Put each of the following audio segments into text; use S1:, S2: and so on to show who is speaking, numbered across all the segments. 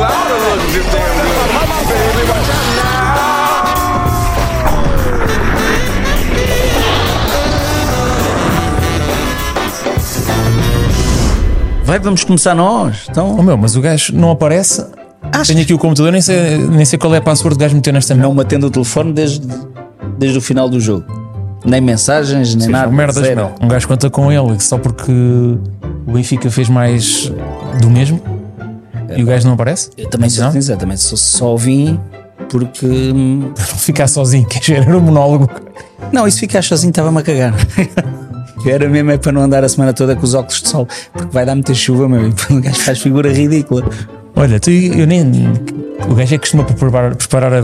S1: look just damn good.
S2: Vai, vamos começar nós. Então,
S3: Oh meu, mas o gajo não aparece.
S2: Achas?
S3: Tenho aqui o computador, nem sei, nem sei qual é a password que o gajo meteu nesta
S2: não
S3: merda.
S2: me atende o telefone desde, desde o final do jogo. Nem mensagens, nem nada.
S3: Merdas,
S2: zero.
S3: meu. Um gajo conta com ele só porque o Benfica fez mais do mesmo e o gajo não aparece.
S2: Eu também sou assim.
S3: Não?
S2: sincero, também sou só vim porque. hum,
S3: Ficar sozinho, quer dizer, era um monólogo.
S2: Não, isso ficar sozinho estava-me a cagar. Eu era mesmo é para não andar a semana toda com os óculos de sol, porque vai dar muita chuva, meu. E o gajo faz figura ridícula.
S3: Olha, tu, eu nem. O gajo é que costuma preparar, preparar a,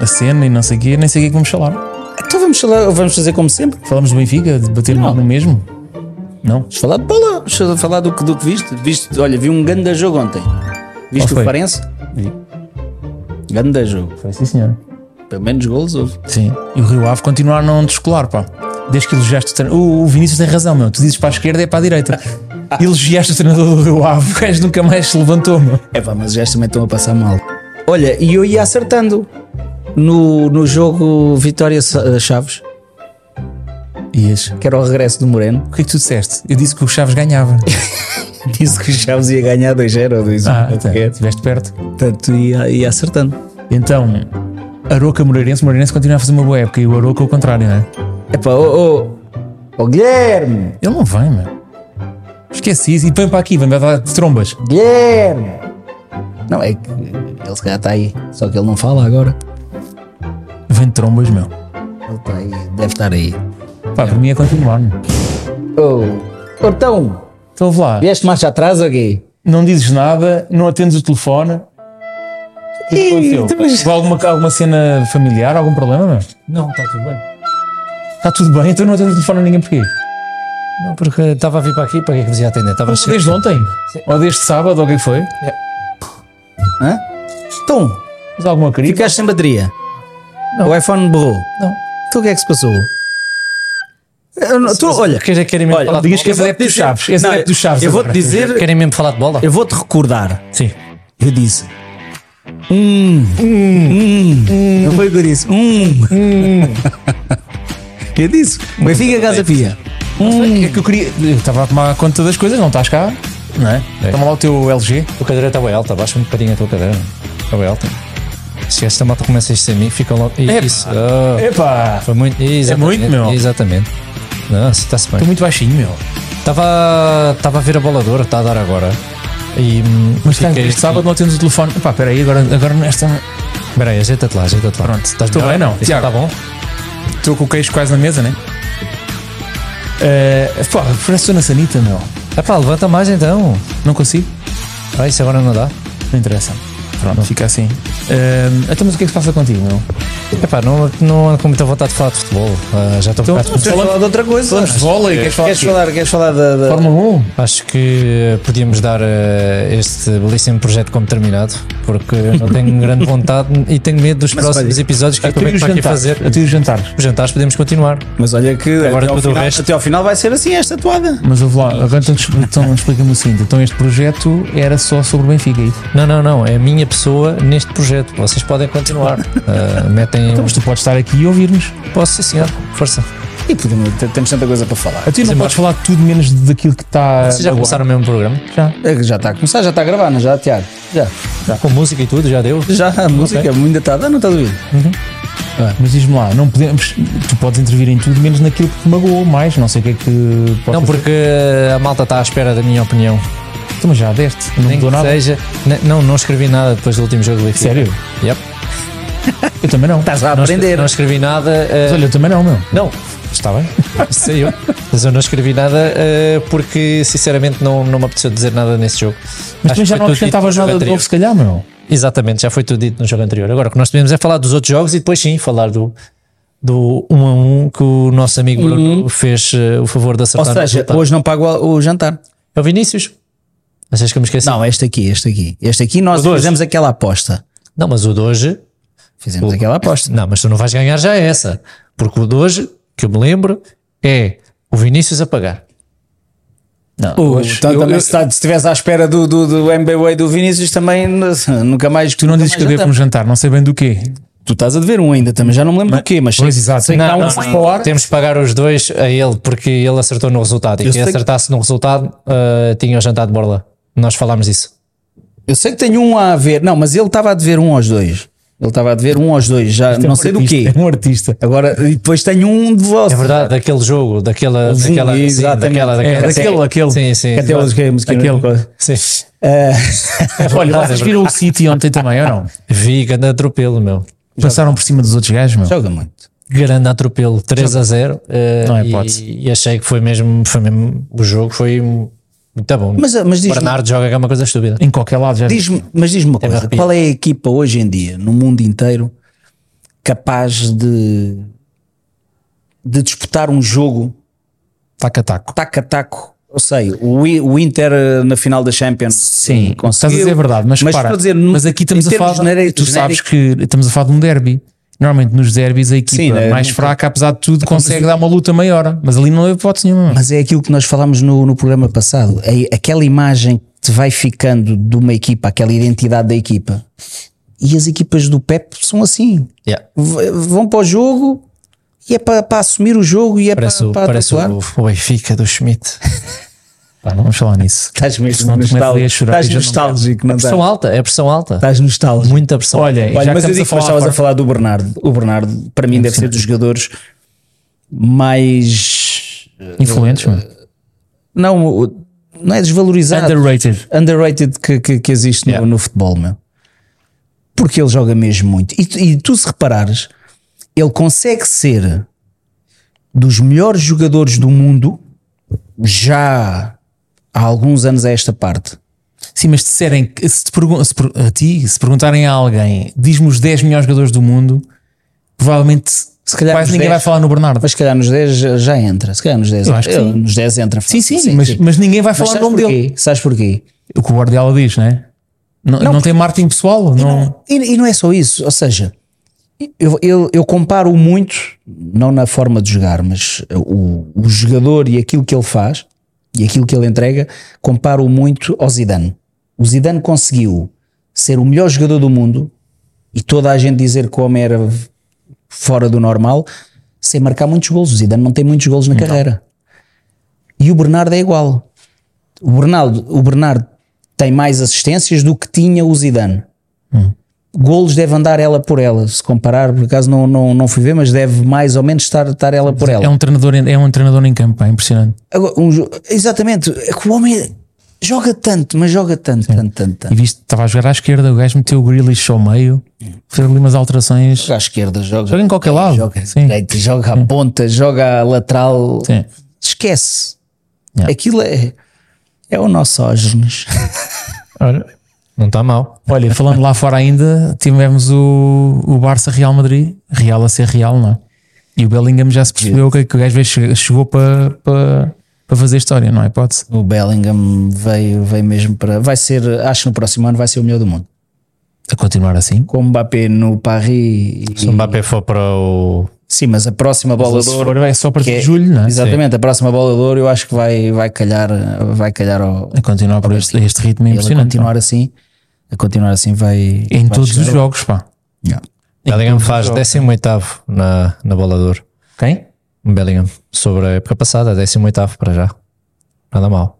S3: a cena e não sei o quê, nem sei o que é que vamos falar.
S2: Então vamos, falar- vamos fazer como sempre.
S3: Falamos do Benfica, de bater
S2: Não.
S3: no no mesmo? Não?
S2: Vamos falar de bola, vamos falar do que, do que viste. Viste, olha, vi um grande jogo ontem.
S3: Qual
S2: Viste o
S3: foi?
S2: Farense?
S3: Vi.
S2: Grande jogo.
S3: Foi sim, senhor.
S2: Pelo menos golos houve.
S3: Sim. E o Rio Ave continuar a não descolar, pá. Desde que elogiaste o treinador. O o Vinícius tem razão, meu. Tu dizes para a esquerda é para a direita. Elogiaste o treinador do Rio Ave, o gajo nunca mais se levantou, meu.
S2: É pá, mas os gajos também estão a passar mal. Olha, e eu ia acertando no, no jogo Vitória Sa- Chaves,
S3: Ias.
S2: que era o regresso do Moreno.
S3: O que é que tu disseste? Eu disse que o Chaves ganhava.
S2: Disse que o Chaves ia ganhar 2-0 ou 2-1.
S3: Ah,
S2: ou
S3: então,
S2: qualquer.
S3: estiveste perto.
S2: Portanto, ia, ia acertando.
S3: Então, Aroca Moreirense, Moreirense continua a fazer uma boa época e o Aroca o contrário, não é?
S2: É pá, ô, ô, ô Guilherme,
S3: Ele não vem, meu. Esqueci isso. E põe para aqui, vem dar de trombas.
S2: Guilherme. Não, é que ele se calhar está aí, só que ele não fala agora.
S3: Vem de trombas, meu.
S2: Ele está aí, deve estar aí.
S3: Pá, para mim é continuar, meu.
S2: Ô, ô, então,
S3: Então, vou lá.
S2: vieste marcha atrás ou quê?
S3: Não dizes nada, não atendes o telefone. O que aconteceu?
S2: tu- mas-
S3: Houve alguma, alguma cena familiar, algum problema, meu?
S4: Não, está tudo bem.
S3: Está tudo bem, então não atendes o telefone a ninguém porquê?
S4: Não, porque estava a vir para aqui, para que é que vos ia atender? Estava a
S3: Mas
S4: chegar.
S3: desde ontem?
S4: Sim.
S3: Ou desde sábado, ou o que é que foi?
S2: Hã? Então,
S3: Mas alguma crise?
S2: ficaste sem bateria?
S3: Não.
S2: O iPhone borrou?
S3: Não.
S2: Então o que é que se passou? Eu não- tu, olha,
S4: Quer dizer, é querem mesmo
S2: olha,
S4: falar de
S3: digas que
S4: bola?
S3: és adepto dos Chaves. És
S2: Não,
S3: adepto dos Chaves.
S2: eu vou-te
S3: agora.
S2: dizer-
S4: Querem mesmo falar de bola?
S2: eu vou-te recordar.
S3: Sim.
S2: Eu disse. Hum, hum, Não foi o que eu disse. Hum. eu disse. Benfica Casa Pia.
S3: É que eu queria. Eu estava a tomar conta das coisas, não estás cá? Não é? Toma lá o teu LG.
S4: A tua cadeira está bem alta, baixa um bocadinho a tua cadeira. Está bem alta. Se esta malta começa a ser mim, fica logo. Ih,
S3: Epá.
S4: Isso. Ah,
S3: Epá!
S4: foi muito. Exatamente,
S3: É muito, meu.
S4: Exatamente. Nossa, está-se
S3: Estou
S4: bem.
S3: muito baixinho, meu.
S4: Estava estava a ver a boladora, está a dar agora. E, hum,
S3: Mas tá,
S4: fiquei
S3: este sábado não atendes o telefone. Epá, peraí, agora, agora nesta.
S4: Espera aí, ajeita-te lá, ajeita-te lá.
S3: Pronto,
S4: estás
S3: estou
S4: melhor?
S3: bem, não?
S4: Isso tá
S3: Tiago.
S4: Está bom?
S3: Estou com o queixo quase na mesa, né? Uh, pô, parece que estou na sanita, meu.
S4: Epá, É levanta mais então.
S3: Não consigo?
S4: Ah, isso agora não dá.
S3: Não interessa. Pronto, fica assim. Uh, então, mas o que é que se passa contigo, meu?
S4: Epá, não, não ando com muita vontade de falar de futebol. Ah, já estou um bocado
S3: Então,
S2: Falar de outra coisa.
S3: Falamos de vôlei, queres falar
S2: Queres
S3: de quê?
S2: falar, queres falar da. da-
S3: Fórmula 1?
S4: Acho que eh, podíamos dar eh, este belíssimo projeto como terminado, porque eu não tenho grande vontade e tenho medo dos próximos episódios é que eu
S3: Então,
S4: acabei
S3: e
S4: de
S3: os
S4: estar aqui a
S3: jantares?
S4: fazer.
S3: A ti os jantares.
S4: Os jantares podemos continuar.
S2: Mas olha que
S4: Agora
S2: até, ao
S4: tudo o
S2: final,
S4: resto.
S2: até ao final vai ser assim esta toada.
S3: Mas ouve lá, agora então, des- então explica-me o seguinte: então este projeto era só sobre o Benfica aí.
S4: Não, não, não. É a minha pessoa neste projeto. Vocês podem continuar. Ah, metem.
S3: Mas tu podes estar aqui e ouvir-nos.
S4: Posso, sim, senhor. Força.
S2: E podemos, t- temos tanta coisa para falar.
S3: A ti não
S4: Sim,
S3: podes falar tudo menos daquilo que tá está.
S4: Vocês já
S3: agora.
S4: começaram o mesmo programa?
S3: Já.
S2: É que Já está a começar, já está a gravar, não é? já, Tiago? Já.
S4: Com música e tudo? Já deu?
S2: Já a música ainda está a dar, não estás a ouvir?
S3: Mas diz-me lá, não podemos. Tu podes intervir em tudo menos naquilo que te magoou mais. Não sei o que é que. possa
S4: Não,
S3: ser.
S4: porque a malta está à espera da minha opinião.
S3: Então, mas já deste. Não
S4: Nem
S3: mudou
S4: que
S3: nada.
S4: seja. Ne- Não, não escrevi nada depois do último jogo do Benfica.
S3: Sério?
S4: Yep.
S3: Eu também não.
S2: Estás a
S4: Não, escre-
S2: aprender.
S4: não escrevi nada. eh,
S3: Mas olha, eu também não, meu.
S4: Não, está bem, sei eu. Mas eu não escrevi nada eh, porque, sinceramente, não, não me apeteceu dizer nada nesse jogo.
S3: Mas
S4: Acho
S3: tu
S4: que
S3: já não
S4: foi tudo dito no
S3: acrescentavas
S4: jogo
S3: nada de
S4: anterior.
S3: novo, se calhar, meu.
S4: Exatamente, já foi tudo dito no jogo anterior. Agora, o que nós devemos é falar dos outros jogos e depois, sim, falar do, do 1 a 1 que o nosso amigo Bruno fez eh, o favor de
S2: Uhum. Ou
S4: acertar. no
S2: seja,
S4: resultado.
S2: hoje não pago a- o jantar.
S4: É o Vinícius. Achas que eu me esqueci?
S2: Não, este aqui, este aqui. Este aqui nós
S4: dois.
S2: fizemos aquela aposta.
S4: Não, mas o de hoje.
S2: Fizemos aquela aposta.
S4: Não, mas tu não vais ganhar já essa. Porque o de hoje, que eu me lembro, é o Vinícius a pagar.
S3: Não.
S2: Hoje,
S1: Então,
S2: eu-
S1: também
S2: eu-
S1: se tá-
S2: se estivesse à espera do, do, do MBWay do Vinícius, também n- nunca mais.
S3: Tu não dizes que eu devo um jantar, não sei bem do quê.
S2: Tu estás a dever um ainda também, já não me lembro do quê, mas sei,
S3: Pois, exato.
S2: sei que há
S4: Não,
S2: um
S4: não, não.
S2: fora.
S4: Temos que pagar os dois a ele porque ele acertou no resultado. E
S2: Eu
S4: quem
S2: sei-
S4: acertasse no resultado ah, tinha o jantar de borla. Nós falámos isso.
S2: Eu sei que tenho um a ver, não, mas ele estava a dever um aos dois. Ele estava a dever um aos dois, já não sei do quê.
S3: É um artista.
S2: Agora, e depois tenho um de vocês.
S4: É verdade, daquele jogo, daquela.
S2: Sim,
S4: daquela sim,
S2: exatamente.
S4: daquela,
S3: É,
S4: daquela.
S3: daquele, aquele.
S4: Sim, sim.
S2: Até hoje que é a musiquinha,
S3: Aquele.
S2: não é?
S4: sim.
S2: Eh,
S3: Olha, vocês viram o City ontem também, ou não?
S4: Vi, grande atropelo, meu.
S3: Passaram por cima dos outros gajos, meu.
S2: Joga muito.
S4: Grande atropelo, 3 a 0. eh,
S3: Não há
S4: e-
S3: hipótese.
S4: E, achei que foi mesmo, foi mesmo. O jogo foi muito bom.
S2: Mas, mas
S4: o
S2: diz-me
S4: Bernardo joga que é uma coisa estúpida.
S3: Em qualquer lado já.
S2: diz mas diz-me uma coisa:
S4: arrepio.
S2: qual é a equipa hoje em dia, no mundo inteiro, capaz de, de disputar um jogo
S3: Taca, taco.
S2: taco a taco? Eu sei, o, I- o Inter eh, na final da Champions. eh,
S3: Sim, estás a dizer a verdade, mas,
S2: mas
S3: para,
S2: estou a dizer,
S3: mas aqui estamos
S2: em
S3: a
S2: termos
S3: falar,
S2: genéricos-
S3: tu sabes
S2: genéricos-
S3: que estamos a falar de um derby. Normalmente nos derbys a equipa
S2: Sim, né? Então,
S3: mais
S2: Não-
S3: fraca, apesar de tudo, consegue dar uma luta maior, mas ali não houve hipótese nenhuma.
S2: Mas é aquilo que nós falámos no, no programa passado. É aquela imagem que te vai ficando de uma equipa, aquela identidade da equipa. E as equipas do Pep são assim.
S4: Yeah.
S2: V- Vão para o jogo e é para, para assumir o jogo e é
S4: Parece, o,
S2: para, para
S4: parece
S2: atuar.
S4: o, o Benfica do Schmidt.
S3: Pá, não vamos falar nisso.
S2: Estás mesmo
S3: Senão tu começas ali a
S2: nostálgico.
S3: chorar,
S2: Estás
S3: eu já não-
S2: nostálgico, não estás?
S4: Pressão alta, é pressão alta.
S2: Estás nostálgico.
S4: Muita pressão.
S3: Olha, e
S2: Olha,
S3: já
S2: mas eu digo
S3: que estamos a
S2: que mas
S3: falar,
S2: estavas a
S3: fora-
S2: falar do Bernardo. O Bernardo, para mim, deve ser dos jogadores mais.
S3: influentes, mano.
S2: Não, o- não é desvalorizado.
S3: underrated.
S2: underrated que, que, que existe no-
S4: Yeah.
S2: no, futebol, meu. Porque ele joga mesmo muito. E, tu- e tu, se reparares, ele consegue ser dos melhores jogadores do mundo já há alguns anos a esta parte.
S3: Sim, mas disserem, que- se te pergun- se per- a ti, se perguntarem a alguém, diz-me os 10 melhores jogadores do mundo, provavelmente
S2: calhar
S3: quase
S2: os
S3: ninguém
S2: 10.
S3: vai falar no Bernardo.
S2: Mas se calhar nos 10 já- já entra. Se calhar nos 10
S3: Eu acho que
S2: ele
S3: sim.
S2: nos 10 entra.
S3: sim, sim, mas, mas ninguém vai falar
S2: sabes
S3: o nome
S2: porquê?
S3: dele.
S2: Sabes porquê?
S3: O que o Guardiola diz, né? não é? Não, tem marketing pessoal? Não.
S2: E, e não é só isso, ou seja, eu, eu, eu comparo muito, não na forma de jogar, mas uh, o, o jogador e aquilo que ele faz e aquilo que ele entrega, comparo muito ao Zidane. O Zidane conseguiu ser o melhor jogador do mundo e toda a gente dizer que o homem era fora do normal, sem marcar muitos golos. O Zidane não tem muitos golos na carreira. E o Bernardo é igual. O Bernardo, o Bernardo tem mais assistências do que tinha o Zidane
S3: Hum.
S2: golos deve andar ela por ela, se comparar, por acaso não, não, não fui ver, mas deve mais ou menos estar, estar ela por
S3: É
S2: ela.
S3: um treinador, em- é um treinador em campo, é impressionante.
S2: Agora, um jo- exatamente, é que o homem joga tanto, mas joga tanto, tanto, tanto,
S3: E
S2: tanto.
S3: viste, estava a jogar à esquerda, o gajo meteu o Grealish ao meio, fez ali umas alterações.
S2: Joga à esquerda, joga,
S3: Joga em qualquer lado.
S2: É, joga à
S3: Sim.
S2: direita, joga à ponta, joga à lateral,
S3: Sim.
S2: esquece.
S3: Yeah.
S2: Aquilo é, é o nosso Ógenes.
S4: Olha, não está mal.
S3: Olha, falando lá fora ainda, tivemos o, o Barça Real Madrid, Real a ser Real, não é? E o Bellingham já se percebeu que, que o gajo veio- chegou, para, para, para fazer história, não é? Hipótese.
S2: O Bellingham veio, veio mesmo para. Vai ser, acho que no próximo ano vai ser o melhor do mundo.
S3: A continuar assim.
S2: Com o Mbappé no Paris. e-
S4: Se o Mbappé for para o.
S2: sim, mas a próxima bola de
S3: Se
S2: ouro
S3: for, é só a partir
S2: Que é-
S3: de julho, não é?
S2: Exatamente, a próxima bola de ouro eu acho que vai, vai calhar, vai calhar ao,
S3: A continuar por este, este ritmo é
S2: ele a
S3: impressionante.
S2: continuar assim. A continuar assim vai.
S3: Em
S2: vai
S3: todos
S2: chegar
S3: os
S2: ao-
S3: jogos, pá.
S2: Yeah.
S4: Bellingham faz 18 na, na bola de ouro.
S3: Quem?
S4: um Bellingham. Sobre a época passada, 18 para já. Nada mal.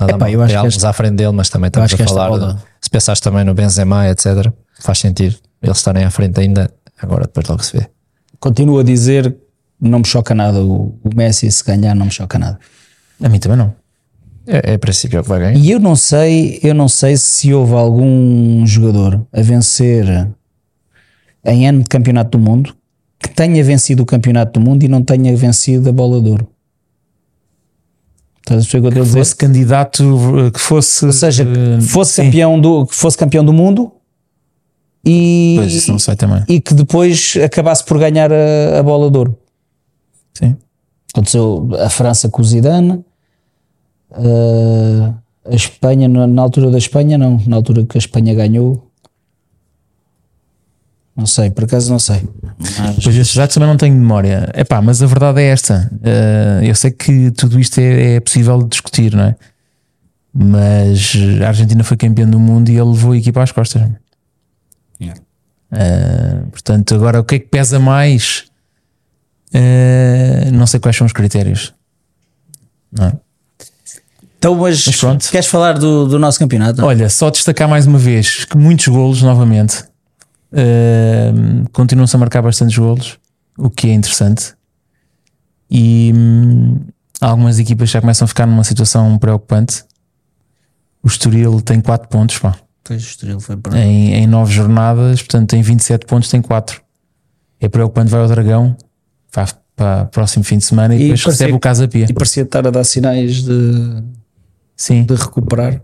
S4: Nada
S2: Epá,
S4: mal.
S2: eu acho
S4: Tem
S2: que
S4: alguns
S2: esta-
S4: à frente dele, mas também estamos
S2: acho que
S4: a
S2: esta
S4: falar.
S2: bola-
S4: de- se pensares também no Benzema, etc., faz sentido eles estarem à frente ainda. Agora depois logo se vê.
S2: Continuo a dizer, não me choca nada. O, o Messi, se ganhar, não me choca nada.
S3: A mim também não.
S4: É, é a princípio é o que vai ganhar.
S2: E eu não sei, eu não sei se houve algum jogador a vencer em ano de campeonato do mundo que tenha vencido o campeonato do mundo e não tenha vencido a bola de ouro. Estás a perceber o que eu estou a
S3: Se
S2: dizer?
S3: fosse candidato, eh, que fosse.
S2: Ou seja,
S3: eh,
S2: que fosse
S3: sim.
S2: campeão do, que fosse campeão do mundo e,
S3: Pois, isso não sei também.
S2: e que depois acabasse por ganhar a, a bola de ouro.
S3: Sim.
S2: Aconteceu a França com o Zidane, eh, a Espanha, na, na altura da Espanha, não, na altura que a Espanha ganhou. Não sei, por acaso não sei. Mas
S3: Pois esses dados também não tenho memória. Epá, mas a verdade é esta. Eh, eu sei que tudo isto é, é possível de discutir, não é? Mas a Argentina foi campeã do mundo e ele levou a equipa às costas. Eh, portanto, agora o que é que pesa mais? Eh, não sei quais são os critérios. Não é?
S2: Então, mas,
S3: Mas pronto.
S2: queres falar do, do nosso campeonato?
S3: Olha, só destacar mais uma vez que muitos golos novamente Ahm, continuam-se a marcar bastantes golos, o que é interessante. E hum, algumas equipas já começam a ficar numa situação preocupante. O Estoril tem 4 pontos pá,
S2: Pois o Estoril foi para.
S3: em, em 9 jornadas, portanto tem 27 pontos, tem 4. É preocupante, vai ao Dragão, vai para o próximo fim de semana e,
S2: E
S3: depois
S2: parece
S3: recebe o
S2: que-
S3: Casa Pia.
S2: E parecia estar a dar sinais de,
S3: Sim.
S2: de recuperar.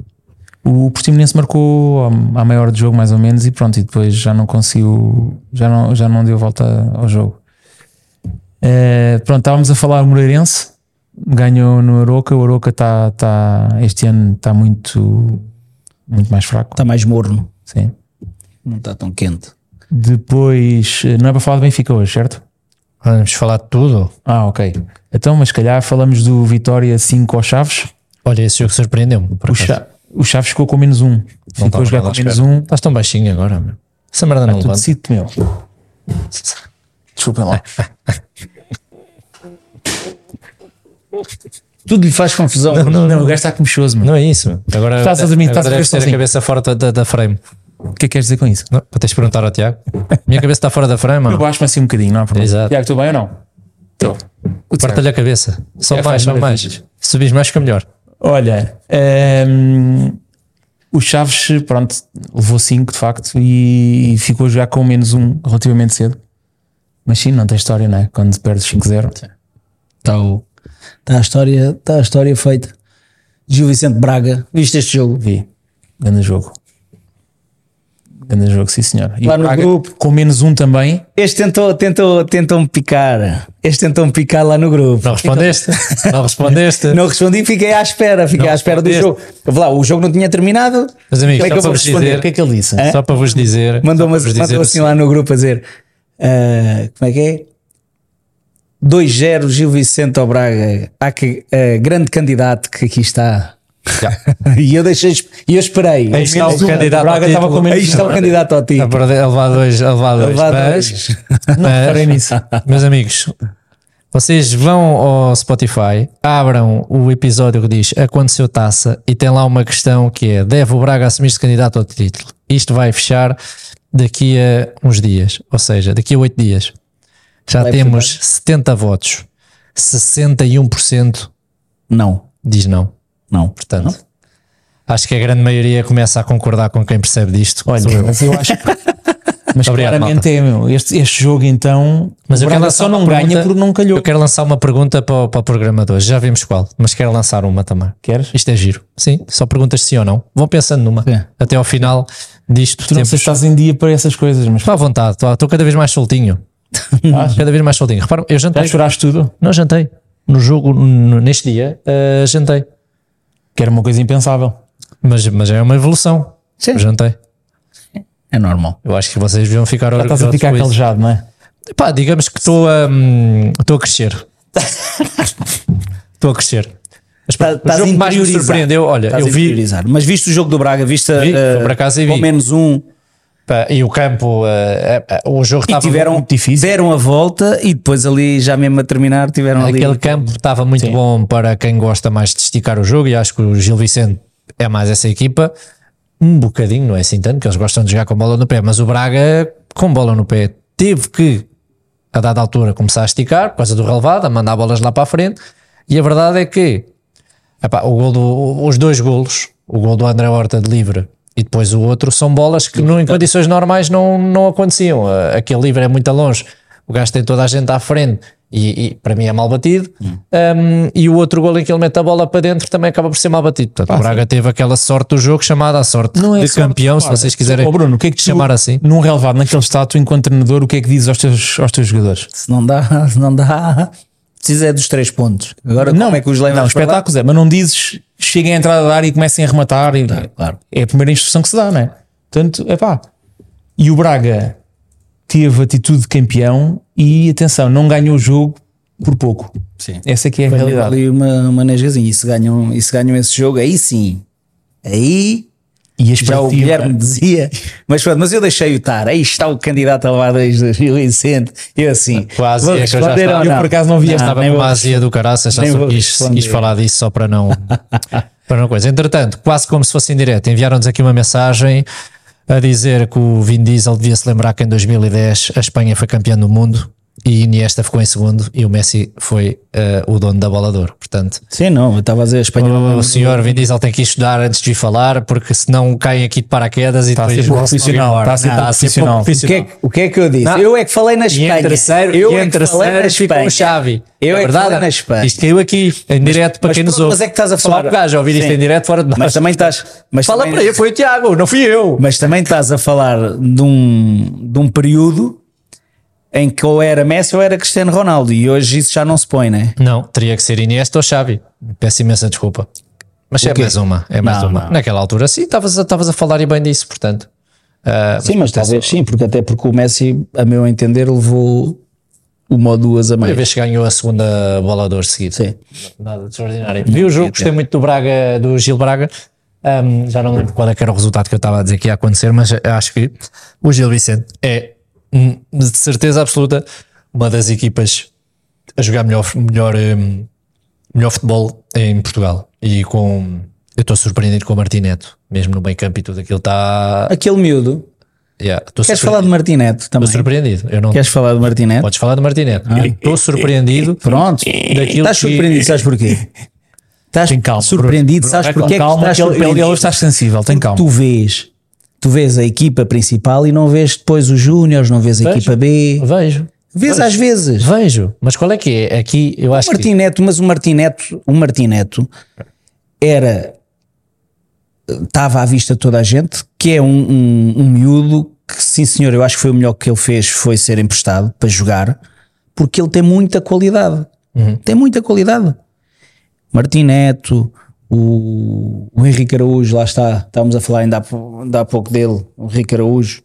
S3: O Portimonense marcou à- à meia hora de jogo, mais ou menos, e pronto, e depois já não conseguiu, já não, já não deu volta ao jogo. Eh, pronto, estávamos a falar o Moreirense, ganhou no Aroca, o Aroca está, tá, este ano está muito, muito mais fraco.
S2: Está Tá mais morno,
S3: Sim.
S2: não está tão quente.
S3: Depois, eh, não é para falar de Benfica hoje, certo?
S4: Vamos falar de tudo.
S3: Ah, ok. Então, mas se calhar falamos do Vitória 5 aos Chaves.
S4: Olha, esse jogo surpreendeu-me. por
S3: O,
S4: acaso.
S3: Cha- o Chaves ficou com menos um. Ficou
S4: estava
S3: a jogar
S4: nada à
S3: com menos
S4: espera.
S3: um. Tá
S4: Estás tão baixinho agora, meu. Essa merda não
S3: Tu
S4: levanta.
S3: decide, meu. Desculpem lá.
S2: Tudo lhe faz confusão.
S3: Não, não, o gajo está com mexoso, meu.
S4: Não é isso, meu. Agora
S3: Estás a dormir,
S4: agora
S3: estás a ver
S4: deves ter a
S3: sozinho.
S4: cabeça fora da- da, da frame.
S3: O que é que queres dizer com isso?
S4: Não, tens de perguntar ao Tiago. Minha cabeça está fora da frame,
S3: Eu
S4: mano.
S3: baixo-me assim um bocadinho, não há problema.
S4: Exato.
S3: Tiago, estou bem ou não? Estou.
S4: Corta-lhe a cabeça. Só
S2: É,
S3: Tiago
S4: mais,
S3: faz
S4: só mais.
S3: maravilhas.
S4: Subis mais que é melhor.
S3: Olha, ehm, o Chaves, pronto, levou 5 de facto e, e ficou a jogar com menos um relativamente cedo. Mas sim, não tem história, não é? Quando perdes 5-0.
S2: Está Tá o- está a, história, está a história feita. Gil Vicente Braga, viste este jogo?
S3: Vi. Grande jogo. Grande jogo, sim senhor. E
S2: Lá
S3: o
S2: no
S3: Braga
S2: grupo.
S3: Com menos um também.
S2: Este tentou, tentou, tentou-me picar. Este tentou-me picar lá no grupo.
S4: Não respondeste. não respondeste.
S2: Não respondi, fiquei à espera, fiquei à espera do jogo. Eu vou lá, o jogo não tinha terminado.
S4: Mas amigos,
S2: Como é que
S4: só
S2: eu
S4: para
S2: vou
S4: vos
S2: responder?
S4: dizer.
S3: O que é que ele disse?
S4: Só para vos dizer.
S2: Mandou,
S4: só para
S2: uma,
S4: vos dizer
S2: mandou
S4: o
S2: assim lá no grupo a dizer: ah, Como é que é? 2-0 Gil Vicente ao Braga, há que, ah, grande candidato que aqui está. e eu deixei, e eu esperei. um.
S4: Aí está o candidato
S3: Braga
S4: ao
S3: estava
S4: título.
S3: com menos
S2: Aí está o candidato ao
S4: seguinte. A
S2: título.
S4: perder- a levar dois, a levar dois.
S2: levar
S4: Tá mas,
S2: dois.
S4: Não
S3: reparei nisso.
S4: Meus amigos, vocês vão ao Spotify, abram o episódio que diz Aconteceu Taça e tem lá uma questão que é Deve o Braga assumir-se candidato ao título? Isto vai fechar daqui a uns dias, ou seja, daqui a oito dias. Já
S2: Vai
S4: temos 70 votos. 61%
S2: Não,
S4: diz não.
S2: não.
S4: Portanto, acho que a grande maioria começa a concordar com quem percebe disto. Sou eu.
S3: mas eu acho que. Mas
S4: Obrigado,
S3: claramente é, meu. Este, este jogo então.
S4: Mas
S3: o
S4: eu quero
S3: Braga
S4: lançar
S3: só
S4: uma
S3: não ganha
S4: pergunta-
S3: porque não calhou.
S4: Eu quero lançar uma pergunta para o, para o programa de hoje. Já vimos qual, mas quero lançar uma também.
S3: Queres?
S4: Isto é giro. Sim, só perguntas sim ou não. Vão pensando numa.
S2: É.
S4: Até ao final disto.
S3: Tu não
S4: Temos...
S3: sei se estás em dia para essas coisas, mas
S4: Estou à vontade, estou estou cada vez mais soltinho. cada vez mais soltinho. Repara, eu
S3: já
S4: jantei.
S3: choraste tudo.
S4: Não jantei. No jogo, n- neste dia, eh, jantei.
S3: Que era uma coisa impensável.
S4: Mas, mas é uma evolução.
S2: Sim.
S4: Eu jantei.
S2: É normal.
S4: Eu acho que vocês deviam ficar
S3: Já estás a ficar
S4: com isso.
S3: calejado, não é?
S4: Pá, digamos que estou a, hum, estou a crescer. Estou a crescer. Mas
S2: Tá-
S4: pronto, o
S2: estás
S4: jogo que mais me
S2: interiorizado.
S4: surpreendeu, olha,
S2: Estás
S4: eu
S2: a
S4: vi,
S2: priorizar. Mas viste o jogo do Braga, viste
S4: Vi,
S2: ah,
S4: fui para casa e vi.
S2: ao menos um.
S4: Pá, e o campo, eh, eh, o
S2: E
S4: jogo estava
S2: tiveram, deram a volta e depois ali, já mesmo a terminar, tiveram ali. um
S4: aquele campo estava muito bom para quem gosta mais de esticar o jogo e acho que o Gil Vicente é mais essa equipa. Um bocadinho, não é assim tanto, que eles gostam de jogar com bola no pé, mas o Braga com bola no pé teve que, a dada altura, começar a esticar, por causa do relevado, a mandar bolas lá para a frente. E a verdade é que epá, o gol do- os dois golos, o gol do André Horta de livre e depois o outro, são bolas que não, em condições normais não, não aconteciam. Ah, Aquele livre é muito a longe, o gajo tem toda a gente à frente e, e para mim é mal batido. Um, e o outro gol em que ele mete a bola para dentro também acaba por ser mal batido. Portanto, o Braga teve aquela sorte do jogo chamada a sorte
S3: Não é
S4: de
S3: sorte,
S4: campeão, se
S3: pá.
S4: vocês quiserem
S3: Ó Bruno, o que é que tu,
S4: chamar assim.
S3: Num relevado, naquele estado, tu, enquanto treinador, o que é que dizes aos teus, aos teus jogadores?
S2: Se não dá, se não dá, precisa é dos três pontos. Agora, como é que os
S3: Não,
S2: levamos para lá?
S3: espetáculos é, mas não dizes cheguem à entrada da área e comecem a rematar. e-
S2: claro.
S3: É a primeira instrução que se dá, não é? Portanto, é pá. E o Braga teve atitude de campeão e atenção, não ganhou o jogo por pouco.
S2: Sim.
S3: Essa é que é a
S2: Apanhou
S3: realidade.
S2: ali uma, uma nesgazinha e se, ganham, e se ganham esse jogo, aí sim. Aí
S3: E a
S2: já o
S3: expectativa-
S2: Guilherme dizia, mas pronto, mas eu deixei-o estar. Aí está o candidato a levar desde Gil Vicente. Eu assim,
S4: Quase,
S2: vou
S4: é que eu já
S2: responder
S4: estava-
S2: ou
S3: Eu
S2: não?
S3: por acaso não vi
S2: Não,
S3: esta.
S4: Estava
S2: nem
S4: com
S2: vou
S4: uma azia do caraças, já
S2: nem
S4: só
S2: vou
S4: quis,
S2: responder.
S4: quis falar disso só para não, para não coisa. Entretanto, quase como se fosse em direto, enviaram-nos aqui uma mensagem a dizer que o Vin Diesel devia se lembrar que em 2010 a Espanha foi campeã do mundo e Iniesta ficou em segundo e o Messi foi eh, o dono da bola de ouro. Portanto,
S2: Sim, não, eu estava a dizer a Espanha.
S4: o senhor Vin Diesel tem que ir estudar antes de ir falar, porque senão cai aqui de paraquedas e
S2: Tá
S3: a
S4: depois
S3: ser pouco profissional, está a
S4: Tá
S3: ser pouco profissional.
S2: o, que é, que- o que é que eu disse? eu é que falei na
S4: E
S2: Espanha.
S4: em terceiro,
S2: eu
S4: e
S2: é
S4: em
S2: que falei na
S4: terceiro ficou
S2: Espanha.
S4: o Xavi.
S2: Eu é que
S4: verdade,
S2: falei na Espanha.
S4: Isto caiu aqui, em direto, para
S2: mas
S4: quem nos
S2: pronto,
S4: ouve.
S2: mas é que estás a
S4: Só
S2: falar-
S4: o gajo a ouvir isto
S2: Sim.
S4: em direto fora de
S2: Mas
S4: baixo.
S2: também estás. Mas
S4: Fala
S2: também, é-
S4: para ele, foi o Tiago, não fui eu.
S2: Mas também estás a falar de um, de um período em que ou era Messi ou era Cristiano Ronaldo e hoje isso já não se põe, né?
S4: Não, teria que ser Iniesta ou Xavi. Peço imensa desculpa. Mas é
S2: quê?
S4: mais uma, é mais
S2: Não,
S4: uma.
S2: não.
S4: Naquela altura, sim, estavas a- estavas a falar e bem disso, portanto. Ah,
S2: Sim, mas talvez sim, porque até porque o Messi, a meu entender, levou uma ou duas a
S4: Primeira
S2: mais.
S4: vez que ganhou a segunda bola de ouro seguida.
S2: Sim.
S4: Nada de extraordinário. Vi o jogo, gostei muito do Braga, do Gil Braga. Ahm, já não lembro qual é que era o resultado que eu estava a dizer que ia acontecer, mas acho que o Gil Vicente é, hum, de certeza absoluta, uma das equipas a jogar melhor, melhor, hum, melhor futebol em Portugal. E com. Eu estou surpreendido com o Martineto, mesmo no meio campo e tudo aquilo está.
S2: Aquele miúdo.
S4: Yeah, estou
S2: Queres
S4: surpreendido.
S2: falar de Martineto também?
S4: Estou surpreendido. Eu não...
S2: Queres falar de Martineto?
S4: Podes falar de Martineto.
S2: Ah.
S4: Eu Estou surpreendido.
S2: É, Pronto.
S4: Daquilo
S2: Estás
S4: que-
S2: surpreendido, sabes porquê? Estás
S3: Tem calma,
S2: surpreendido,
S3: Bruno.
S2: sabes
S3: Tem
S2: porquê é que
S3: calma,
S2: estás
S3: que ele- ele,
S2: surpreendido?
S3: ele está sensível, tem calma.
S2: Tu vês, tu vês a equipa principal e não vês depois os júniores, não vês a
S4: Vejo.
S2: equipa B.
S4: Vejo.
S2: Vês
S4: Vejo.
S2: às vezes.
S4: Vejo, mas qual é que é? Aqui eu acho
S2: O Martineto, mas o Martineto, o Martineto era estava à vista de toda a gente, que é um, um, um miúdo que, sim senhor, eu acho que foi o melhor que ele fez foi ser emprestado para jogar, porque ele tem muita qualidade.
S4: Uhum.
S2: Tem muita qualidade. Martineto, o, o Henrique Araújo, lá está, estávamos a falar ainda há, pou- ainda há pouco dele, o Henrique Araújo.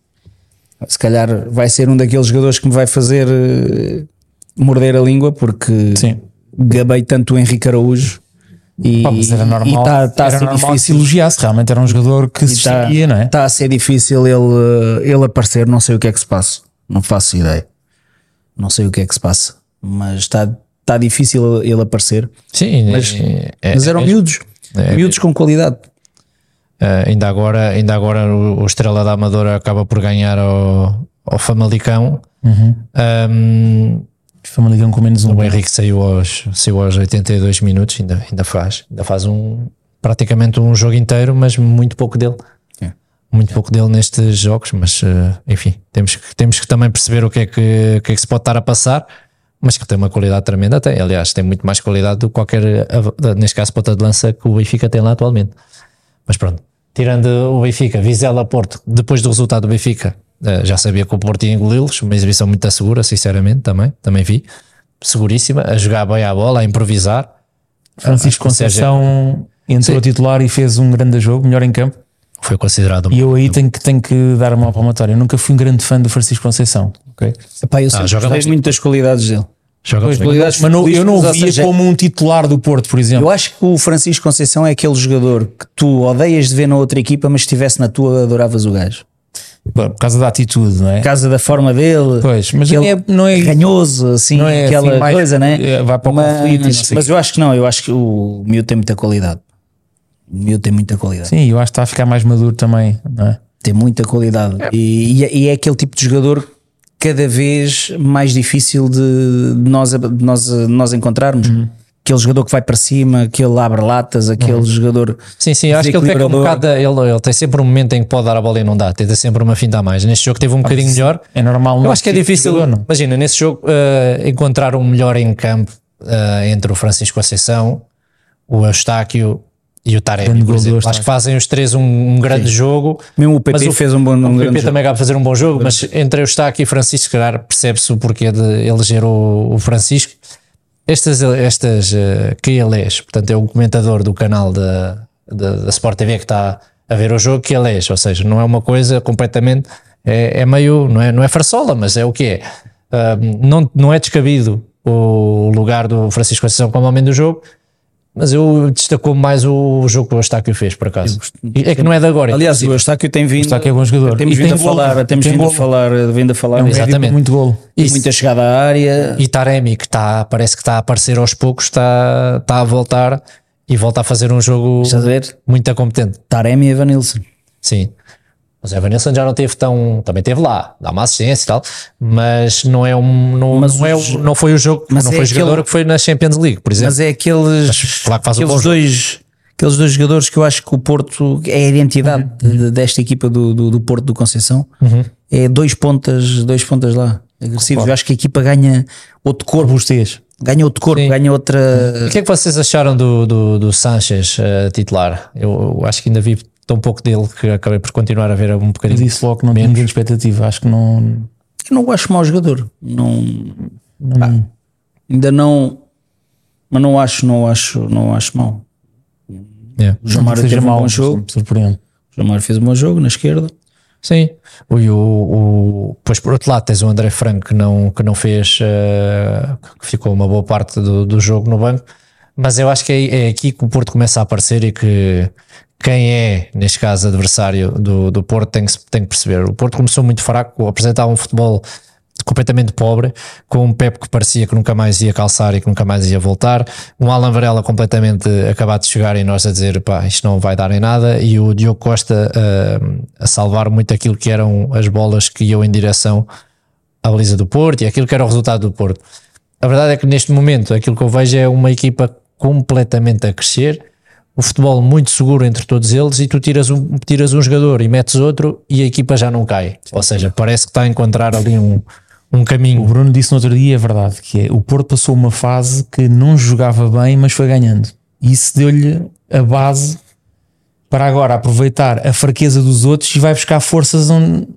S2: Se calhar vai ser um daqueles jogadores que me vai fazer eh, morder a língua, porque
S3: Sim.
S2: gabei tanto o Henrique Araújo e
S3: Pá, mas era normal,
S2: está a
S3: era
S2: ser
S3: normal que se
S2: difícil
S3: elogiasse. Realmente era um jogador que se
S2: está,
S3: distinguia, não é?
S2: está a ser difícil ele, ele aparecer, não sei o que é que se passa, não faço ideia, não sei o que é que se passa, mas está, está difícil ele aparecer,
S4: Sim, é- mas,
S3: É,
S2: mas eram miúdos, miúdos com qualidade.
S4: é, ainda agora, ainda agora o, o Estrela da Amadora acaba por ganhar ao, ao Famalicão.
S2: Uhum.
S4: Ahm,
S3: Famalicão com menos um.
S4: o Henrique saiu aos, saiu aos 82 minutos, ainda, ainda faz, ainda faz um, praticamente um jogo inteiro, mas muito pouco dele.
S2: É.
S4: Muito pouco dele nestes jogos, mas eh, enfim, temos que, temos que também perceber o que é que, o que é que se pode estar a passar, mas que tem uma qualidade tremenda, tem. Aliás, tem muito mais qualidade do que qualquer, av- neste caso, ponta de lança que o Benfica tem lá atualmente. Mas pronto, tirando o Benfica, Vizela Porto, depois do resultado do Benfica, eh, já sabia que o Porto ia engoli-los, uma exibição muito segura, sinceramente, também, também vi. Seguríssima, a jogar bem à bola, a improvisar.
S2: Ah,
S3: Francisco
S4: acho que o Sérgio-
S3: Conceição entrou a titular e fez um grande jogo, melhor em campo.
S4: Foi considerado
S3: E
S4: um.
S3: eu aí tenho que, tenho que dar uma palmatória. Eu nunca fui um grande fã do Francisco Conceição. ok?
S2: Epá,
S3: Ah,
S2: eu sempre
S4: joga
S2: gostei
S4: muito.
S2: muito das qualidades dele.
S4: Joga
S2: Pois,
S4: bem.
S2: Qualidades
S3: Mas não- eu não o
S2: futbolísticas, ou
S3: via
S2: seja,
S3: como um titular do Porto, por exemplo.
S2: Eu acho que o Francisco Conceição é aquele jogador que tu odeias de ver na outra equipa, mas se estivesse na tua adoravas o gajo.
S3: Por causa da atitude, não é?
S2: Por causa da forma dele,
S3: Pois, mas
S2: Aquele
S3: é- não é
S2: ranhoso, assim,
S3: Não é
S2: aquela
S3: assim mais-
S2: coisa, né?
S3: é, vai para o conflito e não
S2: mas,
S3: sei
S2: mas eu acho que não, eu acho que o miúdo tem muita qualidade. O miúdo tem muita qualidade.
S3: Sim, eu acho que está a ficar mais maduro também, não é?
S2: Tem muita qualidade. E, e é- e é aquele tipo de jogador cada vez mais difícil de, de nós, de nós, de nós encontrarmos.
S3: Uhum.
S2: Aquele jogador que vai para cima, aquele abre latas, aquele jogador.
S4: Sim, sim, acho que ele peca um
S2: desequilibrador.
S4: bocado. da- Ele, ele tem sempre um momento em que pode dar a bola e não dá. Tenta sempre uma finta a mais. Neste jogo teve um bocadinho melhor.
S3: É normal.
S4: Eu
S3: não
S4: acho que é
S3: ser
S4: difícil.
S3: jogador, não?
S4: Imagina, nesse jogo, eh, encontrar um melhor em campo eh, entre o Francisco Conceição, o Eustáquio e o Taremi.
S3: Grande
S4: por
S3: gol do
S4: exemplo. Acho
S3: Eustáquio.
S4: que fazem os três um, um grande jogo.
S2: Mesmo o PP
S4: Mas o-
S2: fez um bom
S4: O
S2: um grande
S4: PP
S2: jogo.
S4: também acaba de fazer um bom jogo, mas entre Eustáquio e Francisco, se calhar percebe-se o porquê de eleger o, o Francisco. Estas, estas eh, que ele és, portanto, é um comentador do canal da, da, da Sport TV que está a ver o jogo que ele és, ou seja, não é uma coisa completamente. É, é meio, não é, não é farsola, mas é o que é. Ah, não, não é descabido o lugar do Francisco Conceição como homem do jogo, mas eu destacou mais o jogo que o Eustáquio fez, por acaso. É que não é de agora.
S2: Aliás, o Eustáquio tem vindo.
S3: Está aqui é bom jogador.
S2: Temos
S3: E
S2: vindo
S3: tem
S2: a
S3: golo.
S2: falar, temos
S3: Tem
S2: vindo a
S3: golo.
S2: falar, vindo a falar,
S3: É um
S2: muito,
S3: médio com
S4: Exatamente.
S3: muito golo.
S2: muita chegada à área.
S4: E Taremi, que tá, parece que está a aparecer aos poucos, está tá a voltar e volta a fazer um jogo
S2: Estás a ver?
S4: muito competente.
S2: Taremi e Evanilson.
S4: Sim. Mas o Evanilson já não teve tão. Também teve lá, dá uma assistência e tal, mas não, é um, não,
S2: Mas
S4: não, é,
S2: os-
S4: o- não foi o jogo,
S2: mas
S4: não
S2: é
S4: foi o jogador
S2: aquele-
S4: que foi na Champions League, por exemplo.
S2: Mas é aqueles,
S4: claro que faz um
S2: aqueles,
S4: bom jogo.
S2: dois, aqueles dois jogadores que eu acho que o Porto é a identidade
S4: Uhum.
S2: de- desta equipa do, do, do Porto do Conceição. É dois pontas, dois pontas lá, agressivos. Eu acho que a equipa ganha outro corpo. Os três. Ganha outro corpo, ganha outra.
S4: O que é que vocês acharam do, do, do Sanchez eh, titular? Eu, eu acho que ainda vi tão pouco dele que acabei por continuar a ver um
S3: Eu
S4: bocadinho.
S3: disse logo que não tinha grande expectativa. Acho que não.
S2: Eu É não acho mau jogador. Não,
S4: Uhum.
S2: pá, ainda não. Mas não acho, não acho, não acho mau.
S4: É.
S2: O João
S3: não
S2: Mário
S3: seja
S2: teve um
S3: mau,
S2: bom
S3: mas
S2: jogo.
S3: me Surpreende.
S2: O João Mário fez um bom jogo na esquerda.
S4: Sim. O, o, o- pois por outro lado tens o André Franco que não, que não fez, eh, que ficou uma boa parte do, do jogo no banco, mas eu acho que é, é aqui que o Porto começa a aparecer e que quem é, neste caso, adversário do, do Porto tem que, se- tem que perceber. O Porto começou muito fraco, apresentava um futebol completamente pobre, com um Pep que parecia que nunca mais ia calçar e que nunca mais ia voltar, um Alan Varela completamente eh, acabado de chegar e nós a dizer pá, isto não vai dar em nada e o Diogo Costa ah, a salvar muito aquilo que eram as bolas que iam em direção à baliza do Porto e aquilo que era o resultado do Porto. A verdade é que neste momento aquilo que eu vejo é uma equipa completamente a crescer, o futebol muito seguro entre todos eles e tu tiras um, tiras um jogador e metes outro e a equipa já não cai. Ou seja, parece que está a encontrar ali um, um
S3: O
S4: caminho.
S3: Bruno disse no outro dia, é verdade, que é, o Porto passou uma fase que não jogava bem, mas foi ganhando. E isso deu-lhe a base para agora aproveitar a fraqueza dos outros e vai buscar forças onde-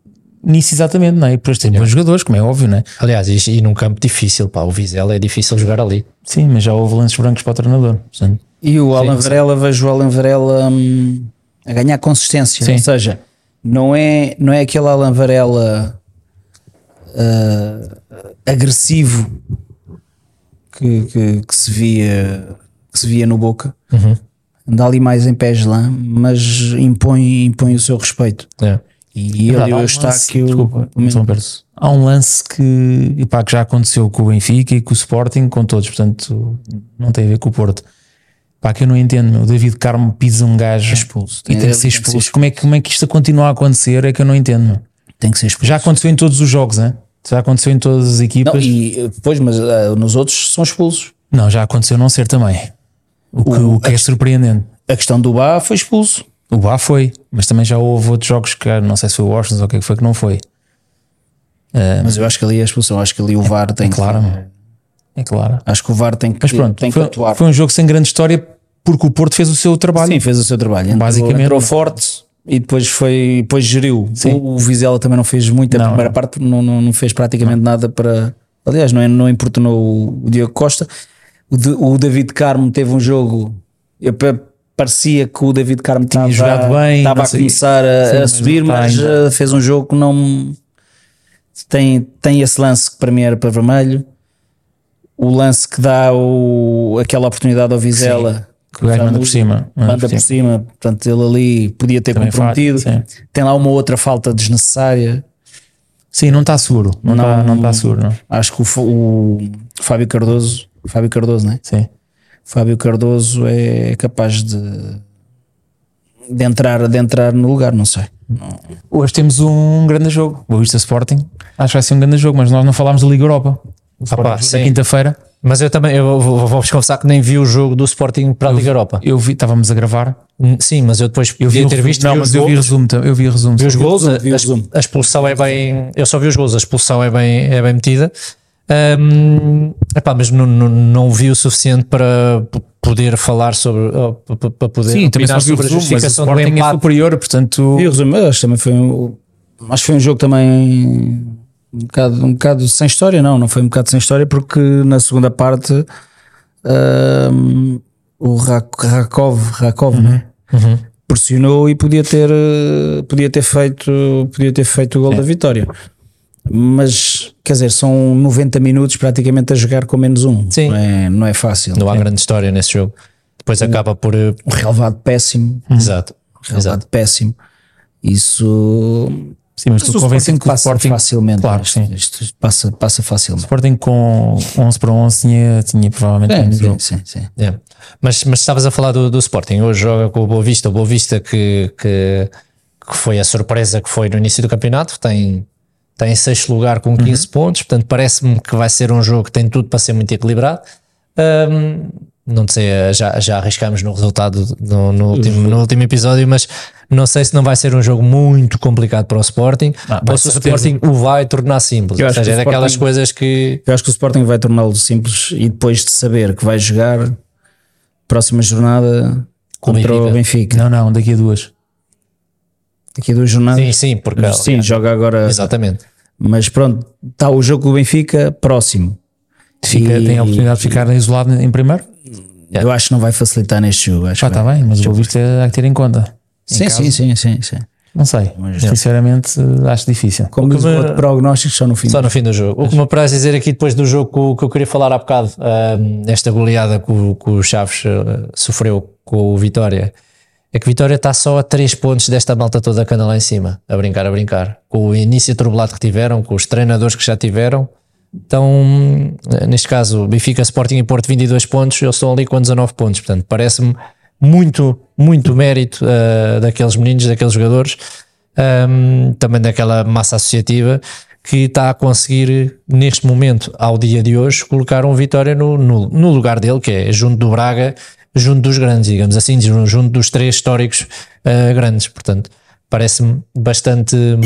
S3: nisso exatamente, não é? E depois tem bons jogadores, como é óbvio, não é?
S4: Aliás, e, e num campo difícil, pá, o Vizela é difícil jogar ali.
S3: Sim, mas já houve lances brancos para o treinador. portanto.
S2: E o Alan Varela, vejo o Alan Varela hum, a ganhar consistência.
S3: Sim.
S2: Ou seja, não é, não é aquele Alan Varela ah, agressivo que, que, que se via, que se via no Boca.
S3: Uhum.
S2: Anda ali mais em pés lá, mas impõe, impõe o seu respeito.
S4: É.
S2: E ele
S3: Verdade,
S2: e
S3: há um
S2: o
S3: lance-
S2: Eustáquio.
S3: desculpa, interromper-te. Há um lance que, epá, que já aconteceu com o Benfica e com o Sporting, com todos, portanto não tem a ver com o Porto. Pá, que eu não entendo, meu. O David Carmo pisa um gajo expulso e
S2: Tem-
S3: tem que
S2: tem que ser
S3: ser expulso. Como é que, como é que isto continua a acontecer? É que eu não entendo. meu.
S2: Tem que ser expulso.
S3: Já aconteceu em todos os jogos, hein? já aconteceu em todas as
S2: Não,
S3: equipas. Não,
S2: e, eh, pois, mas ah, nos outros são expulsos.
S3: já aconteceu não ser também. O que, o que é surpreendente.
S2: A questão do Bá foi expulso.
S3: O Bá foi, mas também já houve outros jogos que não sei se foi o Washington ou o que é que foi que não foi.
S2: Mas eu acho que ali é a expulsão. Acho que ali o VAR tem que-
S3: Claro, meu. é claro.
S2: Acho que o VAR tem que,
S3: Mas pronto,
S2: tem que
S3: foi,
S2: atuar.
S3: foi um jogo sem grande história porque o Porto fez o seu trabalho.
S2: Sim, fez o seu trabalho. Entrou-
S3: Basicamente,
S2: Entrou
S3: não. é?
S2: forte e depois foi depois geriu. O, o Vizela também não fez muito. A
S3: Não,
S2: primeira
S3: não.
S2: parte não, não, não fez praticamente nada para. Aliás, não, é- não importunou o- o Diogo Costa. O, de- o David Carmo teve um jogo. Eu pe- parecia que o David Carmo estava,
S3: jogado bem,
S2: estava
S3: não
S2: a
S3: sei.
S2: começar a,
S3: Sim,
S2: a
S3: mas
S2: subir,
S3: não tá
S2: mas
S3: tem.
S2: eh, fez um jogo que não tem, tem esse lance que para mim era para vermelho. O lance que dá o, aquela oportunidade ao Vizela
S3: Que o gajo manda por cima. manda
S2: manda por cima, portanto ele ali podia ter
S3: Também
S2: comprometido.
S3: falha,
S2: Tem lá uma outra falta desnecessária.
S3: Sim, não está seguro. Não está não tá seguro, não.
S2: Acho que o, Fa- o Fábio Cardoso, Fábio Cardoso, né?
S3: Sim.
S2: Fábio Cardoso é capaz de de entrar, de entrar no lugar, não sei.
S3: Hoje temos um grande jogo. Boa Vista Sporting. Acho que vai ser um grande jogo, mas nós não falámos da Liga Europa.
S4: pá,
S3: Sporting joga
S4: sim.
S3: quinta-feira.
S4: Mas eu também, eu vou- vou-vos confessar que nem vi o jogo do Sporting para a Liga Europa.
S3: Eu vi, estávamos a gravar.
S4: Hum, Sim, mas eu depois
S3: Eu vi,
S4: podia
S3: o
S4: ter
S3: resumo.
S4: visto.
S3: Não,
S4: vi
S3: mas
S4: os
S3: eu vi
S4: golos.
S3: resumo. tam- Eu vi um. resumo.
S4: Vi os
S3: sim.
S4: gols, a,
S2: vi o resumo.
S4: a expulsão é bem. Eu só vi os gols, a expulsão é bem, é bem metida. Ahm, epá, mas não, não, não vi o suficiente para p- poder falar sobre. oh, p- p- Para poder
S3: Sim, também só
S4: opinar
S3: vi o
S4: sobre
S3: resumo,
S4: a
S3: mas o
S4: justificação do
S3: Sporting é
S4: empate.
S3: superior, portanto...
S2: E o resumo, eu acho que também foi um, acho que foi um jogo também um bocado, um bocado sem história, não, não foi um bocado sem história, porque na segunda parte
S4: Uhum.
S2: hum, o Rak- Rakov, Rakov né? pressionou e podia ter, eh, podia ter feito, podia ter feito o
S4: É.
S2: gol da vitória. Mas, quer dizer, são 90 minutos praticamente a jogar com menos um.
S4: Sim.
S2: Não, é, não é fácil.
S4: Não há grande história nesse jogo. Depois acaba por. eh,
S2: Um
S3: Uhum.
S2: relevado péssimo.
S4: Exato. Exato.
S2: Relevado péssimo. Isso.
S3: Sim,
S2: Mas
S3: mas tu
S2: o Sporting
S3: convenceste que o
S2: passa
S3: Sporting,
S2: facilmente.
S3: Claro,
S2: Isto-
S3: sim.
S2: isto passa, passa facilmente.
S3: Sporting com 11 para 11 tinha, tinha provavelmente
S2: É,
S3: ganho o jogo.
S2: sim, sim, sim.
S4: É. Mas, mas estavas a falar do, do Sporting, hoje joga com o Boa Vista, o Boa Vista que, que, que foi a surpresa que foi no início do campeonato, tem, tem sexto lugar com 15
S3: Uhum.
S4: pontos, portanto parece-me que vai ser um jogo que tem tudo para ser muito equilibrado. Ahm, não sei, já, já arriscámos no resultado no, no último, no último episódio, mas não sei se não vai ser um jogo muito complicado para o Sporting,
S3: Ah, vai
S4: ou se o
S3: ser certeza.
S4: Sporting o vai tornar simples.
S2: Eu
S4: Ou
S2: acho
S4: seja,
S2: que
S4: é
S2: o
S4: daquelas
S2: Sporting-
S4: coisas que.
S2: Eu acho que o Sporting vai torná-lo simples e depois de saber que vai jogar próxima jornada
S4: Com o
S2: contra o
S4: Benfica.
S2: Benfica.
S3: Não, não, daqui a duas.
S2: Daqui a duas jornadas.
S4: Sim, sim, porque. é,
S2: Sim, joga agora.
S4: Exatamente.
S2: Mas pronto, está o jogo com o Benfica próximo.
S3: Fica-
S2: E-
S3: tem a oportunidade de ficar isolado em primeiro.
S2: Eu acho que não vai facilitar neste jogo. Acho
S3: Pá,
S2: que
S3: está
S2: vai.
S3: bem, mas o Boa Vista há que ter em conta. Em
S2: Sim,
S3: casa,
S2: sim, tá sim, sim, sim.
S3: Não sei.
S4: é
S3: Sinceramente, eh, acho difícil.
S2: Como diz o outro prognóstico, só no fim.
S4: Só no fim do jogo. O que me apraz dizer aqui depois do jogo que, o- que eu queria falar há bocado, ahm, esta goleada que o, que o Chaves eh, sofreu com o Vitória, é que Vitória está só a 3 pontos desta malta toda que anda lá em cima, a brincar, a brincar. Com o início turbulado que tiveram, com os treinadores que já tiveram. Então, eh, neste caso, Benfica, Sporting e Porto 22 pontos, eles estão ali com 19 pontos. Portanto, parece-me muito, muito mérito eh, daqueles meninos, daqueles jogadores, ahm, também daquela massa associativa que está a conseguir, neste momento, ao dia de hoje, colocar um Vitória no, no, no lugar dele, que é junto do Braga, junto dos grandes, digamos assim, junto dos três históricos eh, grandes. Portanto, parece-me bastante hum,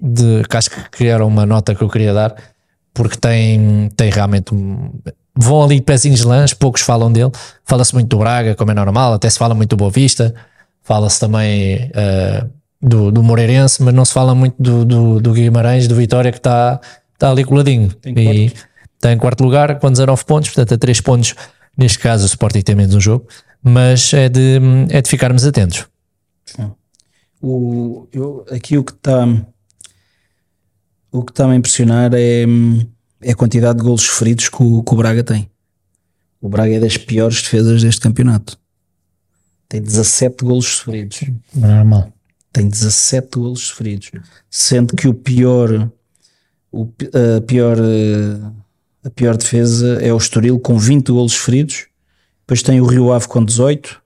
S4: de que acho que que era uma nota que eu queria dar, porque tem, tem realmente um- vão ali pezinhos lãs, poucos falam dele. Fala-se muito do Braga, como é normal, até se fala muito do Boa Vista, fala-se também eh, do, do Moreirense, mas não se fala muito do, do, do Guimarães, do Vitória, que está está ali coladinho. E está em quarto lugar, com 19 pontos, portanto, a 3 pontos. Neste caso, o Sporting tem menos um jogo, mas é de, é de ficarmos atentos.
S2: O, eu, aqui o que está o que está a impressionar é, hum, é a quantidade de golos sofridos que o, que o Braga tem. O Braga é das piores defesas deste campeonato. Tem 17 golos sofridos.
S3: Não é normal.
S2: Tem 17 golos sofridos. Sendo que o pior o, pi- a pior eh, a pior defesa é o Estoril com 20 golos sofridos. Depois tem o Rio Ave com 18.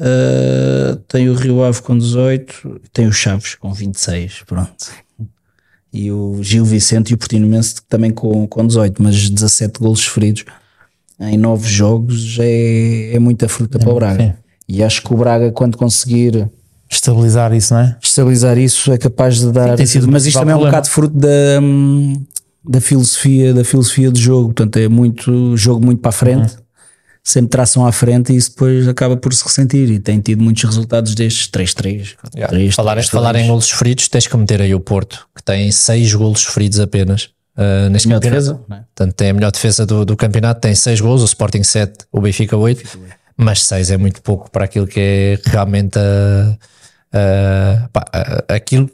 S2: Uh, tem o Rio Ave com 18, tem o Chaves com 26, pronto. E o Gil Vicente e o Portimonense também com, com 18, mas 17 golos feridos em 9 jogos é, é muita fruta para o Braga.
S3: sim.
S2: E acho que o Braga, quando conseguir
S3: Estabilizar isso, não é?
S2: estabilizar isso, é capaz de dar.
S3: tem sido o
S2: mas isto
S3: principal
S2: também é um
S3: problema.
S2: bocado fruto da, hum, da filosofia da filosofia de jogo. Portanto, é muito jogo muito para a frente,
S3: Uhum.
S2: sempre tração à frente e isso depois acaba por se ressentir. E tem tido muitos resultados destes 3-3.
S4: Yeah.
S2: 3-3,
S4: falar, falar em golos sofridos, tens que meter aí o Porto, que tem seis golos sofridos apenas ah, neste
S2: Melhor
S4: campeonato.
S2: defesa, não é?
S4: Portanto, tem a melhor defesa do, do campeonato, tem seis golos, o Sporting 7, o Benfica 8, mas seis é muito pouco para aquilo que é realmente a, a- pá, a- aquilo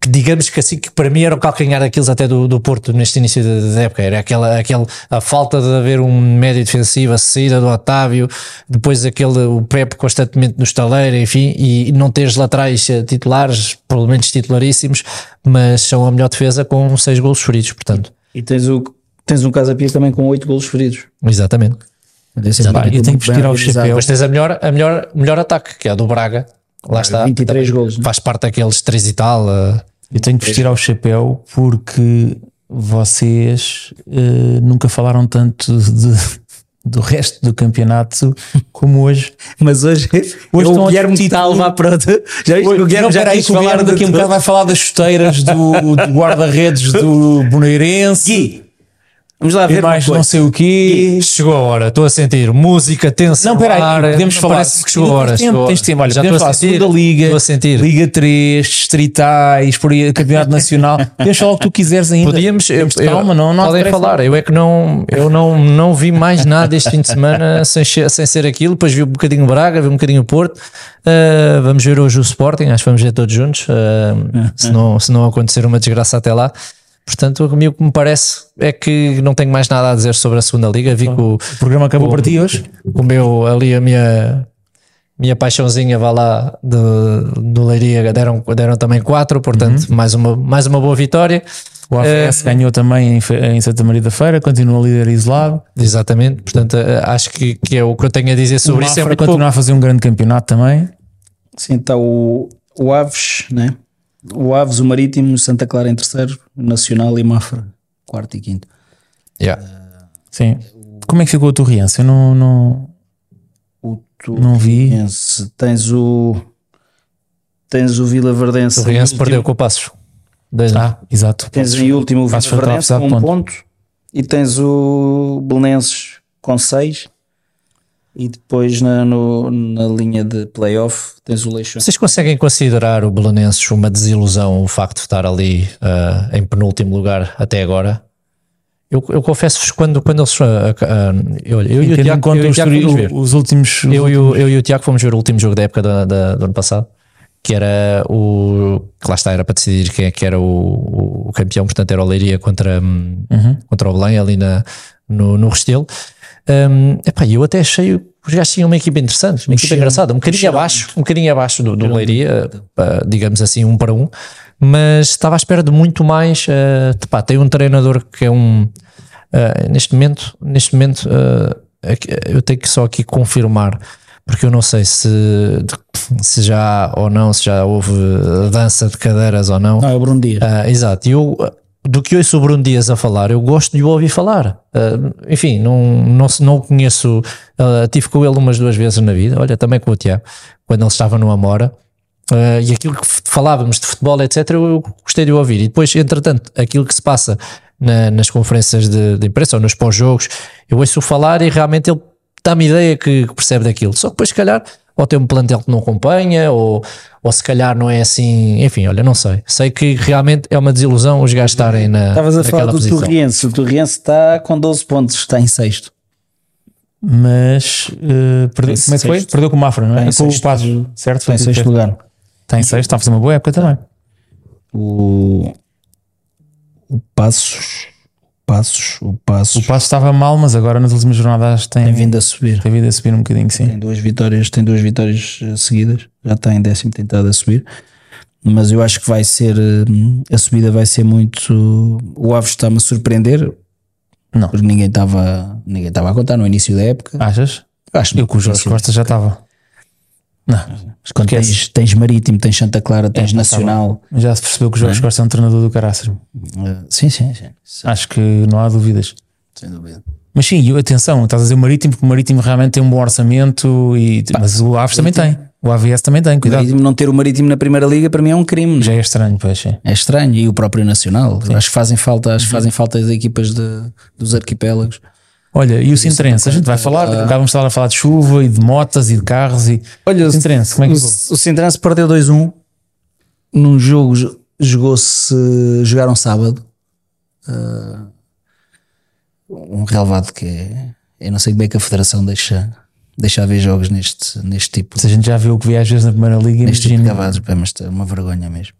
S4: que digamos que assim que para mim era o calcanhar daqueles até do, do Porto neste início da, da época, era aquela, aquela a falta de haver um médio defensivo, a saída do Otávio, depois aquele o Pepe constantemente no estaleiro, enfim, e não teres laterais eh, titulares, pelo menos titularíssimos, mas são a melhor defesa com seis golos feridos, portanto.
S2: E tens, o, tens um caso a pia também com 8 golos feridos.
S4: Exatamente.
S3: Pá, eu tenho que vestir ao chapéu.
S4: Depois tens a melhor, a melhor, melhor ataque, que é a do Braga. Lá está.
S2: 23 golos, né?
S4: Faz parte daqueles três e tal. eh,
S3: Eu tenho que vestir ao chapéu porque vocês eh, nunca falaram tanto de- do resto do campeonato como hoje.
S2: Mas hoje,
S3: Hoje
S2: hoje
S3: estão
S2: o
S3: a
S2: Guilherme
S3: discutir
S2: está a levar para outro. Já viste que o Guilherme
S3: Não,
S2: já
S3: peraí,
S2: quis
S3: que o
S2: falar
S3: Guilherme daqui a um
S2: de-
S3: bocado vai falar das chuteiras do, do guarda-redes do Boneirense.
S2: Gui, Vamos lá ver
S3: E mais não sei o quê.
S4: Chegou a hora, estou a sentir música tensa.
S3: Não,
S4: no
S3: peraí,
S4: ar.
S3: podemos
S4: Não
S3: falar-
S4: Parece que chegou a
S3: tens
S4: hora.
S3: tempo,
S4: chegou a
S3: tens
S4: hora.
S3: tempo. Olha,
S4: Já
S3: podemos
S4: estou a
S3: falar
S4: sentir,
S3: segunda liga,
S4: Estou a sentir.
S3: Liga 3, distritais, por aí, Campeonato Nacional. Deixa falar o que tu quiseres ainda.
S4: Podíamos, eu,
S3: Temos de
S4: eu-
S3: calma, não, não há
S4: podem
S3: pressa.
S4: falar. Eu é que não, eu não, não vi mais nada este fim de semana sem, che- sem ser aquilo. Depois vi um bocadinho Braga, vi um bocadinho Porto. Ah, vamos ver hoje o Sporting, acho que vamos ver todos juntos. ah,
S3: É,
S4: se, não, se não acontecer uma desgraça até lá. Portanto, a mim o que me parece é que não tenho mais nada a dizer sobre a segunda liga. Vi que o,
S3: O programa acabou para ti hoje.
S4: o meu ali a minha minha paixãozinha vá lá do, do Leiria deram, deram também quatro portanto mais, uma, mais uma boa vitória
S3: Uhum.
S4: Ah,
S3: O AFS ganhou também em, Fe- em Santa Maria da Feira, continua líder isolado.
S4: exatamente portanto eh, acho que, que é o que eu tenho a dizer
S3: O
S4: sobre isso é
S3: Mafra
S4: muito pouco.
S3: continua a fazer um grande campeonato também.
S2: Sim, está o, o Aves, né? O Aves, o Marítimo, Santa Clara em terceiro, Nacional e Mafra, quarto e quinto.
S4: Yeah.
S3: Sim. Como é que ficou o Torriense? Eu não, não,
S2: O tu
S3: não vi.
S2: Torriense, tens o tens o Vila Verdense,
S4: o Riense perdeu
S2: tipo
S4: com o Passos Dois a um.
S3: Ah, exato.
S2: tens em último o Vila
S3: Passos foi
S2: Verdense com um
S3: atravessado,
S2: ponto. e tens o Belenenses com seis e depois na, no- na linha de playoff tens o Leixões.
S4: vocês conseguem considerar o Belenenses uma desilusão o facto de estar ali ah, em penúltimo lugar até agora eu, eu confesso-vos quando, quando eles ah, ah, eu, eu, e o
S3: Tendo em
S4: Tiago-
S3: conta
S4: eu e o
S3: os,
S4: Tiago fomos ver.
S3: os, últimos.
S4: Eu e, o, eu e o Tiago fomos ver o último jogo da época do, da- do ano passado, que era o. que lá está, era para decidir quem é que era o, o- o campeão, portanto era o Leiria contra, hum, contra o Belém ali na, no, no Restelo. Hum, epá, eu até achei. que Os gajos tinham uma equipa interessante, uma equipa engraçada, um bocadinho abaixo, um bocadinho abaixo do, do Leiria, pá, digamos assim, um para um, mas estava à espera de muito mais. eh, pá, tem um treinador que é um, Uh, neste momento, neste momento uh, aqui- eu tenho que só aqui confirmar, porque eu não sei se, se já há ou não, se já houve uh, dança de cadeiras ou não.
S2: Não, é o Bruno Dias.
S4: Ah, exato. E Eu, ah, do que ouço o Bruno Dias a falar, eu gosto de o ouvir falar. Ah, enfim, não, não, se- não o conheço. ah, tive com ele umas duas vezes na vida, olha, também com o Tiago, quando ele estava no Amora. Ah, e aquilo que f- falávamos de futebol, etc., eu, eu gostei de o ouvir. E depois, entretanto, aquilo que se passa na- nas conferências de, de imprensa ou nos pós-jogos, eu ouço falar e realmente ele dá-me ideia que, que percebe daquilo. Só que depois, se calhar, ou tem um plantel que não acompanha, ou, ou se calhar não é assim. Enfim, olha, não sei. Sei que realmente é uma desilusão os gajos estarem na.
S2: Estavas a
S4: naquela
S2: falar do
S4: posição.
S2: Torriense, o Torriense está com 12 pontos, está em sexto.
S3: Mas. eh, perdeu,
S2: Em
S3: como é que foi?
S2: sexto.
S3: Perdeu com o Mafra, não é?
S2: Em
S3: Com o
S2: sexto.
S3: Passos, certo?
S2: Está Tá em sexto lugar.
S3: Está em sexto, está a fazer uma boa época também.
S2: o, o Passos, Passos, o Passos
S3: O Passos estava mal, mas agora nas últimas jornadas tem,
S2: tem vindo a subir.
S3: tem vindo a subir um bocadinho, sim.
S2: Tem duas vitórias, tem duas vitórias eh, seguidas, já está em décimo tentado a subir. Mas eu acho que vai ser eh, a subida vai ser muito. O Aves está-me a surpreender.
S3: Não.
S2: Porque ninguém estava ninguém estava a contar no início da época.
S3: Achas?
S2: acho que
S3: Eu com o Jorge Costa já estava. Não,
S2: Mas quando tens, tens Marítimo, tens Santa Clara, tens
S3: É, tá
S2: Nacional.
S3: já se percebeu que o
S2: Uhum.
S3: Jorge Costa é um treinador do caraças.
S2: eh, sim, sim, sim.
S3: Acho que não há dúvidas.
S2: Sem dúvida.
S3: Mas sim, eu- atenção, estás a dizer o Marítimo, porque o Marítimo realmente tem um bom orçamento, e, mas o Aves também tem. O AVS também tem, cuidado.
S2: Marítimo, não ter o Marítimo na primeira liga para mim é um crime.
S3: Já é estranho, pois sim.
S2: É estranho, e o próprio Nacional. Acho que fazem falta, acho que fazem falta as equipas de- dos arquipélagos.
S3: Olha, e o Sintrense? A gente vai falar,
S2: Ah.
S3: acabamos de estar a falar de chuva e de motas e de carros e.
S2: Olha,
S3: o Sintrense, como é que
S2: o,
S3: ficou?
S2: o Sintrense perdeu 2-1 num jogo, jo- jogou-se, jogaram sábado. Ah, um relevado que é. Eu não sei como é que a Federação deixa, deixa haver jogos neste, neste tipo,
S3: Se a gente já viu o que vi às vezes na primeira liga,
S2: neste tipo de
S3: imagina.
S2: cavados, pá, mas é uma vergonha mesmo.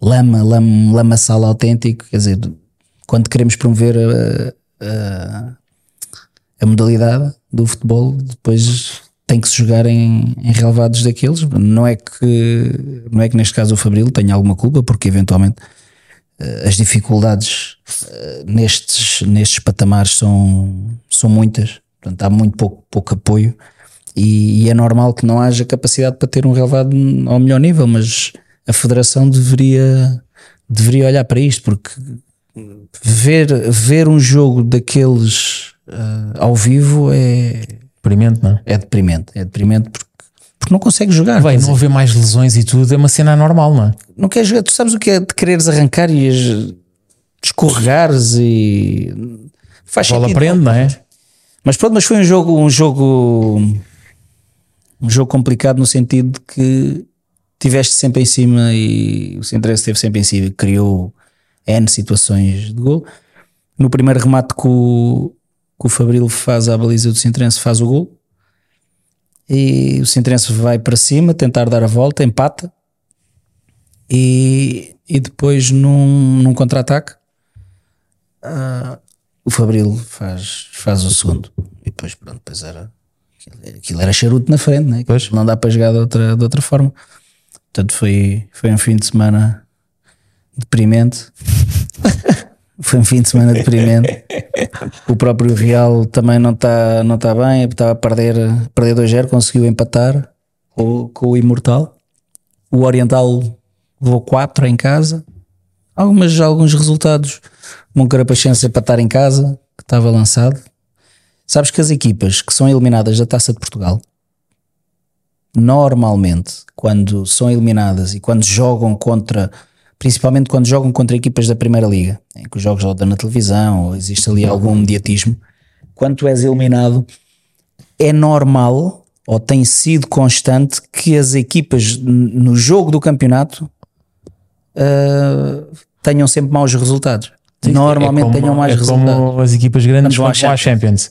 S2: Lama, lama, lama sala autêntico, quer dizer, quando queremos promover a, a- a modalidade do futebol, depois tem que se jogar em, em relevados daqueles. Não é que não é que neste caso o Fabril tenha alguma culpa, porque eventualmente eh, as dificuldades eh, nestes, nestes patamares são, são muitas, portanto há muito pouco, pouco apoio e, e é normal que não haja capacidade para ter um relevado ao melhor nível, mas a Federação deveria, deveria olhar para isto, porque ver, ver um jogo daqueles ah, ao vivo é,
S3: Experimento, não é?
S2: é deprimente. É deprimente porque, porque não consegues jogar. quer
S3: Bem, não
S2: dizer,
S3: haver mais lesões e tudo é uma cena anormal, não é?
S2: não queres jogar. Tu sabes o que é de quereres arrancar e as- escorregares e. Faz
S3: A bola
S2: sentido,
S3: prende, não é?
S2: Mas pronto, mas foi um jogo, um jogo, um jogo complicado no sentido de que tiveste sempre em cima e o Centrés esteve sempre em cima e criou N situações de gol. No primeiro remate que o, que o Fabril faz à baliza do Centrense, faz o gol. E o Centrense vai para cima, tentar dar a volta, empata. E, e depois num, num contra-ataque o Fabril faz, faz o segundo. E depois, pronto, depois era. Aquilo era charuto na frente, né?
S3: Pois.
S2: não dá para jogar de outra, de outra forma. Portanto, foi, foi um fim de semana deprimente. foi um fim de semana deprimente. O próprio Real também não está não tá bem, estava a perder, perder 2-0, conseguiu empatar com, com o Imortal. O Oriental levou 4 em casa. Algumas, alguns resultados. Moncarapachense empatar em casa, que estava lançado. Sabes que as equipas que são eliminadas da Taça de Portugal, normalmente, quando são eliminadas e quando jogam contra, principalmente quando jogam contra equipas da Primeira Liga, em que os jogos rodam na televisão ou existe
S3: Uhum.
S2: ali algum mediatismo, quando tu és eliminado, é normal ou tem sido constante que as equipas n- no jogo do campeonato ah, tenham sempre maus resultados. Normalmente
S3: É como-
S2: tenham mais
S3: é
S2: resultados.
S3: como as equipas grandes
S2: Quando vão
S3: vão
S2: à
S3: à Champions.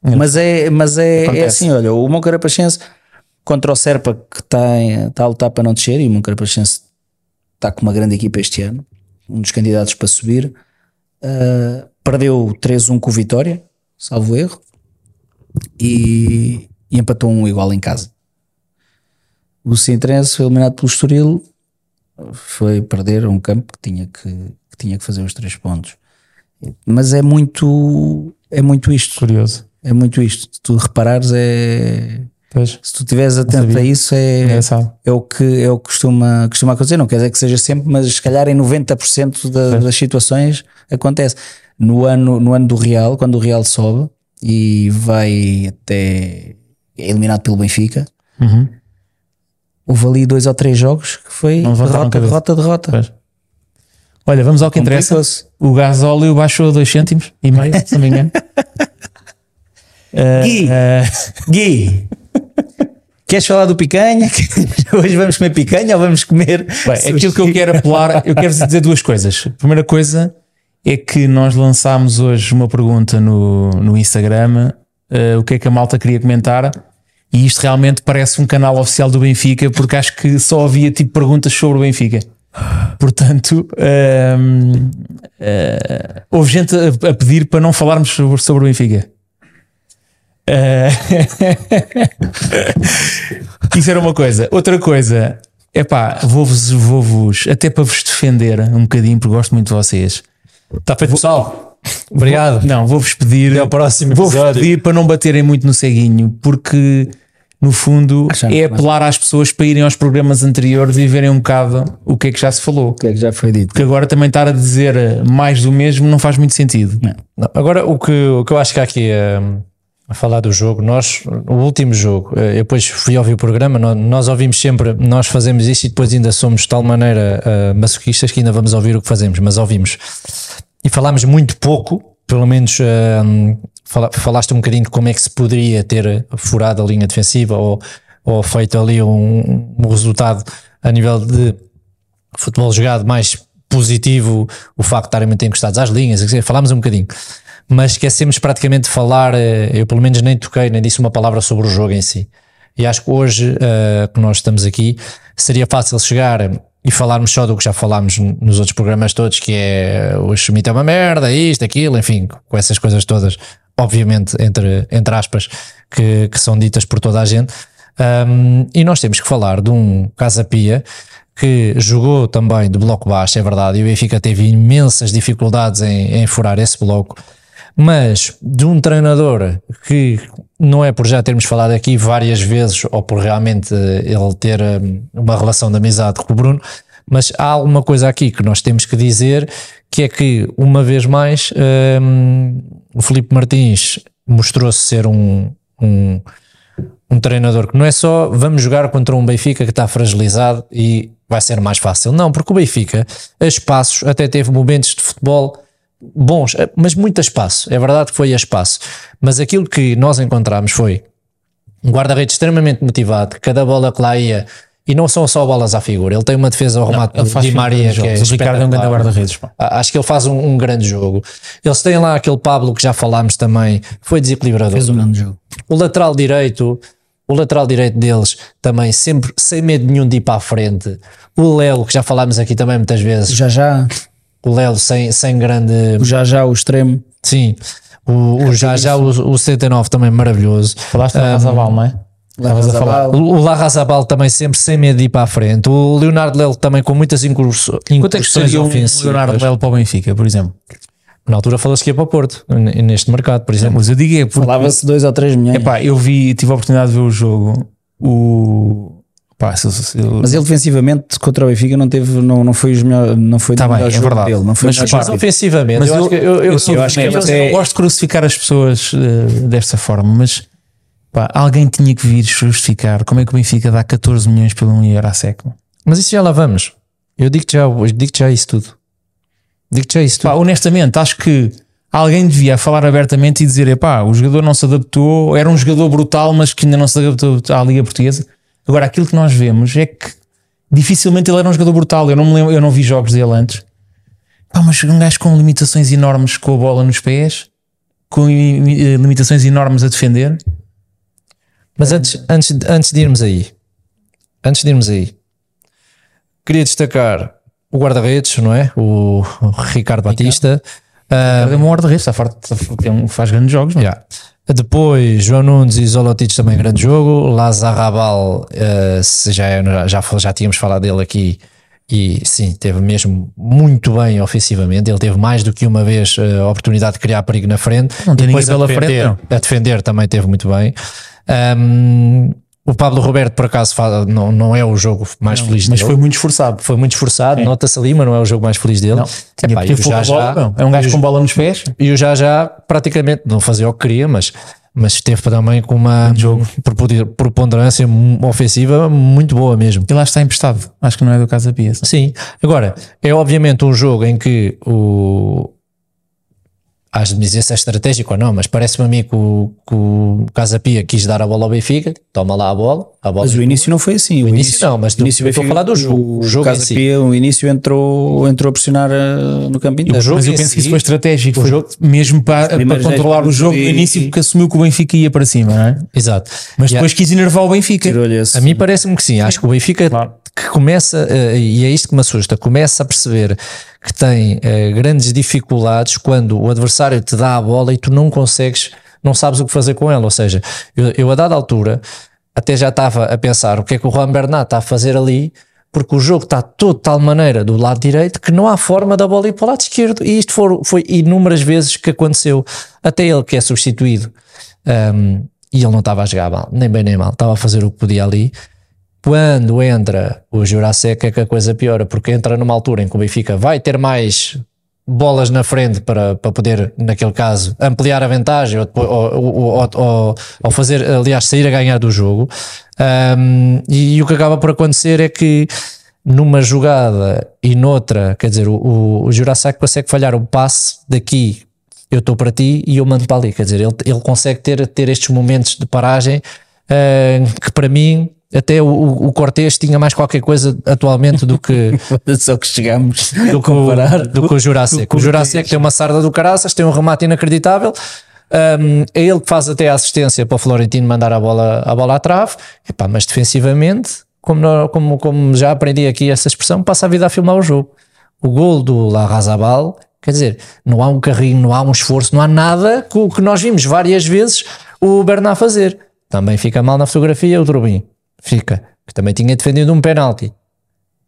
S2: Mas é, mas é, é
S3: Acontece.
S2: assim, olha, o Moncarapachense contra o Serpa que está, em- está a lutar para não descer e o Moncarapachense está com uma grande equipa este ano, um dos candidatos para subir, ah, perdeu 3-1 com o Vitória, salvo erro, e, e empatou um igual em casa. O Sintrense foi eliminado pelo Estoril, foi perder um campo que tinha que, que tinha que fazer os três pontos. Mas é muito, é muito isto.
S3: Curioso.
S2: É muito isto. Se tu reparares, é.
S3: Pois,
S2: Se tu estiveres atento a isso, é,
S3: engraçado.
S2: é o que, é o que costuma, costuma acontecer. Não quer dizer que seja sempre, mas se calhar em 90% da- das situações acontece. No ano, no ano do Real, quando o Real sobe e vai até. é eliminado pelo Benfica,
S3: Uhum.
S2: houve ali dois ou três jogos que foi
S3: Não levantaram
S2: derrota,
S3: cabeça.
S2: derrota, derrota.
S3: Pois. Olha, vamos ao que interessa.
S2: Complicou-se.
S3: O gás óleo baixou 2 cêntimos e meio, se não me engano. Eh,
S2: Gui.
S3: eh,
S2: Gui! Queres falar do picanha? Hoje vamos comer picanha ou vamos comer?
S3: Bem, aquilo que eu quero apelar, eu quero dizer duas coisas. A primeira coisa é que nós lançámos hoje uma pergunta no, no Instagram: eh, o que é que a malta queria comentar? E isto realmente parece um canal oficial do Benfica, porque acho que só havia tipo perguntas sobre o Benfica. Portanto, ehm, eh, houve gente a, a pedir para não falarmos sobre, sobre o Benfica. Eh, Isso era uma coisa. Outra coisa, é pá, vou-vos, vou-vos, até para vos defender um bocadinho, porque gosto muito de vocês.
S4: Está Tá feito, pessoal. Obrigado.
S3: Não, vou-vos pedir.
S4: Até ao próximo
S3: Vou-vos
S4: episódio.
S3: pedir para não baterem muito no ceguinho, porque no fundo
S2: Achando
S3: é
S2: que não.
S3: apelar às pessoas para irem aos programas anteriores e verem um bocado o que é que já se falou.
S2: que é que já foi dito?
S3: Porque agora também estar a dizer eh, mais do mesmo não faz muito sentido.
S4: Não, agora, o que, o que eu acho que há aqui hum, a falar do jogo, nós, o último jogo, eh, eu depois fui ouvir o programa, nó- nós, ouvimos sempre, nós fazemos isto e depois ainda somos de tal maneira eh, masoquistas que ainda vamos ouvir o que fazemos, mas ouvimos. E falámos muito pouco, pelo menos hum, fala- falaste um bocadinho de como é que se poderia ter furado a linha defensiva ou, ou feito ali um, um resultado a nível de futebol jogado mais positivo, o facto de estarem muito encostados às linhas, quer dizer, falámos um bocadinho, mas esquecemos praticamente de falar, eh, eu pelo menos nem toquei, nem disse uma palavra sobre o jogo em si. E acho que hoje eh, que nós estamos aqui, seria fácil chegar e falarmos só do que já falámos n- nos outros programas todos, que é eh, o Schmidt é uma merda, isto, aquilo, enfim, com essas coisas todas, obviamente, entre, entre aspas, que, que são ditas por toda a gente. Um, e nós temos que falar de um Casapia que jogou também de bloco baixo, é verdade, e o Benfica teve imensas dificuldades em, em furar esse bloco, mas de um treinador que não é por já termos falado aqui várias vezes ou por realmente eh, ele ter hum, uma relação de amizade com o Bruno, mas há alguma coisa aqui que nós temos que dizer que é que, uma vez mais, hum, o Felipe Martins mostrou-se ser um- um, um treinador que não é só vamos jogar contra um Benfica que está fragilizado e vai ser mais fácil. Não, porque o Benfica, a espaços, até teve momentos de futebol bons, eh, mas muito a espaço. É verdade que foi a espaço. Mas aquilo que nós encontramos foi um guarda-redes extremamente motivado, cada bola que lá ia, e não são só bolas à figura, ele tem uma defesa ao remate
S3: Ele
S4: do
S3: faz
S4: Di
S3: fim de
S4: Maria que é
S3: jogos. O Ricardo é um grande
S4: espetacular.
S3: guarda-redes. pá.
S4: A- Acho que ele faz um, um grande jogo. Eles têm lá aquele Pablo que já falámos também, foi desequilibrador.
S2: Fez um grande jogo.
S4: O lateral direito, o lateral direito deles também sempre sem medo nenhum de ir para a frente. O Lelo, que já falámos aqui também muitas vezes,
S2: Já já,
S4: o Lelo sem, sem grande.
S2: o já já, o extremo.
S4: Sim, o, o já já o, o 79 também maravilhoso. Ah,
S3: Falaste da Razabal, não é? Estavas a falar.
S4: O, o Larrazabal também sempre sem medo de ir para a frente. O Leonardo Lelo também com muitas incurso-
S3: Quanto é que
S4: incursões
S3: seria um
S4: ofensivas.
S3: Leonardo Belo para o Benfica, por exemplo?
S4: Na altura falou-se que ia para o Porto, n- neste mercado, por exemplo.
S3: Mas eu digo é porque
S2: Falava-se 2 ou 3 milhões.
S3: Epá, eu vi, tive a oportunidade de ver o jogo. O. Pá, se, se- se-
S2: mas ele defensivamente contra o Benfica não teve, não, não foi os melhor, não foi
S3: Tá
S2: do
S3: bem,
S2: melhor
S3: é
S2: jogo
S3: verdade.
S2: dele, não foi
S3: Mas,
S2: o melhor
S3: pá,
S2: jogo
S4: Mas
S2: dele.
S4: ofensivamente,
S3: mas
S4: eu, acho que eu, eu-
S3: sou
S2: eu acho que
S3: veneiro,
S2: ele
S3: é, eu
S2: até-
S3: gosto de crucificar as pessoas eh, desta forma, mas pá, alguém tinha que vir justificar como é que o Benfica dá 14 milhões pelo 1 euro à século.
S4: Mas isso já lá vamos. Eu digo-te já, digo já isso tudo. Digo-te já isso tudo.
S3: Pá, honestamente, acho que alguém devia falar abertamente e dizer: epá, o jogador não se adaptou, era um jogador brutal, mas que ainda não se adaptou à Liga Portuguesa. Agora, aquilo que nós vemos é que dificilmente ele era um jogador brutal. Eu não me lembro, eu não vi jogos dele antes. Pá, mas um gajo com limitações enormes com a bola nos pés, com eh, limitações enormes a defender.
S4: Mas antes, antes, antes de irmos aí, antes de irmos aí, queria destacar o guarda-redes, não é? O, o Ricardo Batista. Ah,
S3: Perdeu uma hora de rede, está forte, está forte, tem um- faz grandes jogos, não é?
S4: yeah. Depois, João Nunes e Zolotites também grande jogo. Lazarabal, ah, se já, é- já, fal- já tínhamos falado dele aqui, e sim, teve mesmo muito bem ofensivamente. Ele teve mais do que uma vez ah, a oportunidade de criar perigo na frente.
S3: Não tem ninguém
S4: E depois a
S3: pela
S4: defender-
S3: frente, não.
S4: a defender também teve muito bem. Ahm, o Pablo Roberto, por acaso, fala- não, não é o jogo mais feliz
S3: mas
S4: dele.
S3: foi muito esforçado.
S4: Foi muito esforçado, nota-se ali, mas não é o jogo mais feliz dele.
S3: Não, tinha
S4: Epá,
S3: que
S4: e o
S3: ter pouca
S4: Já
S3: bola,
S4: Já-
S3: não. é um gajo com bola nos pés.
S4: e o Já Já praticamente não fazia o que queria, mas, mas teve também com uma propodi- preponderância mu- ofensiva muito boa mesmo.
S3: Ele lá está emprestado, acho que não é do Casa Pia. se não.
S4: Sim, agora é obviamente um jogo em que o. Hás de me dizer se é estratégico ou não, mas parece-me a mim que o, que o Casa Pia quis dar a bola ao Benfica, toma lá a bola, a bola
S2: Mas o início não foi assim. O
S4: início não, mas
S2: o início
S4: eu estou
S2: Benfica-
S4: a falar do jogo,
S2: O,
S4: o jogo
S2: Casa
S4: em si.
S2: Pia, o início entrou, entrou a pressionar eh, no campo inteiro.
S4: jogo
S3: Mas eu
S4: em
S3: penso que
S4: si-
S3: isso foi estratégico, foi mesmo para, para
S2: primeiros dez
S3: controlar o
S2: minutos
S3: jogo no
S2: e-
S3: início,
S2: e-
S3: porque assumiu que o Benfica ia para cima, não é?
S4: Exato.
S3: Mas
S4: E a-
S3: depois quis enervar o Benfica.
S2: Tirou-lhe esse-
S4: A mim parece-me que sim. Acho que o Benfica
S3: Claro.
S4: que começa, eh, e é isto que me assusta, começa a perceber que tem eh, grandes dificuldades quando o adversário te dá a bola e tu não consegues, não sabes o que fazer com ela. Ou seja, eu, eu a dada altura até já estava a pensar o que é que o Juan Bernat está a fazer ali. Porque o jogo está todo de tal maneira do lado direito que não há forma da bola ir para o lado esquerdo. E isto for- foi inúmeras vezes que aconteceu. Até ele que é substituído. Um, e ele não estava a jogar mal, nem bem nem mal, estava a fazer o que podia ali. Quando entra o Jurasek é que a coisa piora, porque entra numa altura em que o Benfica vai ter mais bolas na frente para, para poder, naquele caso, ampliar a vantagem ou, depois- ou, ou- ou- ou fazer, aliás, sair a ganhar do jogo. Um, e, o que acaba por acontecer é que numa jogada e noutra, quer dizer, o, o, o Jurasek consegue falhar um passe daqui eu estou para ti e eu mando para ali. Quer dizer, ele, ele consegue ter, ter estes momentos de paragem eh, que para mim até o, o Cortez tinha mais qualquer coisa atualmente do que,
S2: Só que chegámos
S4: do
S2: a
S4: que, o,
S2: comparar.
S4: do que o Jurassic. O Jurassic tem uma sarda do caraças, tem um remate inacreditável. Um, é ele que faz até a assistência para o Florentino mandar a bola, a bola à trave. Epá, mas defensivamente, como, nó- como- como já aprendi aqui essa expressão, passa a vida a filmar o jogo. O gol do Larrazabal, quer dizer, não há um carrinho, não há um esforço, não há nada que, o que nós vimos várias vezes o Bernard fazer. Também fica mal na fotografia o Drubin. Fica. Que também tinha defendido um penalti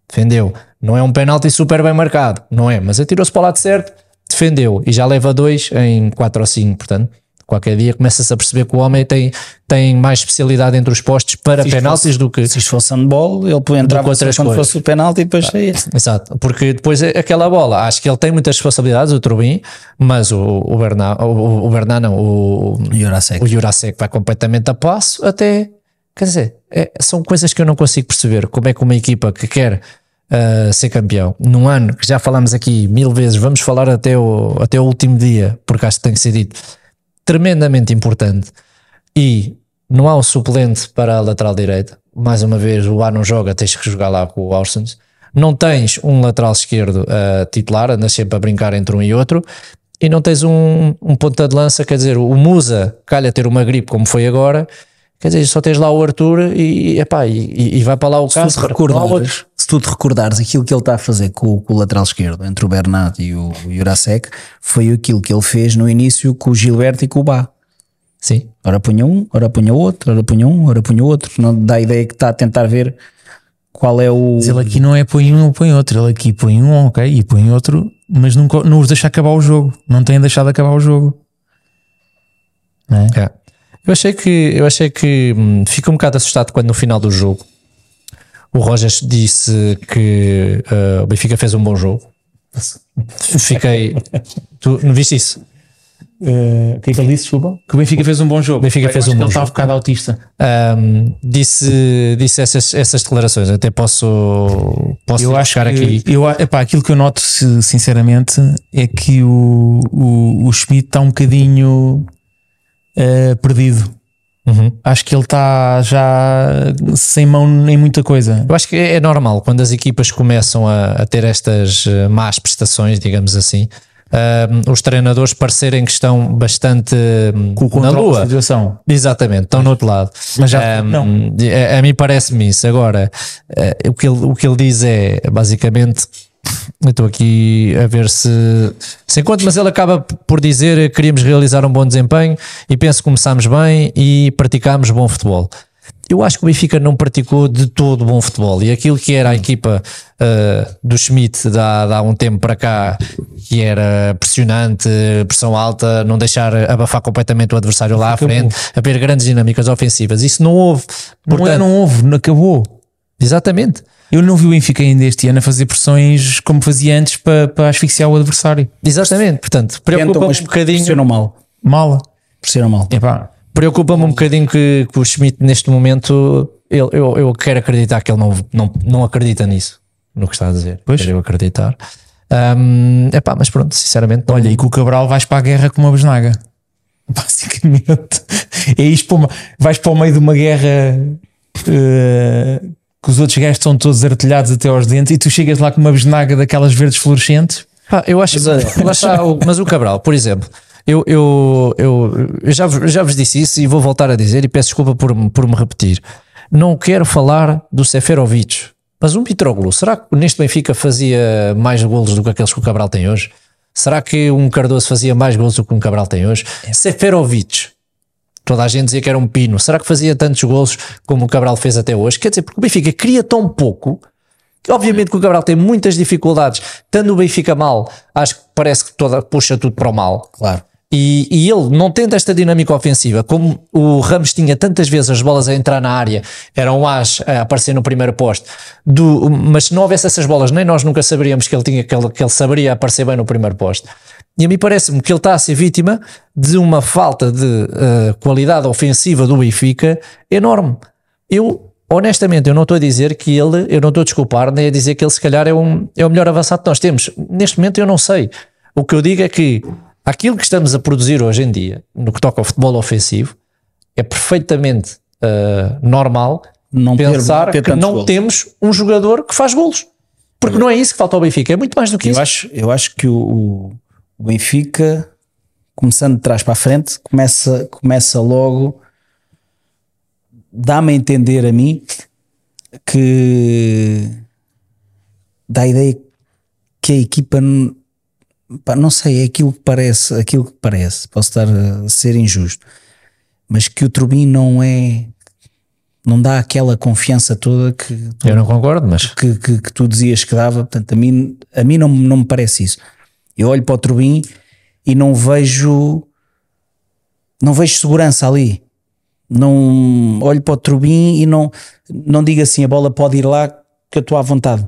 S4: defendeu. Não é um penalti super bem marcado, não é? Mas atirou-se para o lado certo, defendeu e já leva dois em 4 ou 5. Portanto, qualquer dia começa-se a perceber que o homem tem, tem mais especialidade entre os postos para penaltis do que.
S2: Se isto fosse handball, ele entrava só
S4: outras
S2: quando
S4: coisas.
S2: fosse o penalti e depois saía.
S4: Exato, porque depois é aquela bola, acho que ele tem muitas responsabilidades, o Trubin, mas o, o Bernard, o, o Bernard não, o,
S2: Jurasek.
S4: o Jurasek vai completamente a passo até quer dizer, é- são coisas que eu não consigo perceber como é que uma equipa que quer a ser campeão. Num ano que já falámos aqui mil vezes, vamos falar até o, até o último dia, porque acho que tem que ser dito, tremendamente importante. E não há um suplente para a lateral direita. Mais uma vez, o A não joga, tens que jogar lá com o Orsons. Não tens um lateral esquerdo uh, titular, andas sempre a brincar entre um e outro. E não tens um, um ponta de lança, quer dizer, o Musa calha ter uma gripe como foi agora, Quer dizer, só tens lá o Arthur e, epá, e, e vai para lá o
S2: Se tu, te
S4: Cássio.
S2: recordares, se tu te recordares, aquilo que ele está a fazer com, com o lateral esquerdo, entre o Bernardo e o Jurasek, foi aquilo que ele fez no início com o Gilberto e com o Bá.
S4: Sim,
S2: Ora punha um, ora punha outro, ora punha um, ora punha outro. Não dá a ideia que está a tentar ver qual é o.
S3: Mas ele aqui não é põe um ou põe outro, ele aqui põe um, ok, e põe outro, mas nunca, não os deixa acabar o jogo, não tem deixado acabar o jogo. Não é?
S4: é. Eu achei que, eu achei que hum, fico um bocado assustado quando no final do jogo o Rojas disse que ah, o Benfica fez um bom jogo. Fiquei. Tu não viste isso? Eh,
S3: o que é que ele disse, desculpa? Que o Benfica fez um bom jogo. O
S4: Benfica fez um bom
S3: Ele estava bocado autista.
S4: Ahm, Hum, disse disse essas, essas declarações. Até posso, posso
S3: eu acho
S4: buscar
S3: que,
S4: aqui.
S3: Eu, a- epá, aquilo que eu noto, se- sinceramente, é que o, o, o Schmidt está um bocadinho eh, perdido.
S4: Uhum.
S3: Acho que ele está já sem mão em muita coisa.
S4: Eu acho que é normal quando as equipas começam a, a ter estas eh, más prestações, digamos assim, ahm, os treinadores parecerem que estão bastante hum,
S3: Com o
S4: na
S3: controle da
S4: lua.
S3: situação.
S4: Exatamente, estão no outro lado.
S3: Mas já-
S4: Ahm,
S3: não.
S4: A, a mim parece-me isso. Agora, eh, o, que ele, o que ele diz é basicamente. Eu estou aqui a ver se se encontro, mas ele acaba por dizer eh, queríamos realizar um bom desempenho e penso que começámos bem e praticámos bom futebol. Eu acho que o Benfica não praticou de todo bom futebol e aquilo que era a equipa eh, do Schmidt de há, de há um tempo para cá, que era pressionante, pressão alta, não deixar abafar completamente o adversário lá à frente, a ter grandes dinâmicas ofensivas, isso não houve.
S3: Não, é,
S4: Portanto,
S3: não houve, não acabou.
S4: Exatamente.
S3: Eu não vi o Benfica ainda este ano a fazer pressões como fazia antes para, para asfixiar o adversário.
S4: Exatamente, portanto,
S2: tentam,
S4: preocupa-me
S2: mas
S4: um bocadinho,
S2: pressionam mal.
S3: Mala.
S2: Pressionam mal.
S3: Epá,
S4: preocupa-me um bocadinho que, que o Schmidt neste momento, ele, eu, eu quero acreditar que ele não, não, não acredita nisso, no que está a dizer,
S3: Pois.
S4: quero eu acreditar. Ahm, epá, mas pronto, sinceramente, não-
S3: olha, e com o Cabral vais para a guerra com uma besnaga. Basicamente. É isto para uma- vais para o meio de uma guerra eh, que os outros gajos estão todos artilhados até aos dentes e tu chegas lá com uma besnaga daquelas verdes fluorescentes.
S4: Pá, eu acho lá está o- mas o Cabral, por exemplo, eu, eu, eu, eu já, vos- já vos disse isso e vou voltar a dizer e peço desculpa por, me- por me repetir. Não quero falar do Seferovic, mas um Pitroglou, será que neste Benfica fazia mais golos do que aqueles que o Cabral tem hoje? Será que um Cardoso fazia mais golos do que um Cabral tem hoje? Seferovic, toda a gente dizia que era um pino, será que fazia tantos golos como o Cabral fez até hoje? Quer dizer, porque o Benfica cria tão pouco Obviamente que o Cabral tem muitas dificuldades, tanto o Benfica mal, acho que parece que toda, puxa tudo para o mal.
S2: Claro.
S4: E, e ele não tendo esta dinâmica ofensiva, como o Ramos tinha tantas vezes as bolas a entrar na área, era um as a aparecer no primeiro posto, do, mas se não houvesse essas bolas, nem nós nunca saberíamos que ele tinha que ele, que ele saberia aparecer bem no primeiro posto. E a mim parece-me que ele está a ser vítima de uma falta de eh, qualidade ofensiva do Benfica enorme. Eu, honestamente, eu não estou a dizer que ele, eu não estou a desculpar, nem a dizer que ele se calhar é, um, é o melhor avançado que nós temos. Neste momento eu não sei. O que eu digo é que aquilo que estamos a produzir hoje em dia, no que toca ao futebol ofensivo, é perfeitamente ah, normal
S2: Não ter-
S4: pensar
S2: ter
S4: que
S2: tantos
S4: não
S2: golos.
S4: temos um jogador que faz golos. Porque não é isso que falta ao Benfica, é muito mais do que
S2: Eu
S4: isso.
S2: acho, eu acho que o, o- o Benfica, começando de trás para a frente, começa, começa logo. Dá-me a entender a mim que dá a ideia que a equipa n- pá, não sei, é aquilo que parece, aquilo que parece, posso estar a ser injusto, mas que o Turbin não é, não dá aquela confiança toda que
S4: Eu não concordo, mas
S2: que, que- que tu dizias que dava, portanto, a mim, a mim não, não me parece isso. Eu olho para o Trubin e não vejo não vejo segurança ali. Não olho para o Trubin e não, não digo assim a bola pode ir lá que eu estou à vontade.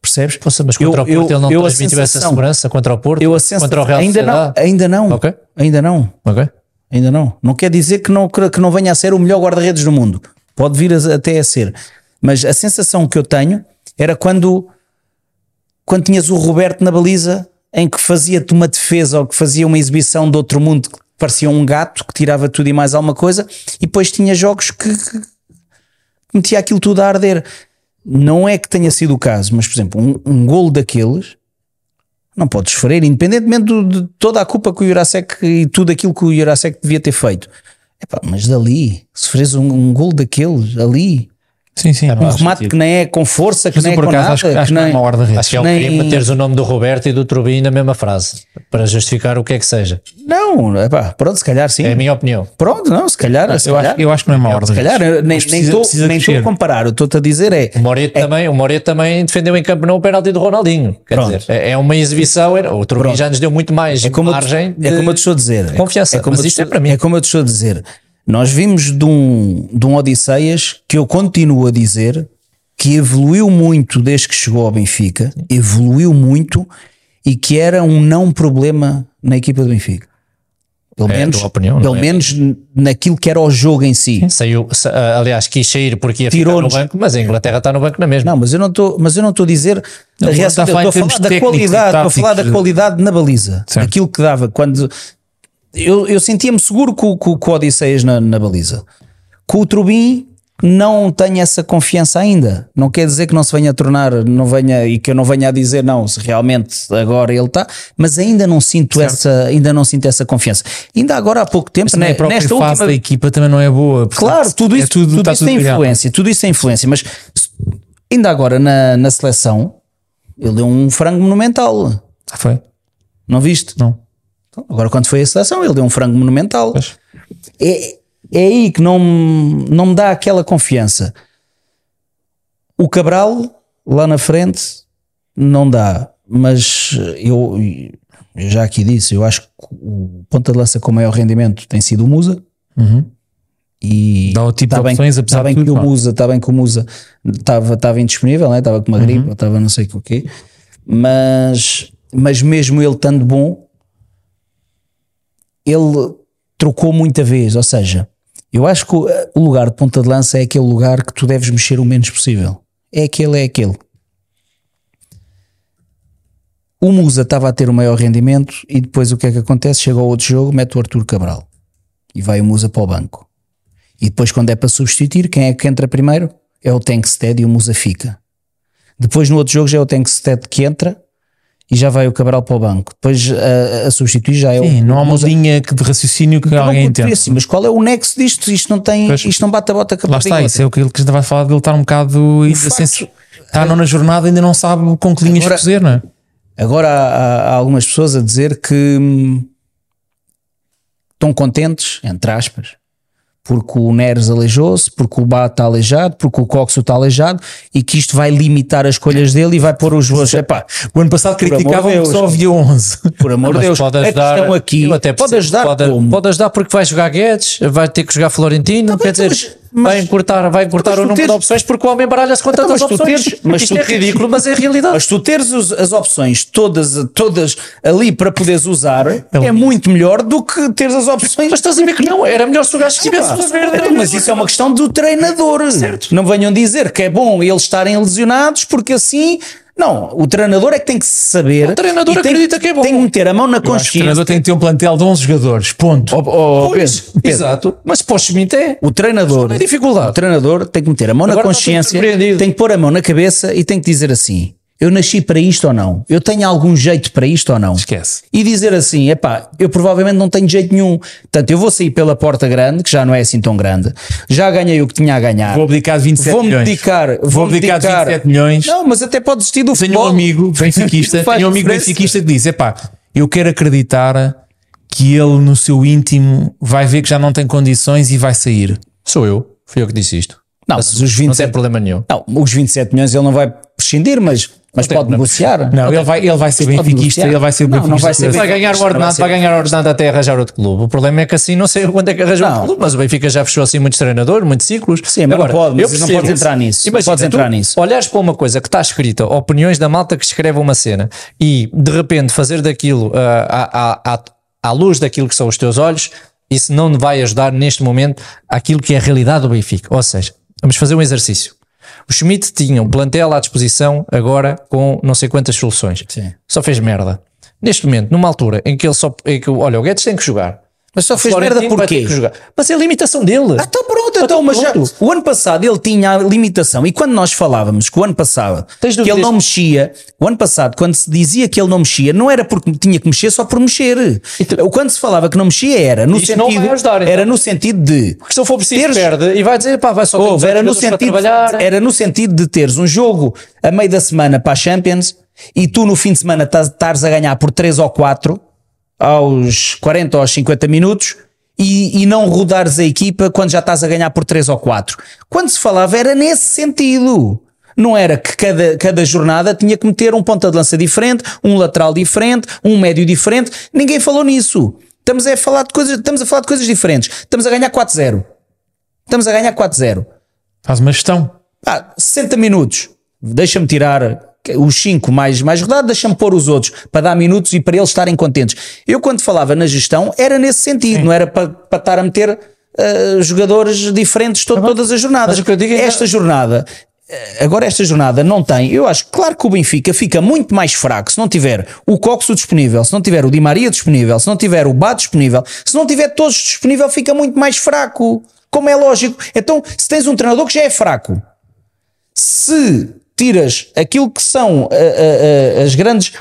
S2: Percebes?
S4: mas contra
S2: Eu-
S4: o Porto
S2: eu-
S4: ele não
S2: eu a
S4: transmitiu essa
S2: sensação-
S4: segurança contra o Porto,
S2: Eu a
S4: contra o Real
S2: ainda não, é um.
S4: Sociedade.
S2: ainda não,
S4: Ok.
S2: ainda não,
S4: Ok.
S2: ainda não. Não quer dizer que não, que não venha a ser o melhor guarda-redes do mundo. Pode vir a- até a ser. Mas a sensação que eu tenho Era quando, quando tinhas o Roberto na baliza, em que fazia-te uma defesa ou que fazia uma exibição de outro mundo que parecia um gato, que tirava tudo e mais alguma coisa, e depois tinha jogos que, que metia aquilo tudo a arder. Não é que tenha sido o caso, mas por exemplo, um, um golo daqueles não pode sofrer, independentemente do- de toda a culpa que o Jurasek e tudo aquilo que o Jurasek devia ter feito. Epá, mas dali, sofres um, um golo daqueles ali,
S3: Sim, sim.
S2: um
S3: Mas
S2: remate que nem é com força, que
S3: eu,
S2: nem é
S3: por
S2: com
S3: acaso
S2: nada,
S3: acho, acho
S2: que
S3: que não é
S2: nem...
S3: uma hora da rede.
S4: Acho que é o
S2: Nem-
S4: crime teres o nome do Roberto e do Trubin na mesma frase, para justificar o que é que seja.
S2: Não, epá, pronto, se calhar sim.
S4: É a minha opinião.
S2: Pronto, não, se calhar, se
S3: Eu
S2: calhar,
S3: acho, eu acho que não é uma hora da
S2: se
S3: rede.
S2: calhar, eh, eu nem
S3: Mas precisa-
S2: estou
S3: precisa
S2: nem estou a
S3: crescer.
S2: comparar, eu estou-te a dizer é,
S4: O Moreto, também, o Moreto também defendeu em campo não o penalti do Ronaldinho. Quer
S2: Pronto.
S4: dizer, é é uma exibição. era- O Trubin
S2: Pronto.
S4: já nos deu muito mais
S2: é como, eu te-
S4: margem.
S2: é
S4: de-
S2: como eu te estou a dizer.
S4: confiança,
S2: É como
S4: mas
S2: eu te
S4: isto é
S2: estou-
S4: para mim.
S2: É como eu te estou a dizer. Nós vimos de um, de um Odisseias que eu continuo a dizer que evoluiu muito desde que chegou ao Benfica, evoluiu muito e que era um não problema na equipa do Benfica. Pelo
S4: É a
S2: menos,
S4: tua opinião, não
S2: pelo
S4: é?
S2: menos naquilo que era o jogo em si.
S4: Saiu, sa- ah, aliás, quis sair porque ia ficar no
S2: Tirou-nos.
S4: banco, mas a Inglaterra está no banco na mesma.
S2: Não, mas eu não estou, mas eu não estou a dizer a
S3: Não,
S2: reação,
S3: está a falar
S2: eu
S3: em
S2: estou a falar
S3: termos
S2: da
S3: técnicos e
S2: qualidade, estou a falar da
S3: táticos.
S2: qualidade na baliza,
S3: Certo.
S2: aquilo que dava quando eu, eu sentia-me seguro com, com, com o Odisseias na, na baliza. Com o Trubin não tenho essa confiança ainda. Não quer dizer que não se venha a tornar, não venha e que eu não venha a dizer não, se realmente agora ele está, mas ainda não sinto essa, ainda não sinto essa confiança. Ainda agora há pouco tempo,
S3: Também
S2: né,
S3: é a própria
S2: nesta
S3: fase
S2: última
S3: da equipa também não é boa. portanto,
S2: Claro, tudo isso,
S3: é
S2: tudo,
S3: está
S2: isso tem
S3: ligado.
S2: influência, tudo isso tem influência, mas se- ainda agora na, na seleção ele deu um frango monumental,
S3: Ah, foi?
S2: não viste?
S3: Não.
S2: Então, Agora quando foi a seleção ele deu um frango monumental.
S3: Pois.
S2: É, é aí que não, me- não me dá aquela confiança. O Cabral lá na frente não dá, mas eu, eu já aqui disse, eu acho que o ponta de lança com maior rendimento tem sido o Musa
S3: Uhum.
S2: e
S3: Dá o tipo
S2: tá
S3: de
S2: bem,
S3: opções, apesar
S2: tá bem
S3: de
S2: que
S3: tudo,
S2: o
S3: pá.
S2: Musa está bem que o Musa estava estava indisponível né estava com
S3: Uhum.
S2: uma gripe estava não sei com o quê mas mas mesmo ele estando bom ele trocou muita vez ou seja eu acho que o eh, o lugar de ponta de lança é aquele lugar que tu deves mexer o menos possível é aquele é aquele o Musa estava a ter o maior rendimento e depois o que é que acontece? Chega ao outro jogo, mete o Arthur Cabral e vai o Musa para o banco. E depois, quando é para substituir, quem é que entra primeiro? É o Tankstead e o Musa fica. Depois, no outro jogo, já é o Tankstead que entra e já vai o Cabral para o banco. Depois, a, a substituir já é
S3: Sim,
S2: o
S3: não há uma
S2: Musa.
S3: linha que- de raciocínio que
S2: Não
S3: alguém
S2: curto
S3: entenda.
S2: esse, mas qual é o nexo disto? Isto não tem,
S3: Pois.
S2: isto não bate a bota com a
S3: Lá
S2: perna
S3: está,
S2: e
S3: isso
S2: outra.
S3: é aquilo que a gente vai falar dele estar um bocado ainda sem se- Está na jornada ainda não sabe com que linhas
S2: Agora-
S3: fazer, não é?
S2: Agora há, há- há algumas pessoas a dizer que hum, estão contentes, entre aspas, porque o Neres aleijou-se, porque o Bá está aleijado, porque o Coxo está aleijado e que isto vai limitar as escolhas dele e vai pôr os voos. Epá,
S3: O ano passado
S2: amor de
S3: criticavam que
S2: Deus.
S3: só havia 11.
S2: por amor de
S4: Mas
S2: Deus,
S4: pode
S3: é
S2: a
S4: ajudar.
S2: questão aqui
S4: eu até
S2: pode
S4: percebo,
S2: ajudar
S4: pode,
S2: como?
S4: pode ajudar porque vai jogar Guedes, vai ter que jogar
S3: Tá
S4: Florentino.
S2: bem,
S4: quer dizer,
S2: mas- mas-
S4: vai encurtar, vai encurtar
S2: mas
S4: o
S2: tu
S4: número de
S2: tens-
S4: opções porque o homem baralha-se com
S2: Então,
S4: tantas
S2: mas tu
S4: opções.
S2: tens- mas
S4: Isto
S2: tu
S4: é
S2: tens-
S4: ridículo, mas é a realidade.
S2: Mas tu teres os- as opções todas, todas ali para poderes usar é muito melhor do que teres as opções Ah,
S4: Então, Mas estás a ver que não, era melhor se o gajo estivesse
S2: Pá,
S4: no verde.
S2: então, mas isso é uma questão do treinador. Não venham dizer que é bom eles estarem lesionados, porque assim. Não, o treinador é que tem que saber.
S4: O treinador
S2: e tem-
S4: acredita que é bom.
S2: Tem que meter a mão na
S3: Acho que O
S2: consciência.
S3: treinador tem que ter um plantel de 11 jogadores, ponto.
S2: Pois, Pedro.
S4: Exato, mas para o Schmidt é.
S2: O treinador,
S4: Não é dificuldade.
S2: o treinador tem que meter a mão na
S4: Agora estou
S2: consciência,
S4: surpreendido.
S2: tem que pôr a mão na cabeça e tem que dizer assim: eu nasci para isto ou não? Eu tenho algum jeito para isto ou não?
S3: Esquece.
S2: E dizer assim: epá, eu provavelmente não tenho jeito nenhum. Portanto, eu vou sair pela porta grande, que já não é assim tão grande, já ganhei o que tinha a ganhar.
S3: Vou abdicar de 27
S2: vou
S3: milhões.
S2: medicar, vou,
S3: Vou abdicar de 27 milhões.
S2: Não, mas até pode desistir do
S3: Tenho um
S2: futebol.
S3: amigo benfiquista,
S2: Faz
S3: tenho um amigo
S2: diferença.
S3: benfiquista que diz: epá, eu quero acreditar que ele no seu íntimo vai ver que hum, já não tem condições e vai sair.
S4: Sou eu, fui eu que disse isto.
S2: Não, mas os
S4: Não tem
S2: 27,
S4: problema nenhum.
S2: não, os 27 milhões ele não vai prescindir, mas, mas
S4: tem
S2: pode negociar.
S3: Não, ele vai, ele vai ser
S2: Pode
S3: benfiquista,
S2: negociar.
S3: ele vai ser
S2: Não, não vai
S3: benfiquista.
S2: ser
S4: Vai ganhar o ordenado, vai ganhar o ordenado até arranjar outro clube. O problema é que assim não sei quando é que arranjou
S2: Não.
S4: outro clube, mas o Benfica já fechou assim muitos treinadores, muitos ciclos.
S2: Sim, mas não pode, mas
S4: eu
S2: não
S4: percebo.
S2: podes entrar nisso, não podes
S4: tu
S2: entrar nisso.
S4: Olhares para uma coisa que está escrita, opiniões da malta que escreve uma cena e de repente fazer daquilo ah, à, à, à, à luz daquilo que são os teus olhos, isso não vai ajudar neste momento aquilo que é a realidade do Benfica. Ou seja, vamos fazer um exercício. O Schmidt tinha um plantel à disposição agora com não sei quantas soluções.
S2: Sim.
S4: Só fez merda. Neste momento, numa altura em que ele só. Em que, olha, o Guedes tem que jogar.
S2: Mas só fez
S4: Florentino
S2: merda
S4: vai ter
S2: porquê?
S4: que jogar. Mas é a limitação dele.
S2: Ah, então pronto, então, mas já-
S4: Tá pronto.
S2: o ano passado ele tinha a limitação e quando nós falávamos que o ano passado
S4: Tens
S2: que ele
S4: dúvidas?
S2: não mexia, o ano passado quando se dizia que ele não mexia, não era porque tinha que mexer só por mexer. Quando se falava que não mexia era no
S4: Isto não
S2: sentido
S4: vai ajudar, então.
S2: era no sentido de
S4: Porque se eu for Oh, preciso,
S2: Teres-
S4: perde. E vai dizer, pá, vai só ter
S2: Houve, era no
S4: 18
S2: sentido
S4: para trabalhar.
S2: era no sentido de teres um jogo a meio da semana para a Champions e tu no fim de semana estás- estares a ganhar por 3 ou 4 aos 40 ou aos 50 minutos e, e não rodares a equipa quando já estás a ganhar por 3 ou 4. Quando se falava era nesse sentido. Não era que cada, cada jornada tinha que meter um ponta de lança diferente, um lateral diferente, um médio diferente. Ninguém falou nisso. Estamos a falar de coisas, estamos a falar de coisas diferentes. Estamos a ganhar 4-0. Estamos a ganhar 4-0.
S3: Faz uma gestão.
S2: Pá, 60 minutos, deixa-me tirar os 5 mais, mais rodados, deixa-me pôr os outros para dar minutos e para eles estarem contentes. Eu, quando falava na gestão, era nesse sentido, não era para, para estar a meter ah, jogadores diferentes to- todas as jornadas.
S4: Tá Mas o que eu digo é-
S2: Esta jornada. eh, Agora, esta jornada não tem. Eu acho, claro que o Benfica fica muito mais fraco se não tiver o Coxo disponível, se não tiver o Di Maria disponível, se não tiver o Bá disponível, se não tiver todos disponível, fica muito mais fraco. Como é lógico. Então, se tens um treinador que já é fraco, se tiras aquilo que são ah, ah, ah, as grandes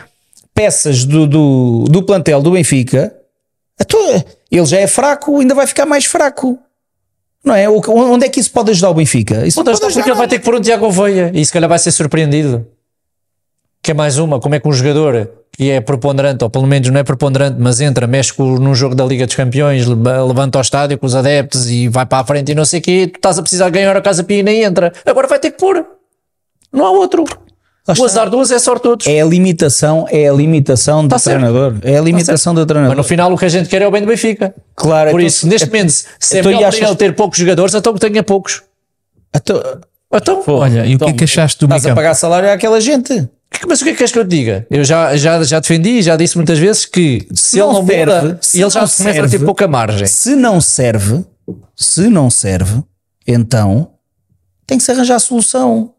S2: peças do, do, do plantel do Benfica, então, ele já é fraco, ainda vai ficar mais fraco. Não é? O que- Onde é que isso pode ajudar o Benfica? Isso não
S4: Puta,
S2: pode ajudar
S4: porque ele vai
S2: nada.
S4: ter que pôr um Tiago Gouveia e se calhar vai ser surpreendido. Que é mais uma, como é que um jogador que é preponderante, ou pelo menos não é preponderante, mas entra, mexe com, num jogo da Liga dos Campeões, leva- levanta ao estádio com os adeptos e vai para a frente e não sei o quê, tu estás a precisar ganhar a Casa Pia e nem entra. Agora vai ter que pôr. Não há outro. O azar duas é sorte todos.
S2: É a limitação, é a limitação do
S4: Tá certo.
S2: treinador. É a limitação do treinador.
S4: Mas no final o que a gente quer é o bem do Benfica.
S2: claro,
S4: Por
S2: então-
S4: isso, neste momento, se é
S2: então, e
S4: melhor
S2: achas-
S4: para ele ter poucos jogadores, então que tenha poucos.
S2: então,
S4: Então,
S3: Olha, e o que é que achaste do
S2: estás a
S3: Micamp?
S2: pagar salário àquela gente.
S4: Que- Mas o que é que queres que eu te diga? Eu já, já, já defendi e já disse muitas vezes que se
S2: não
S4: ele não
S2: serve,
S4: muda,
S2: se
S4: ele
S2: não
S4: já começa a
S2: serve-
S4: ter pouca margem.
S2: É. Se não serve, se não serve, então tem que se arranjar a solução.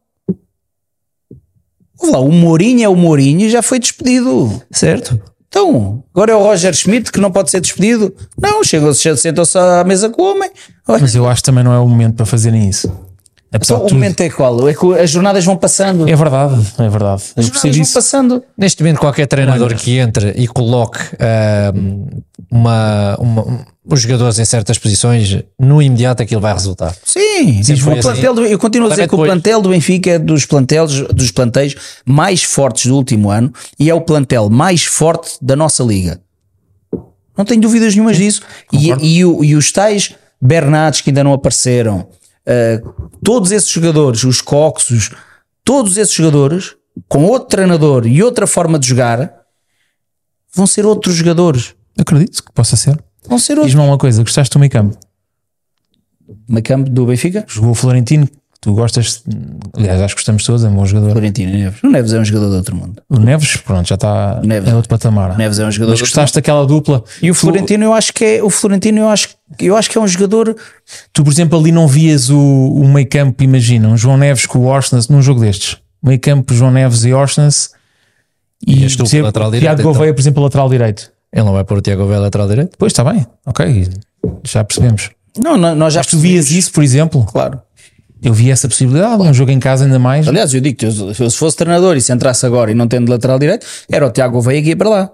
S2: Olha lá, o Mourinho é o Mourinho e já foi despedido.
S4: Certo?
S2: Então, agora é o Roger Schmidt que não pode ser despedido. Não, chegou-se, sentou-se à mesa com o homem. Olha,
S3: Mas eu acho que também não é o momento para fazerem isso. Apesar
S2: então,
S3: de
S2: o
S3: tudo,
S2: momento é qual? É que as jornadas vão passando.
S3: É verdade, é verdade. Eu
S2: as
S3: percebo
S2: jornadas vão
S3: isso.
S2: passando.
S4: Neste momento, qualquer treinador que entre e coloque ah, uma, uma- os jogadores em certas posições, no imediato aquilo vai resultar.
S2: Sim,
S4: Sempre
S2: o
S4: foi assim.
S2: plantel do- eu continuo a dizer que o
S4: Claramente foi.
S2: plantel do Benfica é dos plantéis, dos plantéis mais fortes do último ano e é o plantel mais forte da nossa liga. Não tenho dúvidas nenhumas disso. E, e, o- e os tais Bernardes que ainda não apareceram, eh, todos esses jogadores, os Coxos, todos esses jogadores, com outro treinador e outra forma de jogar, vão ser outros jogadores.
S3: Acredito que possa ser.
S2: Vão ser outros.
S3: Diz-me uma coisa, gostaste do Micamp?
S2: Macambo do Benfica?
S3: Jogou o Florentino, que tu gostas, aliás, acho que gostamos todos, é um bom jogador.
S2: Florentino Neves. O Neves é um jogador de outro mundo.
S3: O Neves, pronto, já está
S2: Neves.
S3: em outro patamar.
S2: Neves é um jogador.
S3: Mas gostaste daquela dupla.
S2: E o Florentino, eu acho que é, o Florentino, eu acho, eu acho que é um jogador.
S3: Tu, por exemplo, ali não vias o, o meio campo, imagina, um João Neves com o Orsnes num jogo destes. Meio campo, João Neves e Orsnes. E,
S4: és tu,
S3: por exemplo,
S4: lateral direito,
S3: Tiago
S4: então.
S3: Gouveia, por exemplo, lateral direito.
S4: Ele não vai pôr o Tiago Vela lateral direito?
S3: Pois está bem, ok, já percebemos.
S2: Não, não- nós já
S3: Tu vias isso, por exemplo?
S2: Claro.
S3: Eu vi essa possibilidade, um jogo em casa ainda mais.
S2: Aliás, eu digo-te, eu, eu se fosse treinador e se entrasse agora e não tendo lateral direito, era o Tiago Gouveia que ia para lá.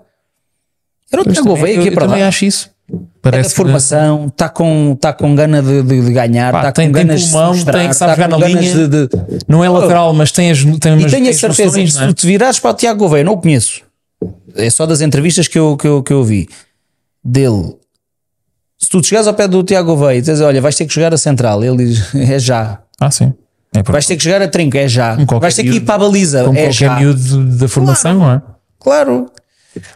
S2: Era o Tiago
S3: Pois também,
S2: Gouveia que
S3: eu,
S2: ia
S3: eu
S2: para
S3: também
S2: lá.
S3: acho isso.
S2: É
S3: Parece
S2: da
S3: que-
S2: formação, está com, tá com gana de, de- de ganhar,
S3: Pá,
S2: está
S3: tem-
S2: com
S3: tem
S2: ganas de se
S3: pulmão,
S2: mostrar,
S3: tem que saber
S2: tá
S3: jogar
S2: com
S3: na
S2: ganas
S3: linha.
S2: de- de-
S3: Não é lateral, mas tem, as, tem umas
S2: E tenho a
S3: tens
S2: certeza,
S3: noções,
S2: que
S3: não é?
S2: se te virares para o Tiago Gouveia, não o conheço. É só das entrevistas que eu, que eu, que eu vi dele. Se tu te chegares ao pé do Tiago Gouveia e dizes, olha, vais ter que jogar a central, ele diz, é já.
S3: Ah, sim. É por-
S2: Vais ter que jogar a trinco, é já.
S3: qualquer
S2: Vais ter que ir
S3: miúdo.
S2: para a baliza,
S3: como
S2: é
S3: qualquer
S2: já.
S3: miúdo da formação, não é?
S2: Claro.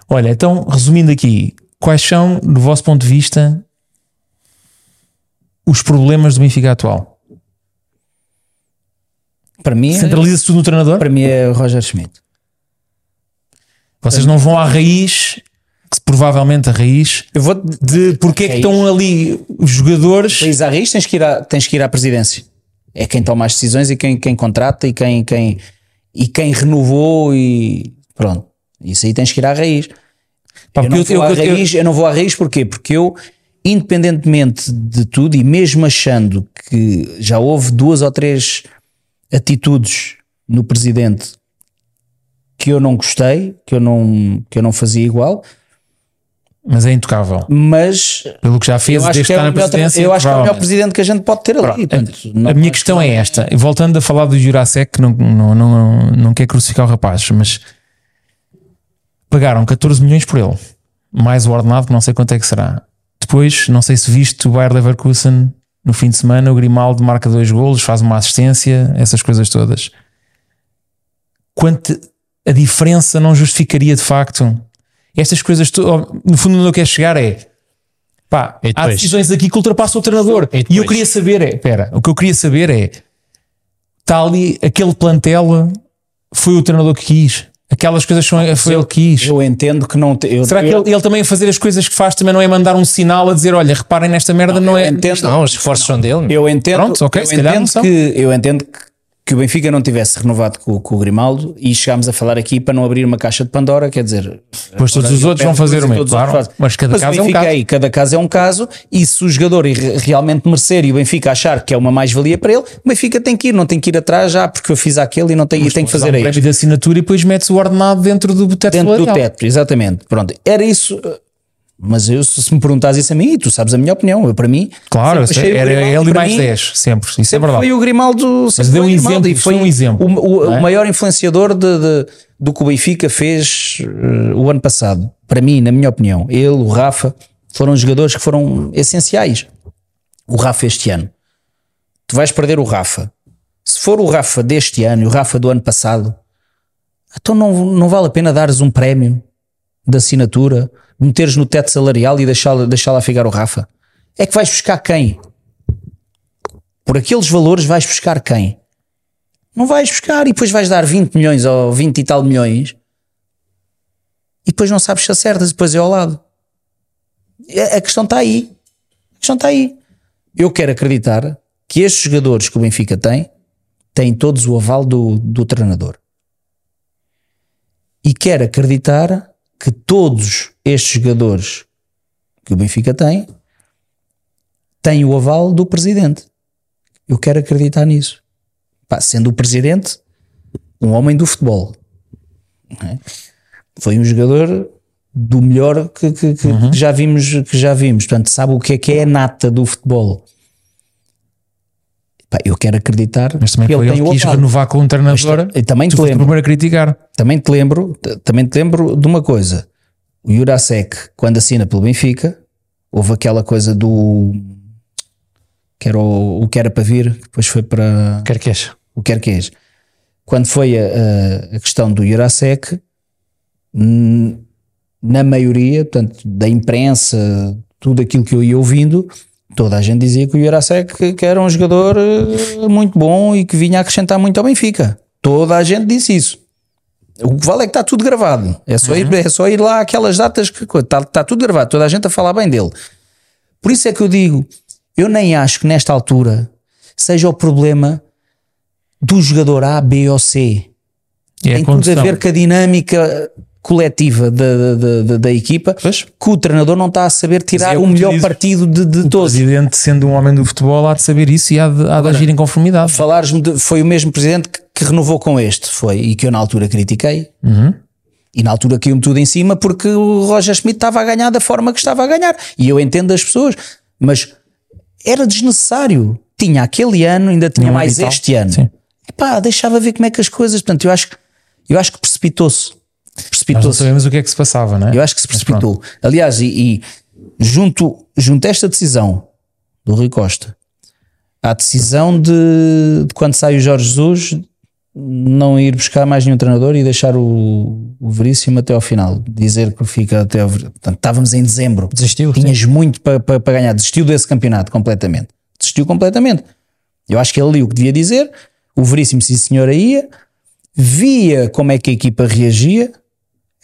S3: Olha, então, resumindo aqui, quais são, do vosso ponto de vista, os problemas do Benfica atual?
S2: Para mim, é,
S3: Centraliza-se tudo no treinador?
S2: para mim é o Roger Schmidt.
S3: Vocês não vão à raiz, que se- provavelmente a raiz,
S2: Eu vou
S3: de porque é que
S2: Raiz. é,
S3: estão ali os jogadores.
S2: Para ir à raiz, tens que ir à, tens que ir à presidência. É quem toma as decisões e quem, quem contrata e quem, quem, e quem renovou e pronto. Isso aí tens que ir à raiz.
S3: Pá,
S2: eu, não
S3: porque eu-
S2: vou à
S3: eu- eu-
S2: raiz eu não vou à raiz porquê? Porque eu, independentemente de tudo, e mesmo achando que já houve duas ou três atitudes no presidente que eu não gostei, que eu não, que eu não fazia igual,
S3: Mas é intocável.
S2: mas
S3: Pelo que já fez,
S2: eu acho
S3: desde
S2: que
S3: que
S2: é
S3: está na
S2: o melhor, tra-
S3: presidência.
S2: eu acho que é o melhor
S3: provavelmente.
S2: presidente que a gente pode ter ali. portanto, não-
S3: A minha questão é esta, e voltando a falar do Jurasek, que não, não, não, não quer crucificar o rapaz, mas pagaram 14 milhões por ele, mais o ordenado, que não sei quanto é que será. Depois, não sei se viste o Bayer Leverkusen no fim de semana, o Grimaldo marca dois golos, faz uma assistência, essas coisas todas. Quanto a diferença não justificaria de facto estas coisas, to- no fundo, onde eu quero chegar é pá,
S4: E
S3: há
S4: depois?
S3: decisões aqui que ultrapassam o treinador. E,
S4: E depois?
S3: eu queria saber é, espera, o que eu queria saber é, está ali aquele plantel, foi o treinador que quis, aquelas coisas são, foi ele que quis.
S2: Eu entendo que não. te- eu-
S3: Será que
S2: eu-
S3: ele, ele também a fazer as coisas que faz também não é mandar um sinal a dizer, olha, reparem nesta merda, não, é.
S2: entendo,
S4: Não, os esforços são dele. meu.
S2: Eu entendo,
S3: Pronto, ok,
S2: eu
S3: se calhar então. não
S2: entendo
S3: são.
S2: que eu entendo que, que o Benfica não tivesse renovado com, com o Grimaldo e chegámos a falar aqui para não abrir uma caixa de Pandora, quer dizer,
S3: Depois todos os
S2: eu
S3: outros vão
S2: penso
S3: fazer
S2: que
S3: o mesmo,
S2: todos os
S3: claro.
S2: outros fazem.
S3: Mas cada
S2: Mas o
S3: caso é um
S2: Benfica
S3: caso.
S2: aí, cada caso é um caso, e se o jogador ir- realmente merecer e o Benfica achar que é uma mais-valia para ele, o Benfica tem que ir, não tem que ir atrás já porque eu fiz aquele e não tem, e tem que fazer
S3: Dá um
S2: aí
S3: prémio de assinatura e depois metes o ordenado dentro do teto
S2: dentro do
S3: salarial.
S2: teto, exatamente. Pronto, era isso. eh, Mas eu, se se me perguntas isso a mim, e tu sabes a minha opinião, eu, para mim,
S3: Claro,
S2: sempre
S3: eu sei,
S2: achei o
S3: era
S2: Grimaldo,
S3: ele e
S2: para
S3: mais
S2: mim,
S3: 10, sempre. Isso é
S2: Sempre
S3: verdade.
S2: Foi o Grimaldo, sempre foi
S3: deu
S2: o
S3: um
S2: Grimaldo
S3: exemplo,
S2: e foi
S3: foi um exemplo,
S2: O, o-
S3: não é?
S2: o maior influenciador de, de- do que o Benfica fez eh, o ano passado. Para mim, na minha opinião, ele, o Rafa, foram jogadores que foram essenciais. O Rafa este ano. Tu vais perder o Rafa. Se for o Rafa deste ano e o Rafa do ano passado, então não, não vale a pena dares um prémio de assinatura, meteres no teto salarial e deixá la deixá lá ficar o Rafa. É que vais buscar quem? Por aqueles valores vais buscar quem? Não vais buscar e depois vais dar 20 milhões ou 20 e tal milhões e depois não sabes se acertas e depois é ao lado. É, A a questão está aí. A questão está aí. Eu quero acreditar que estes jogadores que o Benfica tem têm todos o aval do, do treinador. E quero acreditar que todos estes jogadores que o Benfica tem têm o aval do presidente. Eu quero acreditar nisso. Pá, sendo o presidente um homem do futebol, não é? foi um jogador do melhor que, que- que-
S3: Uhum.
S2: que já vimos, que já vimos. Portanto, sabe o que é que é a nata do futebol. Pá, eu quero acreditar
S3: Mas também
S2: que
S3: foi
S2: ele
S3: ele
S2: tem
S3: que
S2: o
S3: quis
S2: aval.
S3: renovar com um treinador.
S2: Eu também
S3: Tu
S2: te
S3: foste o
S2: lembro
S3: primeiro a criticar.
S2: também te lembro, t- também te lembro de uma coisa. O Jurasek, quando assina pelo Benfica, houve aquela coisa do que era o, o que era para vir, que depois foi para
S4: Quer que és?
S2: o que quer que és. Quando foi a, a- a questão do Jurasek, n- na maioria, portanto, da imprensa, tudo aquilo que eu ia ouvindo, toda a gente dizia que o Jurasek que- que era um jogador eh, muito bom e que vinha acrescentar muito ao Benfica. Toda a gente disse isso. O que vale é que está tudo gravado. É só, ir, é só ir lá aquelas datas que co- está, está tudo gravado, toda a gente a falar bem dele. Por isso é que eu digo: eu nem acho que nesta altura seja o problema do jogador A, B ou C. Tem
S3: É a
S2: tudo a
S3: condução.
S2: ver com a dinâmica coletiva da, da, da- da equipa que o treinador não está a saber
S3: Mas
S2: tirar
S3: é
S2: o
S3: o que te
S2: melhor
S3: diz
S2: partido de, de
S3: O
S2: todos.
S3: presidente, sendo um homem do futebol, há de saber isso e há de, há de agir em conformidade.
S2: Falares-me de- foi o mesmo presidente que, que renovou com este, foi, e que eu na altura critiquei.
S3: Uhum.
S2: E na altura caiu-me tudo em cima porque o Roger Schmidt estava a ganhar da forma que estava a ganhar. E eu entendo as pessoas, mas era desnecessário. Tinha aquele ano, ainda tinha
S3: Não é
S2: mais
S3: vital.
S2: este ano.
S3: Sim.
S2: Epá, deixava ver como é que as coisas. Portanto, eu acho que, eu acho que precipitou-se.
S3: Nós não
S2: Precipitou-se.
S3: sabemos o que é que se passava, não é?
S2: Eu acho que se
S3: Mas pronto.
S2: precipitou. Aliás, e, e junto, junto a esta decisão do Rui Costa, à decisão de, de quando sai o Jorge Jesus não ir buscar mais nenhum treinador e deixar o, o Veríssimo até ao final. Dizer que fica até ao. ver- Portanto, estávamos em dezembro.
S4: Desistiu?
S2: Tinhas muito para pa, pa ganhar. Desistiu desse campeonato completamente. Desistiu completamente. Eu acho que ele ali o que devia dizer. O Veríssimo, sim senhora, ia. Via como é que a equipa reagia.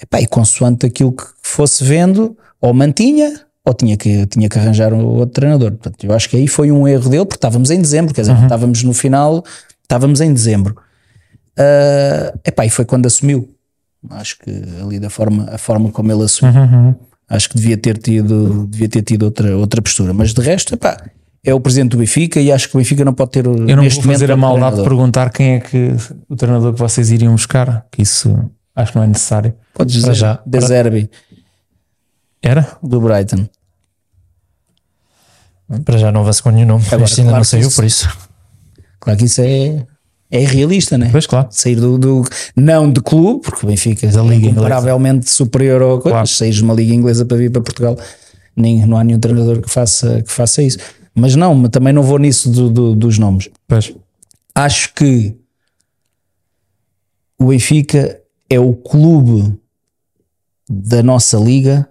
S2: Epá, e consoante aquilo que fosse vendo, ou mantinha ou tinha que, tinha que arranjar um outro treinador. Portanto, eu acho que aí foi um erro dele, porque estávamos em dezembro, quer dizer,
S3: Uhum.
S2: estávamos no final, estávamos em dezembro. Uh, epá, e foi quando assumiu. Acho que ali da forma, a forma como ele assumiu,
S3: Uhum,
S2: acho que devia ter tido, devia ter tido outra, outra postura. Mas de resto, epá, é o presidente do Benfica e acho que é o Benfica não pode ter.
S3: Eu não vou fazer a maldade de perguntar quem é que o treinador que vocês iriam buscar, que isso acho que não é necessário.
S2: Podes dizer,
S4: já.
S2: De Zerbi,
S3: Era?
S2: do Brighton.
S4: Para já não avanço com nenhum nome.
S2: Agora,
S4: este ainda
S2: claro
S4: não
S2: que
S4: saiu,
S2: isso-
S4: por isso.
S2: Claro que isso é, é irrealista, né?
S3: Pois, claro.
S2: Sair do, do- Não de clube, porque o Benfica
S4: Da
S2: é
S4: Liga
S2: comparavelmente superior ao. Claro. Mas sair de uma Liga Inglesa para vir para Portugal, nem, não há nenhum treinador que faça, que faça isso. Mas não, mas também não vou nisso do- do- dos nomes.
S3: Pois.
S2: Acho que o Benfica é o clube da nossa liga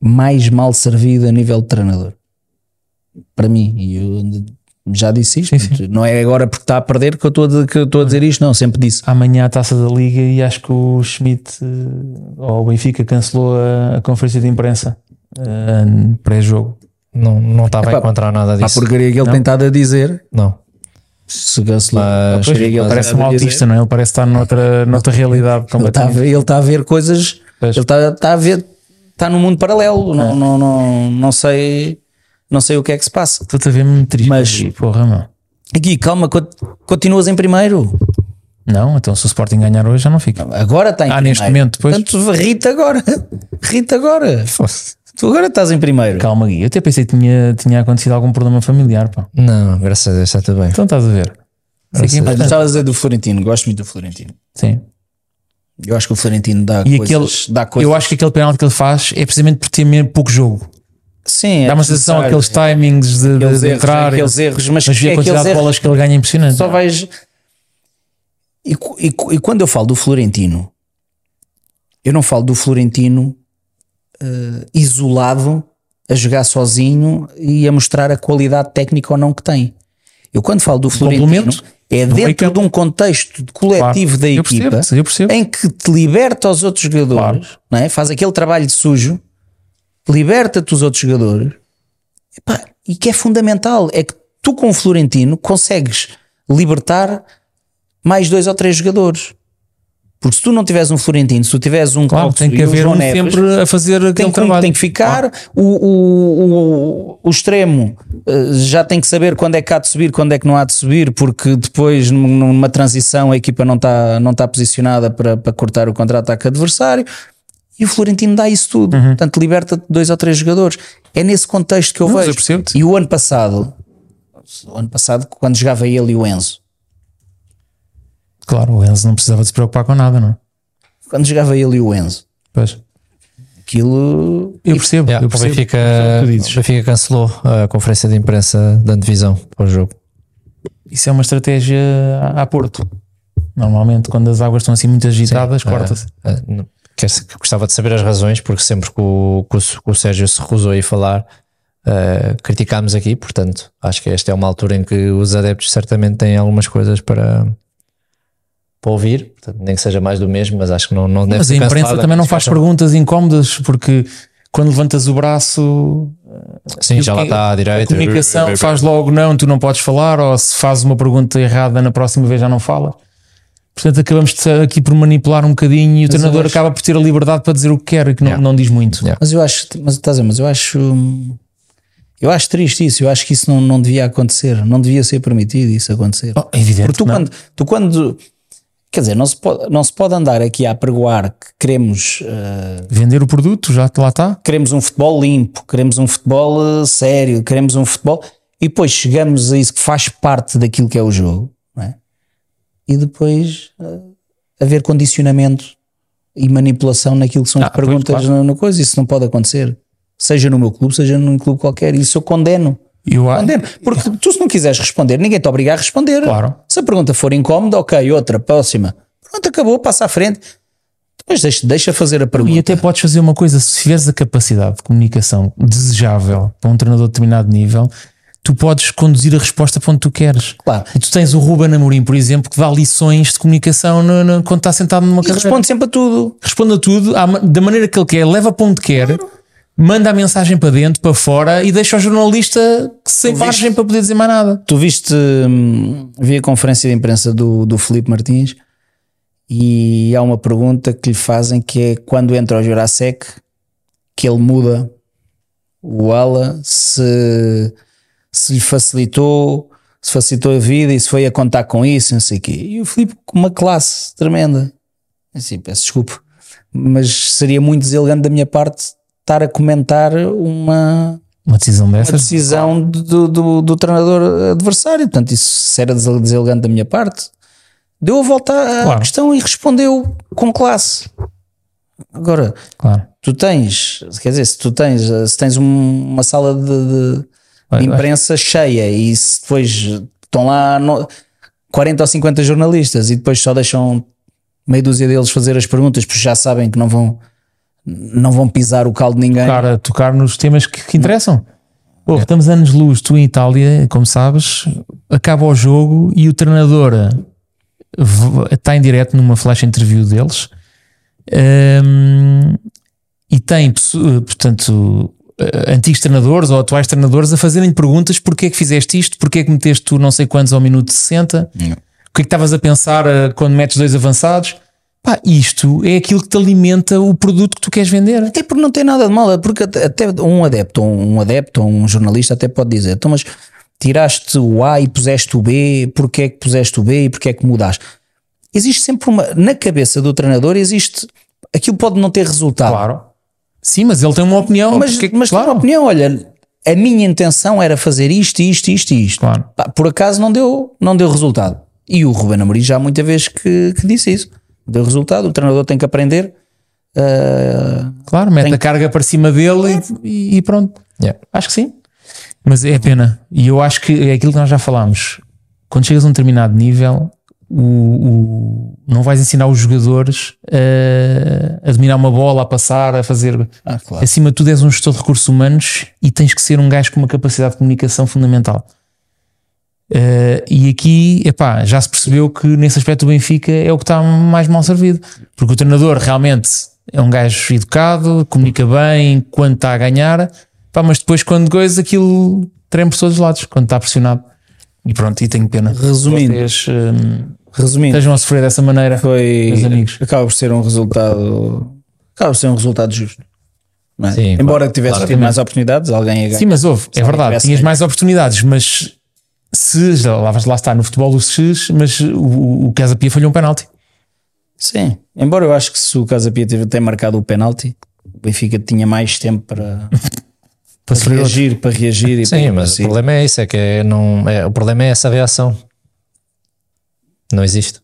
S2: mais mal servido a nível de treinador. Para mim, e eu já disse isto, não é agora porque está a perder que eu estou a, dizer- que eu estou a dizer isto, não, sempre disse.
S3: Amanhã a taça da Liga e acho que o Schmidt eh, ou o Benfica cancelou a, a conferência de imprensa eh, pré-jogo.
S4: Não, não estava a
S2: Epá,
S4: encontrar nada
S2: A
S4: disso.
S2: porcaria que ele tem estado a dizer,
S4: Não.
S2: se cancelou,
S4: Mas-
S2: a porcaria que ele tem
S4: mas
S3: Parece um
S2: estado a dizer,
S3: autista, não é? Ele parece estar noutra, noutra
S2: Ele está
S3: realidade
S2: Tá a
S3: completamente.
S2: ver, ele está a ver coisas,
S3: Pois. É.
S2: ele está, está a ver, está num mundo paralelo, não, não, não, não sei, não sei o que é que se passa.
S3: Estou-te a ver muito triste.
S2: Mas-
S3: porra, meu.
S2: Aqui, calma, cont- continuas em primeiro.
S3: Não, então se o Sporting ganhar hoje já não fica.
S2: Agora está em
S3: Ah,
S2: primeiro.
S3: neste momento, pois.
S2: Portanto, rita agora. Rita agora. Tu agora estás em primeiro.
S3: Calma, Gui. Eu até pensei que tinha, tinha acontecido algum problema familiar, pá.
S4: Não, graças a Deus está tudo bem.
S3: Então estás a ver. Isso é que é
S2: Mas
S3: importante.
S2: tu estavas a dizer do Florentino, gosto muito do Florentino.
S3: Sim.
S2: Eu acho que o Florentino dá
S3: E
S2: coisas.
S3: aquele,
S2: dá coisas.
S3: eu acho que aquele penalti que ele faz é precisamente por ter mesmo pouco jogo.
S2: Sim, é
S3: Dá uma
S2: necessário.
S3: sensação
S2: é.
S3: aqueles timings de, de-
S2: Aqueles
S3: de
S2: erros,
S3: entrar.
S2: aqueles erros, mas,
S3: mas
S2: é
S3: vi a
S2: aqueles
S3: quantidade de
S2: erros
S3: bolas que ele ganha é impressionante.
S2: só vais. E, cu- e cu- e quando eu falo do Florentino, eu não falo do Florentino eh, isolado, a jogar sozinho e a mostrar a qualidade técnica ou não que tem. Eu quando falo do Florentino,
S3: complemento
S2: é
S3: do meio
S2: dentro
S3: campo.
S2: de um contexto de coletivo
S3: então- Claro.
S2: da
S3: Eu
S2: equipa
S3: percebo, eu percebo.
S2: em que te liberta os outros jogadores, não é? faz aquele trabalho de sujo, liberta-te os outros jogadores Epá, e que é fundamental. É que tu, com o Florentino, consegues libertar mais dois ou três jogadores. Porque se tu não tiveres um Florentino, se tu tiveres um
S3: Claro,
S2: Clauto
S3: tem que
S2: e o
S3: haver
S2: João
S3: um
S2: Neves,
S3: sempre a fazer aquele
S2: tem que, um que
S3: trabalho.
S2: tem que ficar, o, o, o, o extremo eh, já tem que saber quando é que há de subir, quando é que não há de subir, porque depois num- numa transição a equipa não está não tá posicionada para, para cortar o contra-ataque adversário. E o Florentino dá isso tudo,
S3: Uhum.
S2: portanto liberta de dois ou três jogadores. É nesse contexto que eu
S3: Não, mas eu
S2: vejo.
S3: percebo-te.
S2: e o ano passado, o ano passado, quando jogava ele e o Enzo,
S3: Claro, o Enzo não precisava de se preocupar com nada, não é?
S2: quando jogava ele e o Enzo,
S3: Pois.
S2: aquilo
S3: Eu percebo,
S4: Yeah,
S3: eu
S4: o,
S3: percebo. percebo
S4: Benfica,
S3: o que tu
S4: o
S3: dizes.
S4: Benfica cancelou a conferência de imprensa da divisão para o jogo.
S3: Isso é uma estratégia a, a Porto. Normalmente, quando as águas estão assim muito agitadas,
S2: é.
S3: corta-se.
S4: Ah, não- quer se- gostava de saber as razões, porque sempre que o, que o, que o Sérgio se recusou a ir falar, ah, criticámos aqui. Portanto, acho que esta é uma altura em que os adeptos certamente têm algumas coisas para, para ouvir. Portanto, nem que seja mais do mesmo, mas acho que não, não deve
S3: Mas a
S4: ser
S3: imprensa
S4: cancelada,
S3: também não
S4: porque
S3: faz
S4: se faz-
S3: perguntas incómodas, porque quando levantas o braço,
S4: Sim, já lá
S3: Quem-
S4: está à
S3: a
S4: direita.
S3: comunicação faz logo não, tu não podes falar, ou se fazes uma pergunta errada, na próxima vez já não fala. Portanto, acabamos de ser aqui por manipular um bocadinho e o treinador acaba por ter a liberdade para dizer o que quer e que não, não diz muito.
S4: Yeah.
S2: Mas eu acho, mas estás a dizer, mas eu acho, hum, eu acho triste isso. Eu acho que isso não, não devia acontecer, não devia ser permitido isso acontecer.
S3: Oh, é evidente.
S2: Porque tu
S3: não.
S2: quando, tu quando, quer dizer, não se pode, não se pode andar aqui a pregoar que queremos, eh,
S3: Vender o produto, já lá está.
S2: queremos um futebol limpo, queremos um futebol eh, sério, queremos um futebol e depois chegamos a isso que faz parte daquilo que é o jogo, não é? E depois eh, haver condicionamento e manipulação naquilo que são as
S3: Ah, pois,
S2: perguntas
S3: claro.
S2: na, na coisa, isso não pode acontecer. Seja no meu clube, seja num clube qualquer, isso eu condeno.
S3: Eu a-
S2: Condeno. Porque tu, se não quiseres responder, ninguém te obriga a responder.
S3: Claro.
S2: Se a pergunta for incómoda, ok, outra, próxima. Pronto, acabou, passa à frente. Depois deixa, deixa fazer a pergunta.
S3: E até podes fazer uma coisa, se tiveres a capacidade de comunicação desejável para um treinador de determinado nível, tu podes conduzir a resposta para onde tu queres.
S2: Claro.
S3: E tu tens o Ruben Amorim, por exemplo, que dá lições de comunicação no- no- quando está sentado numa
S2: E
S3: cadeira.
S2: responde sempre a tudo.
S3: Responde a tudo à ma- da maneira que ele quer, leva para onde quer. manda a mensagem para dentro, para fora e deixa o jornalista sem margem para poder dizer mais nada.
S2: Tu viste, hum, vi a conferência de imprensa do, do Filipe Martins e há uma pergunta que lhe fazem que é quando entra o Jurasek que ele muda o ala, se, se lhe facilitou, se facilitou a vida e se foi a contar com isso, não sei o quê. E o Filipe com uma classe tremenda. Assim, peço desculpa, mas seria muito deselegante da minha parte estar a comentar uma,
S3: Uma decisão
S2: uma
S3: dessas.
S2: decisão do, do, do treinador adversário. Portanto, isso era desele- deselegante da minha parte. Deu a volta à à
S3: Claro.
S2: questão e respondeu com classe. Agora,
S3: Claro.
S2: tu tens, quer dizer, se tu tens, eh, se tens um- uma sala de- de, de
S3: Vai- vai.
S2: imprensa cheia e se depois estão lá no- 40 ou 50 jornalistas e depois só deixam meia dúzia deles fazer as perguntas porque já sabem que não vão não vão pisar o caldo de ninguém.
S3: tocar, a tocar nos temas que, que interessam. Pô, Estamos anos-luz, tu em Itália, como sabes, acaba o jogo e o treinador v- está em direto numa flash interview deles Ahm, e tem, pesso- portanto, eh, antigos treinadores ou atuais treinadores a fazerem perguntas: porque é que fizeste isto? Porque é que meteste tu não sei quantos ao minuto 60? O que é que estavas a pensar eh, quando metes dois avançados? Pá, isto é aquilo que te alimenta o produto que tu queres vender.
S2: Até porque não tem nada de mal, é porque até até um adepto, um um adepto, um jornalista até pode dizer, então mas tiraste o A e puseste o B, porque é que puseste o B e porque é que mudaste? Existe sempre uma, na cabeça do treinador existe, aquilo pode não ter resultado,
S3: Claro. Ah, Sim, mas ele tem uma opinião.
S2: mas,
S3: porque-
S2: mas claro.
S3: claro,
S2: a opinião, olha, a minha intenção era fazer isto, isto, isto e isto.
S3: Claro.
S2: Pá, por acaso não deu, não deu resultado. E o Ruben Amorim já há muita vez que, que disse isso. Deu resultado, o treinador tem que aprender. ah,
S3: claro, mete a carga para cima dele e, e pronto.
S4: Yeah.
S3: Acho que sim. Mas é pena. E eu acho que é aquilo que nós já falámos. Quando chegas a um determinado nível, o, o- não vais ensinar os jogadores a, a dominar uma bola, a passar, a fazer.
S2: ah, claro.
S3: Acima de tudo, és um gestor de recursos humanos e tens que ser um gajo com uma capacidade de comunicação fundamental. Eh, e aqui, epá, já se percebeu que nesse aspecto o Benfica é o que está mais mal servido, porque o treinador realmente é um gajo educado, comunica bem quando está a ganhar, pá, mas depois, quando coisa, aquilo treme por todos os lados, quando está pressionado. E pronto, e tenho pena.
S2: Resumindo.
S3: Vocês, hum,
S2: Resumindo,
S3: estejam a sofrer dessa maneira.
S2: foi
S3: Meus amigos.
S2: acaba por ser um resultado acaba por ser um resultado justo não é?
S4: Sim,
S2: embora tivesse tido mais oportunidades alguém ia ganhar
S3: Sim, mas houve, é
S2: alguém
S3: verdade,
S2: tivesse
S3: tinhas
S2: ganho.
S3: mais oportunidades, mas se já lá, lá está no futebol o X, mas o- o, o Casapia falhou um penalti.
S2: Sim, embora eu acho que se o Casapia tem marcado o penalti o Benfica tinha mais tempo para,
S3: Para
S2: para
S3: sofrer outro.
S2: reagir para reagir e
S4: Sim,
S2: para-
S4: mas
S2: assim.
S4: o problema é isso, é que é- não, é, o problema é essa reação. Não existe.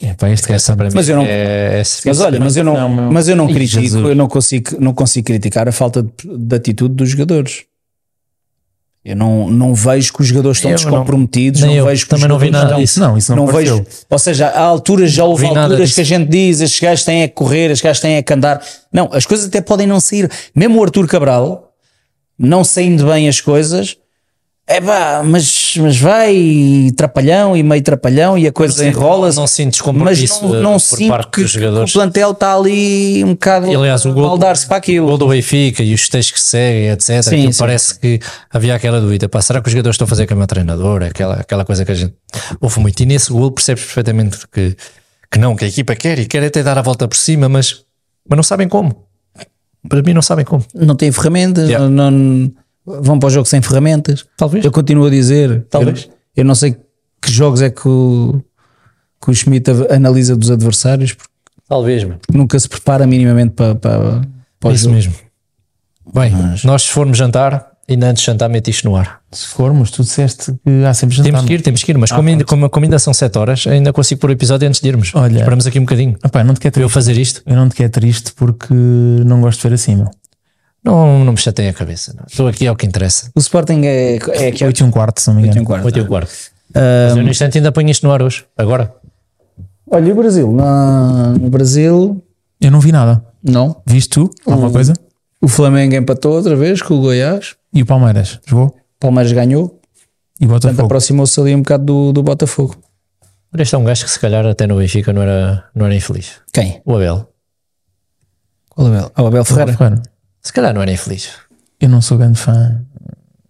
S3: É, pá, este gajo
S4: Essa
S3: sabe.
S4: para mim
S2: Mas eu não-
S4: é, é,
S2: mas olha, mas eu não,
S3: Não, meu-
S2: mas eu não
S3: Ih,
S2: critico,
S3: Jesus.
S2: eu não consigo, não consigo criticar a falta de, de atitude dos jogadores. Eu não, não vejo que os jogadores estão
S4: Eu não-
S2: descomprometidos, não,
S4: nem eu,
S2: vejo que os
S4: também não vi
S2: jogadores estão-
S4: nada disso.
S3: Isso não, isso não,
S2: não,
S3: apareceu.
S2: vejo. Ou seja, há alturas, já houve
S4: vi nada
S2: alturas
S4: disso.
S2: que a gente diz, estes gajos têm é que correr, estes gajos têm é que andar. Não, as coisas até podem não sair. Mesmo o Arthur Cabral, não saindo bem as coisas, é pá, mas, mas vai e trapalhão e meio trapalhão e a coisa é enrola-se.
S4: Não sinto
S2: Mas
S4: descompromisso
S2: não,
S4: eh,
S2: não
S4: por
S2: sinto
S4: parte
S2: que,
S4: dos
S2: que
S4: jogadores.
S2: o plantel está ali um bocado
S4: E, aliás, o gol-
S2: baldar-se para
S4: O gol
S2: aquilo.
S4: do Benfica e os textos que seguem, etc.
S2: Sim,
S4: aquilo
S2: sim.
S4: parece que havia aquela dúvida: pá, será que os jogadores estão a fazer com o meu treinador? Aquela, aquela coisa que a gente ouve muito. E nesse gol percebes perfeitamente que, que não, que a equipa quer e quer até dar a volta por cima, mas, mas não sabem como. Para mim, não sabem como.
S2: Não tem ferramentas,
S4: Yeah.
S2: não- não- vão para o jogo sem ferramentas.
S4: Talvez.
S2: Eu continuo a dizer,
S4: Talvez.
S2: talvez. Eu não sei que jogos é que o, que o Schmidt av- analisa dos adversários, porque
S4: Talvez, mano.
S2: nunca se prepara minimamente para, para, para o
S4: Isso
S2: jogo.
S4: É mesmo. Bem, nós se formos jantar, ainda antes de jantar, mete isto no ar.
S3: Se formos, tu disseste que há sempre
S2: Então
S3: jantar. é?
S4: Temos
S2: tá
S4: que ir, temos que ir,
S2: Ah,
S4: mas como, ainda, como, como ainda são 7 horas, ainda consigo pôr o episódio antes de irmos.
S3: Olha.
S4: Esperamos aqui um bocadinho
S3: Ah, pá, não te quero
S4: para eu
S3: triste.
S4: fazer isto.
S3: Eu não te quero triste porque não gosto de ver assim, meu.
S4: Não, não me chateiem a cabeça. não. Estou aqui ao que interessa.
S2: O Sporting é, é que é
S3: 8 e um quarto, se não me engano.
S2: 8 um quarto. Ah,
S4: Oito e um quarto. Um, Mas eu no instante ainda ponho isto no ar hoje. Agora.
S2: Olha, e o Brasil? Na- no Brasil,
S3: Eu não vi nada.
S2: não.
S3: Viste tu alguma coisa?
S2: O Flamengo empatou outra vez com o Goiás,
S3: E o Palmeiras? Jogou?
S2: o Palmeiras ganhou,
S3: E o
S2: portanto
S3: Botafogo?
S2: aproximou-se ali um bocado do, do Botafogo.
S4: Olha, Este é um gajo que se calhar até no Benfica não era, não era infeliz.
S2: Quem?
S4: O Abel.
S2: Qual é o Abel? Ah, o Abel Ferreira.
S3: Ferreira.
S4: Se calhar não era infeliz.
S3: Eu não sou grande fã,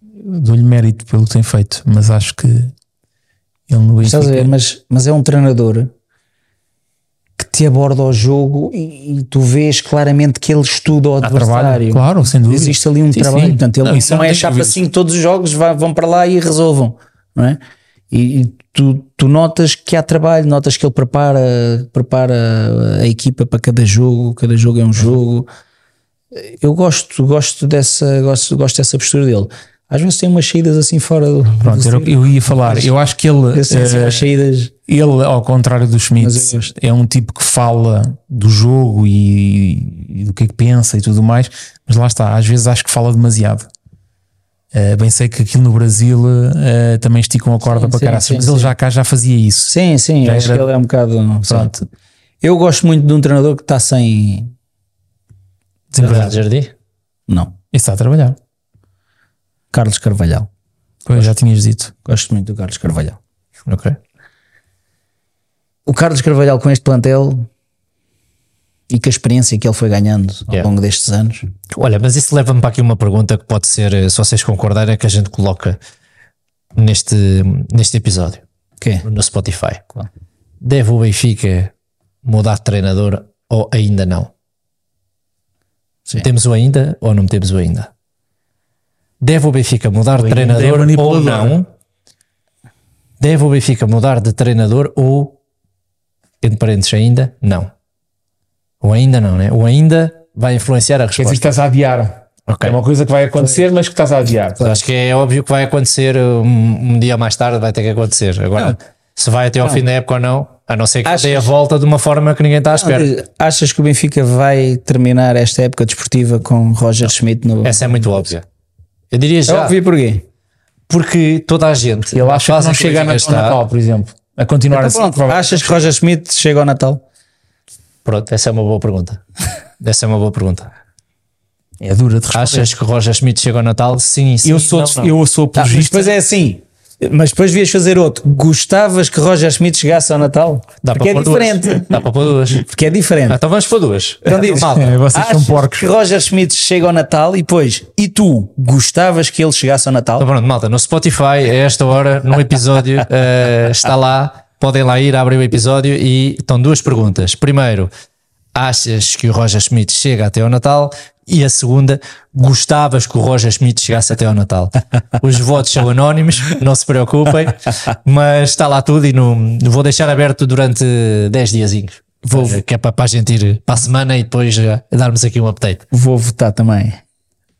S3: dou-lhe mérito pelo que tem feito, mas acho que ele no
S2: Estás a ver?
S3: Benfica-
S2: Mas, mas é um treinador que te aborda ao jogo e, e tu vês claramente que ele estuda o
S3: Há trabalho,
S2: adversário.
S3: claro, sem dúvida.
S2: Existe ali um
S3: Sim,
S2: trabalho.
S3: sim.
S2: Portanto, ele
S3: Não,
S2: não,
S3: isso um não
S2: é
S3: tenho
S2: chapa
S3: dúvidas.
S2: assim que todos os jogos vá- vão para lá e resolvam, não é? E, e tu, tu notas que há trabalho, notas que ele prepara, prepara a equipa para cada jogo, cada jogo é um jogo. Eu gosto, gosto dessa, gosto, gosto dessa postura dele. Às vezes tem umas saídas assim fora do.
S3: Pronto,
S2: do
S3: era o que eu ia falar. Eu acho que ele,
S2: Assim, assim,
S3: eh,
S2: umas saídas.
S3: ele ao contrário do
S2: Mas eu
S3: Schmidt,
S2: gosto.
S3: é um tipo que fala do jogo e, e do que é que pensa e tudo mais, mas lá está, às vezes acho que fala demasiado. Eh, bem sei que aquilo no Brasil eh, também esticam a corda
S2: Sim,
S3: para
S2: sim,
S3: caraças,
S2: sim,
S3: mas ele
S2: sim.
S3: já cá já fazia isso.
S2: Sim, sim,
S3: Já
S2: acho
S3: era-
S2: que ele é um bocado.
S3: Pronto,
S2: Eu gosto muito de um treinador que está sem. É
S3: desempregados.
S4: Jardim.
S2: Não,
S3: E está a trabalhar.
S2: Carlos Carvalhal.
S3: Pois, já tinhas dito.
S2: Gosto muito do Carlos Carvalhal.
S4: Ok.
S2: O Carlos Carvalhal com este plantel e com a experiência que ele foi ganhando ao
S4: Yeah.
S2: longo destes anos.
S4: Olha, mas isso leva-me para aqui uma pergunta que pode ser, eh, se vocês concordarem, é que a gente coloca neste, neste episódio,
S2: Quê?
S4: no Spotify. Deve o Benfica mudar de treinador ou ainda não?
S2: Sim.
S4: Temos o ainda ou não temos o ainda? Deve o Benfica mudar de
S3: ainda é
S4: treinador ou
S3: manipulador.
S4: não? Deve o Benfica mudar de treinador ou, entre parênteses, ainda não? O ainda não, né? O ainda vai influenciar a
S1: Quer dizer que
S4: resposta.
S1: estás a adiar.
S4: Ok.
S1: É uma coisa que vai acontecer, mas que estás a adiar.
S4: Então, Acho que é óbvio que vai acontecer um, um dia mais tarde, vai ter que acontecer. Agora, se vai até ao fim da época ou não, a não ser que
S2: Achas-
S4: dê a volta de uma forma que ninguém está à espera.
S2: Achas que o Benfica vai terminar esta época desportiva com Roger Schmidt no.
S4: Essa é muito óbvia. Eu diria
S2: é
S4: já,
S2: óbvio porquê?
S4: porque toda a gente.
S1: Ele
S4: na
S1: acha que
S4: fase
S1: não
S4: em o
S1: chega ao
S4: Benfica está-
S1: Natal, por exemplo. A continuar
S3: Então
S1: assim.
S2: Então Pronto,
S1: provavelmente.
S2: achas que Roger Schmidt chega ao Natal?
S4: Pronto, essa é uma boa pergunta. essa é uma boa pergunta.
S3: É dura de responder.
S4: Achas que Roger Schmidt chega ao Natal? Sim, sim.
S3: eu, sou,
S4: não, não.
S3: eu sou
S2: Tá, mas
S3: apologista.
S2: depois é assim. Mas depois devias fazer outro. Gostavas que Roger Schmidt chegasse ao Natal?
S4: Dá
S2: Porque é
S4: para pôr duas.
S2: diferente.
S4: Dá para pôr duas.
S2: Porque é diferente.
S4: Ah, Então vamos pôr duas.
S2: Então diz,
S4: Malta,
S3: É, vocês são
S2: achas
S3: porcos.
S2: que Roger Schmidt chega ao Natal e depois, e tu, gostavas que ele chegasse ao
S4: Então
S2: Natal?
S4: pronto, malta, no Spotify, a esta hora, num episódio, eh, está lá, podem lá ir, abrem o episódio e estão duas perguntas. Primeiro, achas que o Roger Schmidt chega até ao Natal? E a segunda, gostavas que o Roger Schmidt chegasse até ao Natal? Os votos são anónimos, não se preocupem, mas está lá tudo e não, vou deixar aberto durante 10 diazinhos. Vou, que é para, para a gente ir para a semana e depois eh, darmos aqui um update.
S2: Vou votar também.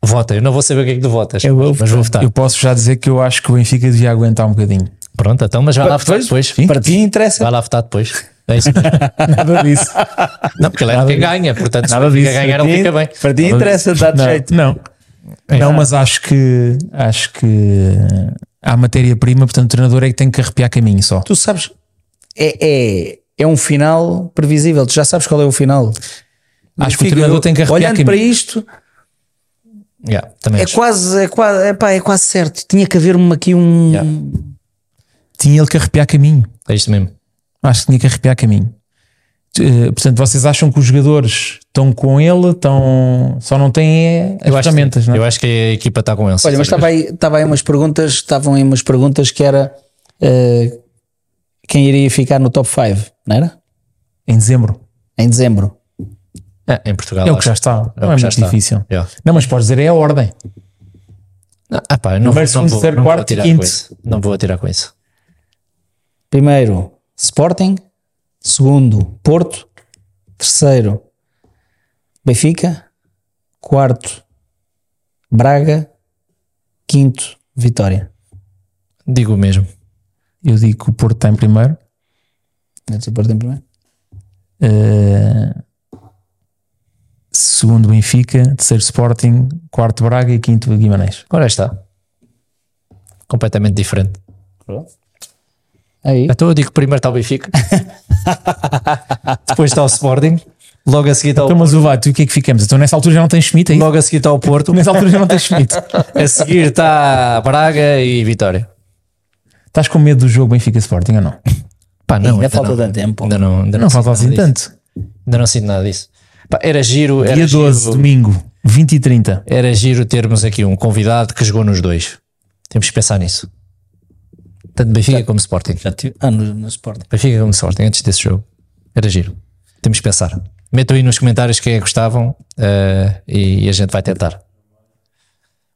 S4: Vota, eu não vou saber o que é que tu votas, mas vou votar.
S3: Eu posso já dizer que eu acho que o Benfica devia aguentar um bocadinho.
S4: Pronto, então, mas
S3: Ah,
S4: vai lá votar
S3: tá,
S4: depois.
S2: Para ti interessa.
S4: Vai lá votar depois. É isso mesmo.
S3: Nada disso.
S4: Não, porque ele é que ganha, portanto, se
S3: Nada
S4: ele
S3: disso.
S4: ganhar, ele fica bem.
S2: Para ti interessa, dá-te
S3: não,
S2: jeito.
S3: Não. Não, mas acho que acho que há matéria-prima, portanto o treinador é que tem que arrepiar caminho só.
S2: Tu sabes, é, é, é um final previsível. Tu já sabes qual é o final.
S3: Acho que o
S2: Fica-
S3: treinador tem que arrepiar
S2: Olhando
S3: caminho.
S2: para isto,
S4: Yeah, também
S2: é
S4: acho.
S2: quase, é quase, é pá, é quase certo. Tinha que haver aqui um.
S4: Yeah.
S3: Tinha ele que arrepiar caminho.
S4: É isto mesmo.
S3: Acho que tinha que arrepiar caminho. Eh, Portanto, vocês acham que os jogadores estão com ele, estão, só não têm as
S4: Eu acho,
S3: ferramentas,
S4: que,
S3: não é?
S4: eu acho que a equipa está com ele.
S2: Olha, mas tá estava aí, estava aí umas perguntas, estavam aí umas perguntas que era eh, quem iria ficar no top 5, não era?
S3: Em dezembro.
S2: Em dezembro.
S4: É, em Portugal.
S3: É o
S4: acho.
S3: que já está.
S4: É o
S3: Não é
S4: que
S3: muito
S4: já está.
S3: difícil.
S4: Yeah.
S3: Não, mas podes dizer é a ordem.
S4: Não, ah, pá, eu não,
S3: Primeiro,
S4: vou- não
S3: segundo,
S4: vou,
S3: terceiro,
S4: não vou
S3: quarto,
S4: atirar
S3: quinto.
S4: com isso. Não vou atirar com isso.
S2: Primeiro, Sporting. Segundo, Porto. Terceiro, Benfica. Quarto, Braga. Quinto, Vitória.
S4: Digo o mesmo.
S3: Eu digo que o Porto está em primeiro.
S2: Antes do Porto em primeiro.
S3: Eh, segundo Benfica, terceiro Sporting, quarto Braga e quinto Guimarães.
S4: Agora está. Completamente diferente.
S2: Aí.
S4: Então eu digo que primeiro está o Benfica. Depois está o Sporting. Logo a seguir está
S3: Então,
S4: o,
S3: mas o vai, tu o que é que ficamos? Então nessa altura já não tens Schmidt aí?
S4: logo a seguir está o Porto.
S3: Nessa altura já não tens Schmidt.
S4: A seguir está Braga e Vitória.
S3: Estás com medo do jogo Benfica Sporting ou não?
S4: Pá, não,
S2: Ainda falta
S4: não.
S2: tanto tempo.
S4: Ainda não, ainda
S3: Não
S4: sinto
S3: falta
S4: nada
S3: assim
S4: disso.
S3: tanto.
S4: Ainda não sinto nada disso. Pá, era giro. Era
S3: Dia
S4: giro,
S3: 12, domingo. 20 e 30.
S4: Era giro termos aqui um convidado que jogou nos dois. Temos que pensar nisso. Tanto Benfica como Sporting.
S2: Ah, no, no Sporting.
S4: Benfica como Sporting, antes desse jogo. Era giro. Temos que pensar. Metam aí nos comentários quem é que gostavam eh, e, e a gente vai tentar.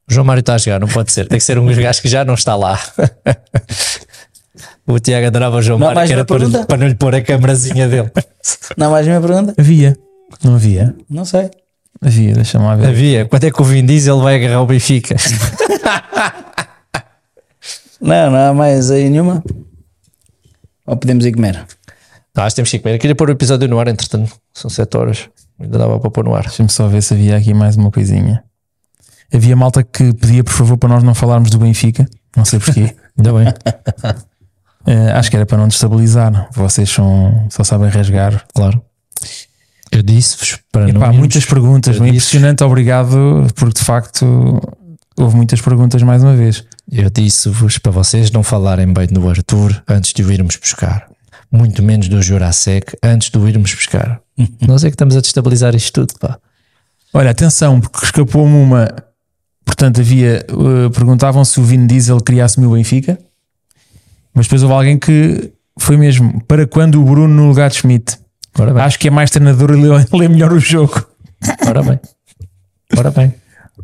S4: O João Mário está a jogar, não pode ser. Tem que ser um dos gajos que já não está lá. o Tiago adorava o João
S2: Não há
S4: Mário,
S2: mais
S4: que era
S2: uma
S4: para,
S2: pergunta?
S4: para não lhe pôr a câmerazinha dele.
S2: Não, mais uma pergunta?
S3: Havia. Não havia?
S2: Não sei.
S3: Havia, deixa-me lá ver.
S4: Havia. Quando é que o Vin Diesel vai agarrar o Benfica?
S2: Não, não há mais aí nenhuma. Ou podemos ir comer?
S4: Nós temos Tá, que comer. Eu queria pôr o episódio no ar, entretanto. São 7 horas. Ainda dava para pôr no ar.
S3: Deixa-me só ver se havia aqui mais uma coisinha. Havia malta que pedia, por favor, para nós não falarmos do Benfica. Não sei porquê.
S4: Ainda bem.
S3: Eh, acho que era para não destabilizar. Vocês são, só sabem rasgar.
S4: Claro. Eu disse-vos para
S3: Epá, há
S4: irmos-
S3: muitas perguntas.
S4: eu disse-
S3: Impressionante, obrigado, porque de facto houve muitas perguntas mais uma vez.
S4: Eu disse-vos para vocês não falarem bem do Arthur antes de o irmos buscar. Muito menos do Jurasek antes de o irmos buscar. Nós é que estamos a destabilizar isto tudo, pá.
S3: Olha, atenção, porque escapou-me uma. Portanto, havia. eh, perguntavam se o Vin Diesel queria assumir o Benfica, mas depois houve alguém que foi mesmo. Para quando o Bruno no lugar de Schmidt?
S4: Ora bem,
S3: Acho que é mais treinador e lê, lê melhor o jogo.
S4: ora bem. Ora bem.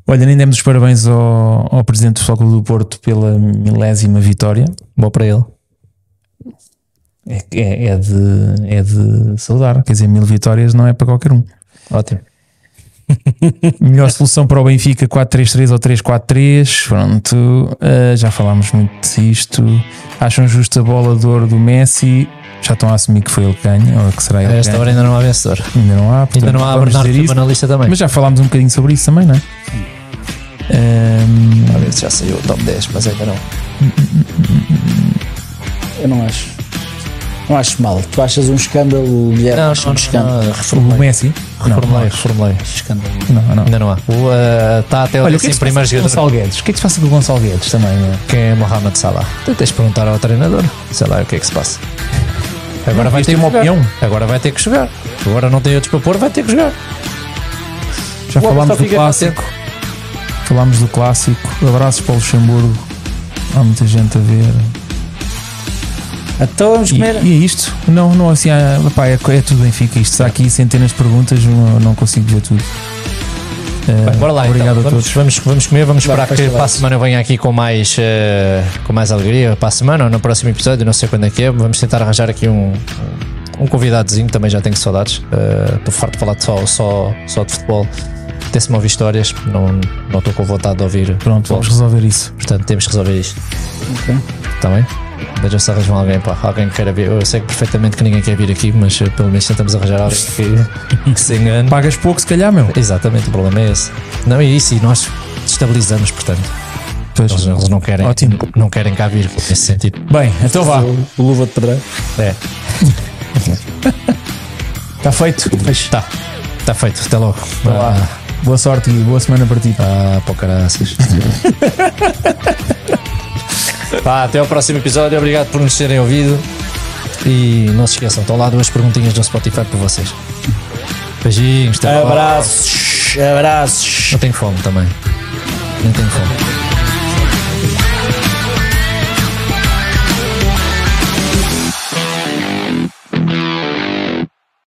S3: Olha, nem demos os parabéns ao, ao presidente do Futebol Clube do Porto pela milésima vitória.
S4: Bom para ele.
S3: É, é- é de, é de saudar. Quer dizer, mil vitórias não é para qualquer um.
S4: Ótimo.
S3: Melhor solução para o Benfica 4-3-3 ou 3-4-3. Pronto, eh, já falámos muito disto. Acham justa a bola de ouro do Messi? Já estão a assumir que foi ele que ganha, ou que será
S4: A
S3: ele que
S4: esta
S3: ganha.
S4: hora ainda não há vencedor.
S3: Ainda não há,
S4: Ainda
S3: portanto,
S4: não há
S3: vamos
S4: Bernardo
S3: dizer
S4: Silva
S3: isto.
S4: na lista também.
S3: Mas já falámos um bocadinho sobre isso também, não é? Ehm,
S4: Talvez já saiu o top 10, mas ainda não.
S2: Eu não acho. Não acho mal. Tu achas um escândalo, Guilherme?
S4: Não,
S2: Acho
S4: não,
S2: um escândalo. Um
S4: não,
S3: o
S4: reformulei.
S3: Messi? Não, é assim?
S4: Reformulei, reformulei.
S2: escândalo.
S3: não, não.
S4: Ainda não há. O, ah, Está até o
S3: Olha, o que é que se passa
S4: primeiro
S3: com o
S4: jogador.
S3: Gonçalo Guedes? O que é que se passa com o Gonçalo Guedes também? não é?
S4: Quem é Mohamed Salah? Tu tens de perguntar ao treinador. Sei lá o que é que se passa. Agora vai
S3: Isto
S4: ter
S3: é uma
S4: que jogar.
S3: opinião.
S4: Agora vai ter que jogar. Agora não tem outros para pôr, vai ter que jogar.
S3: Já
S4: O
S3: falámos
S4: Abel só
S3: do
S4: fica
S3: clássico. Falámos do clássico. Abraços para o Luxemburgo. Há muita gente a ver.
S2: Então vamos
S3: E,
S2: comer.
S3: e é isto. Não, não assim, ah, pá, é, é tudo Benfica. Isto está aqui centenas de perguntas, não, não consigo ver tudo. Eh,
S4: Bora lá,
S3: obrigado
S4: então.
S3: a
S4: vamos,
S3: todos.
S4: vamos, vamos comer, vamos
S2: Bora,
S4: esperar
S2: faz
S4: que para a
S2: trabalho.
S4: semana eu venha aqui com mais, eh, com mais alegria. Para a semana ou no próximo episódio, não sei quando é que é. Vamos tentar arranjar aqui um, um convidadozinho, também já tenho saudades. Eh, Estou farto de falar de só, só, só de futebol. Até-se me ouvir histórias, não não estou com vontade de ouvir.
S3: Pronto, vamos resolver isso.
S4: Portanto, temos que resolver isto.
S2: Ok.
S4: Está bem? Veja se arranjam alguém, pá. Alguém que queira vir. Eu sei que perfeitamente que ninguém quer vir aqui, mas eh, pelo menos tentamos arranjar alguém que, que se engane.
S3: Pagas pouco, se calhar, meu.
S4: Exatamente, o problema é esse. Não é isso, e nós destabilizamos, portanto.
S3: Pois.
S4: Eles, eles não, querem,
S3: Ótimo.
S4: não querem cá vir nesse sentido.
S3: Bem, então vá.
S2: O luva de pedreiro.
S4: É.
S3: Está feito.
S4: Tá. Está feito, até logo.
S3: lá. Boa sorte e boa semana para ti.
S4: Ah, ah pô, caraças. Pá, até ao próximo episódio. Obrigado por nos terem ouvido. E não se esqueçam, estão lá duas perguntinhas no Spotify para vocês. Beijinhos, até logo.
S2: Abraços. Abraços.
S4: Eu tenho fome também. Nem tenho fome.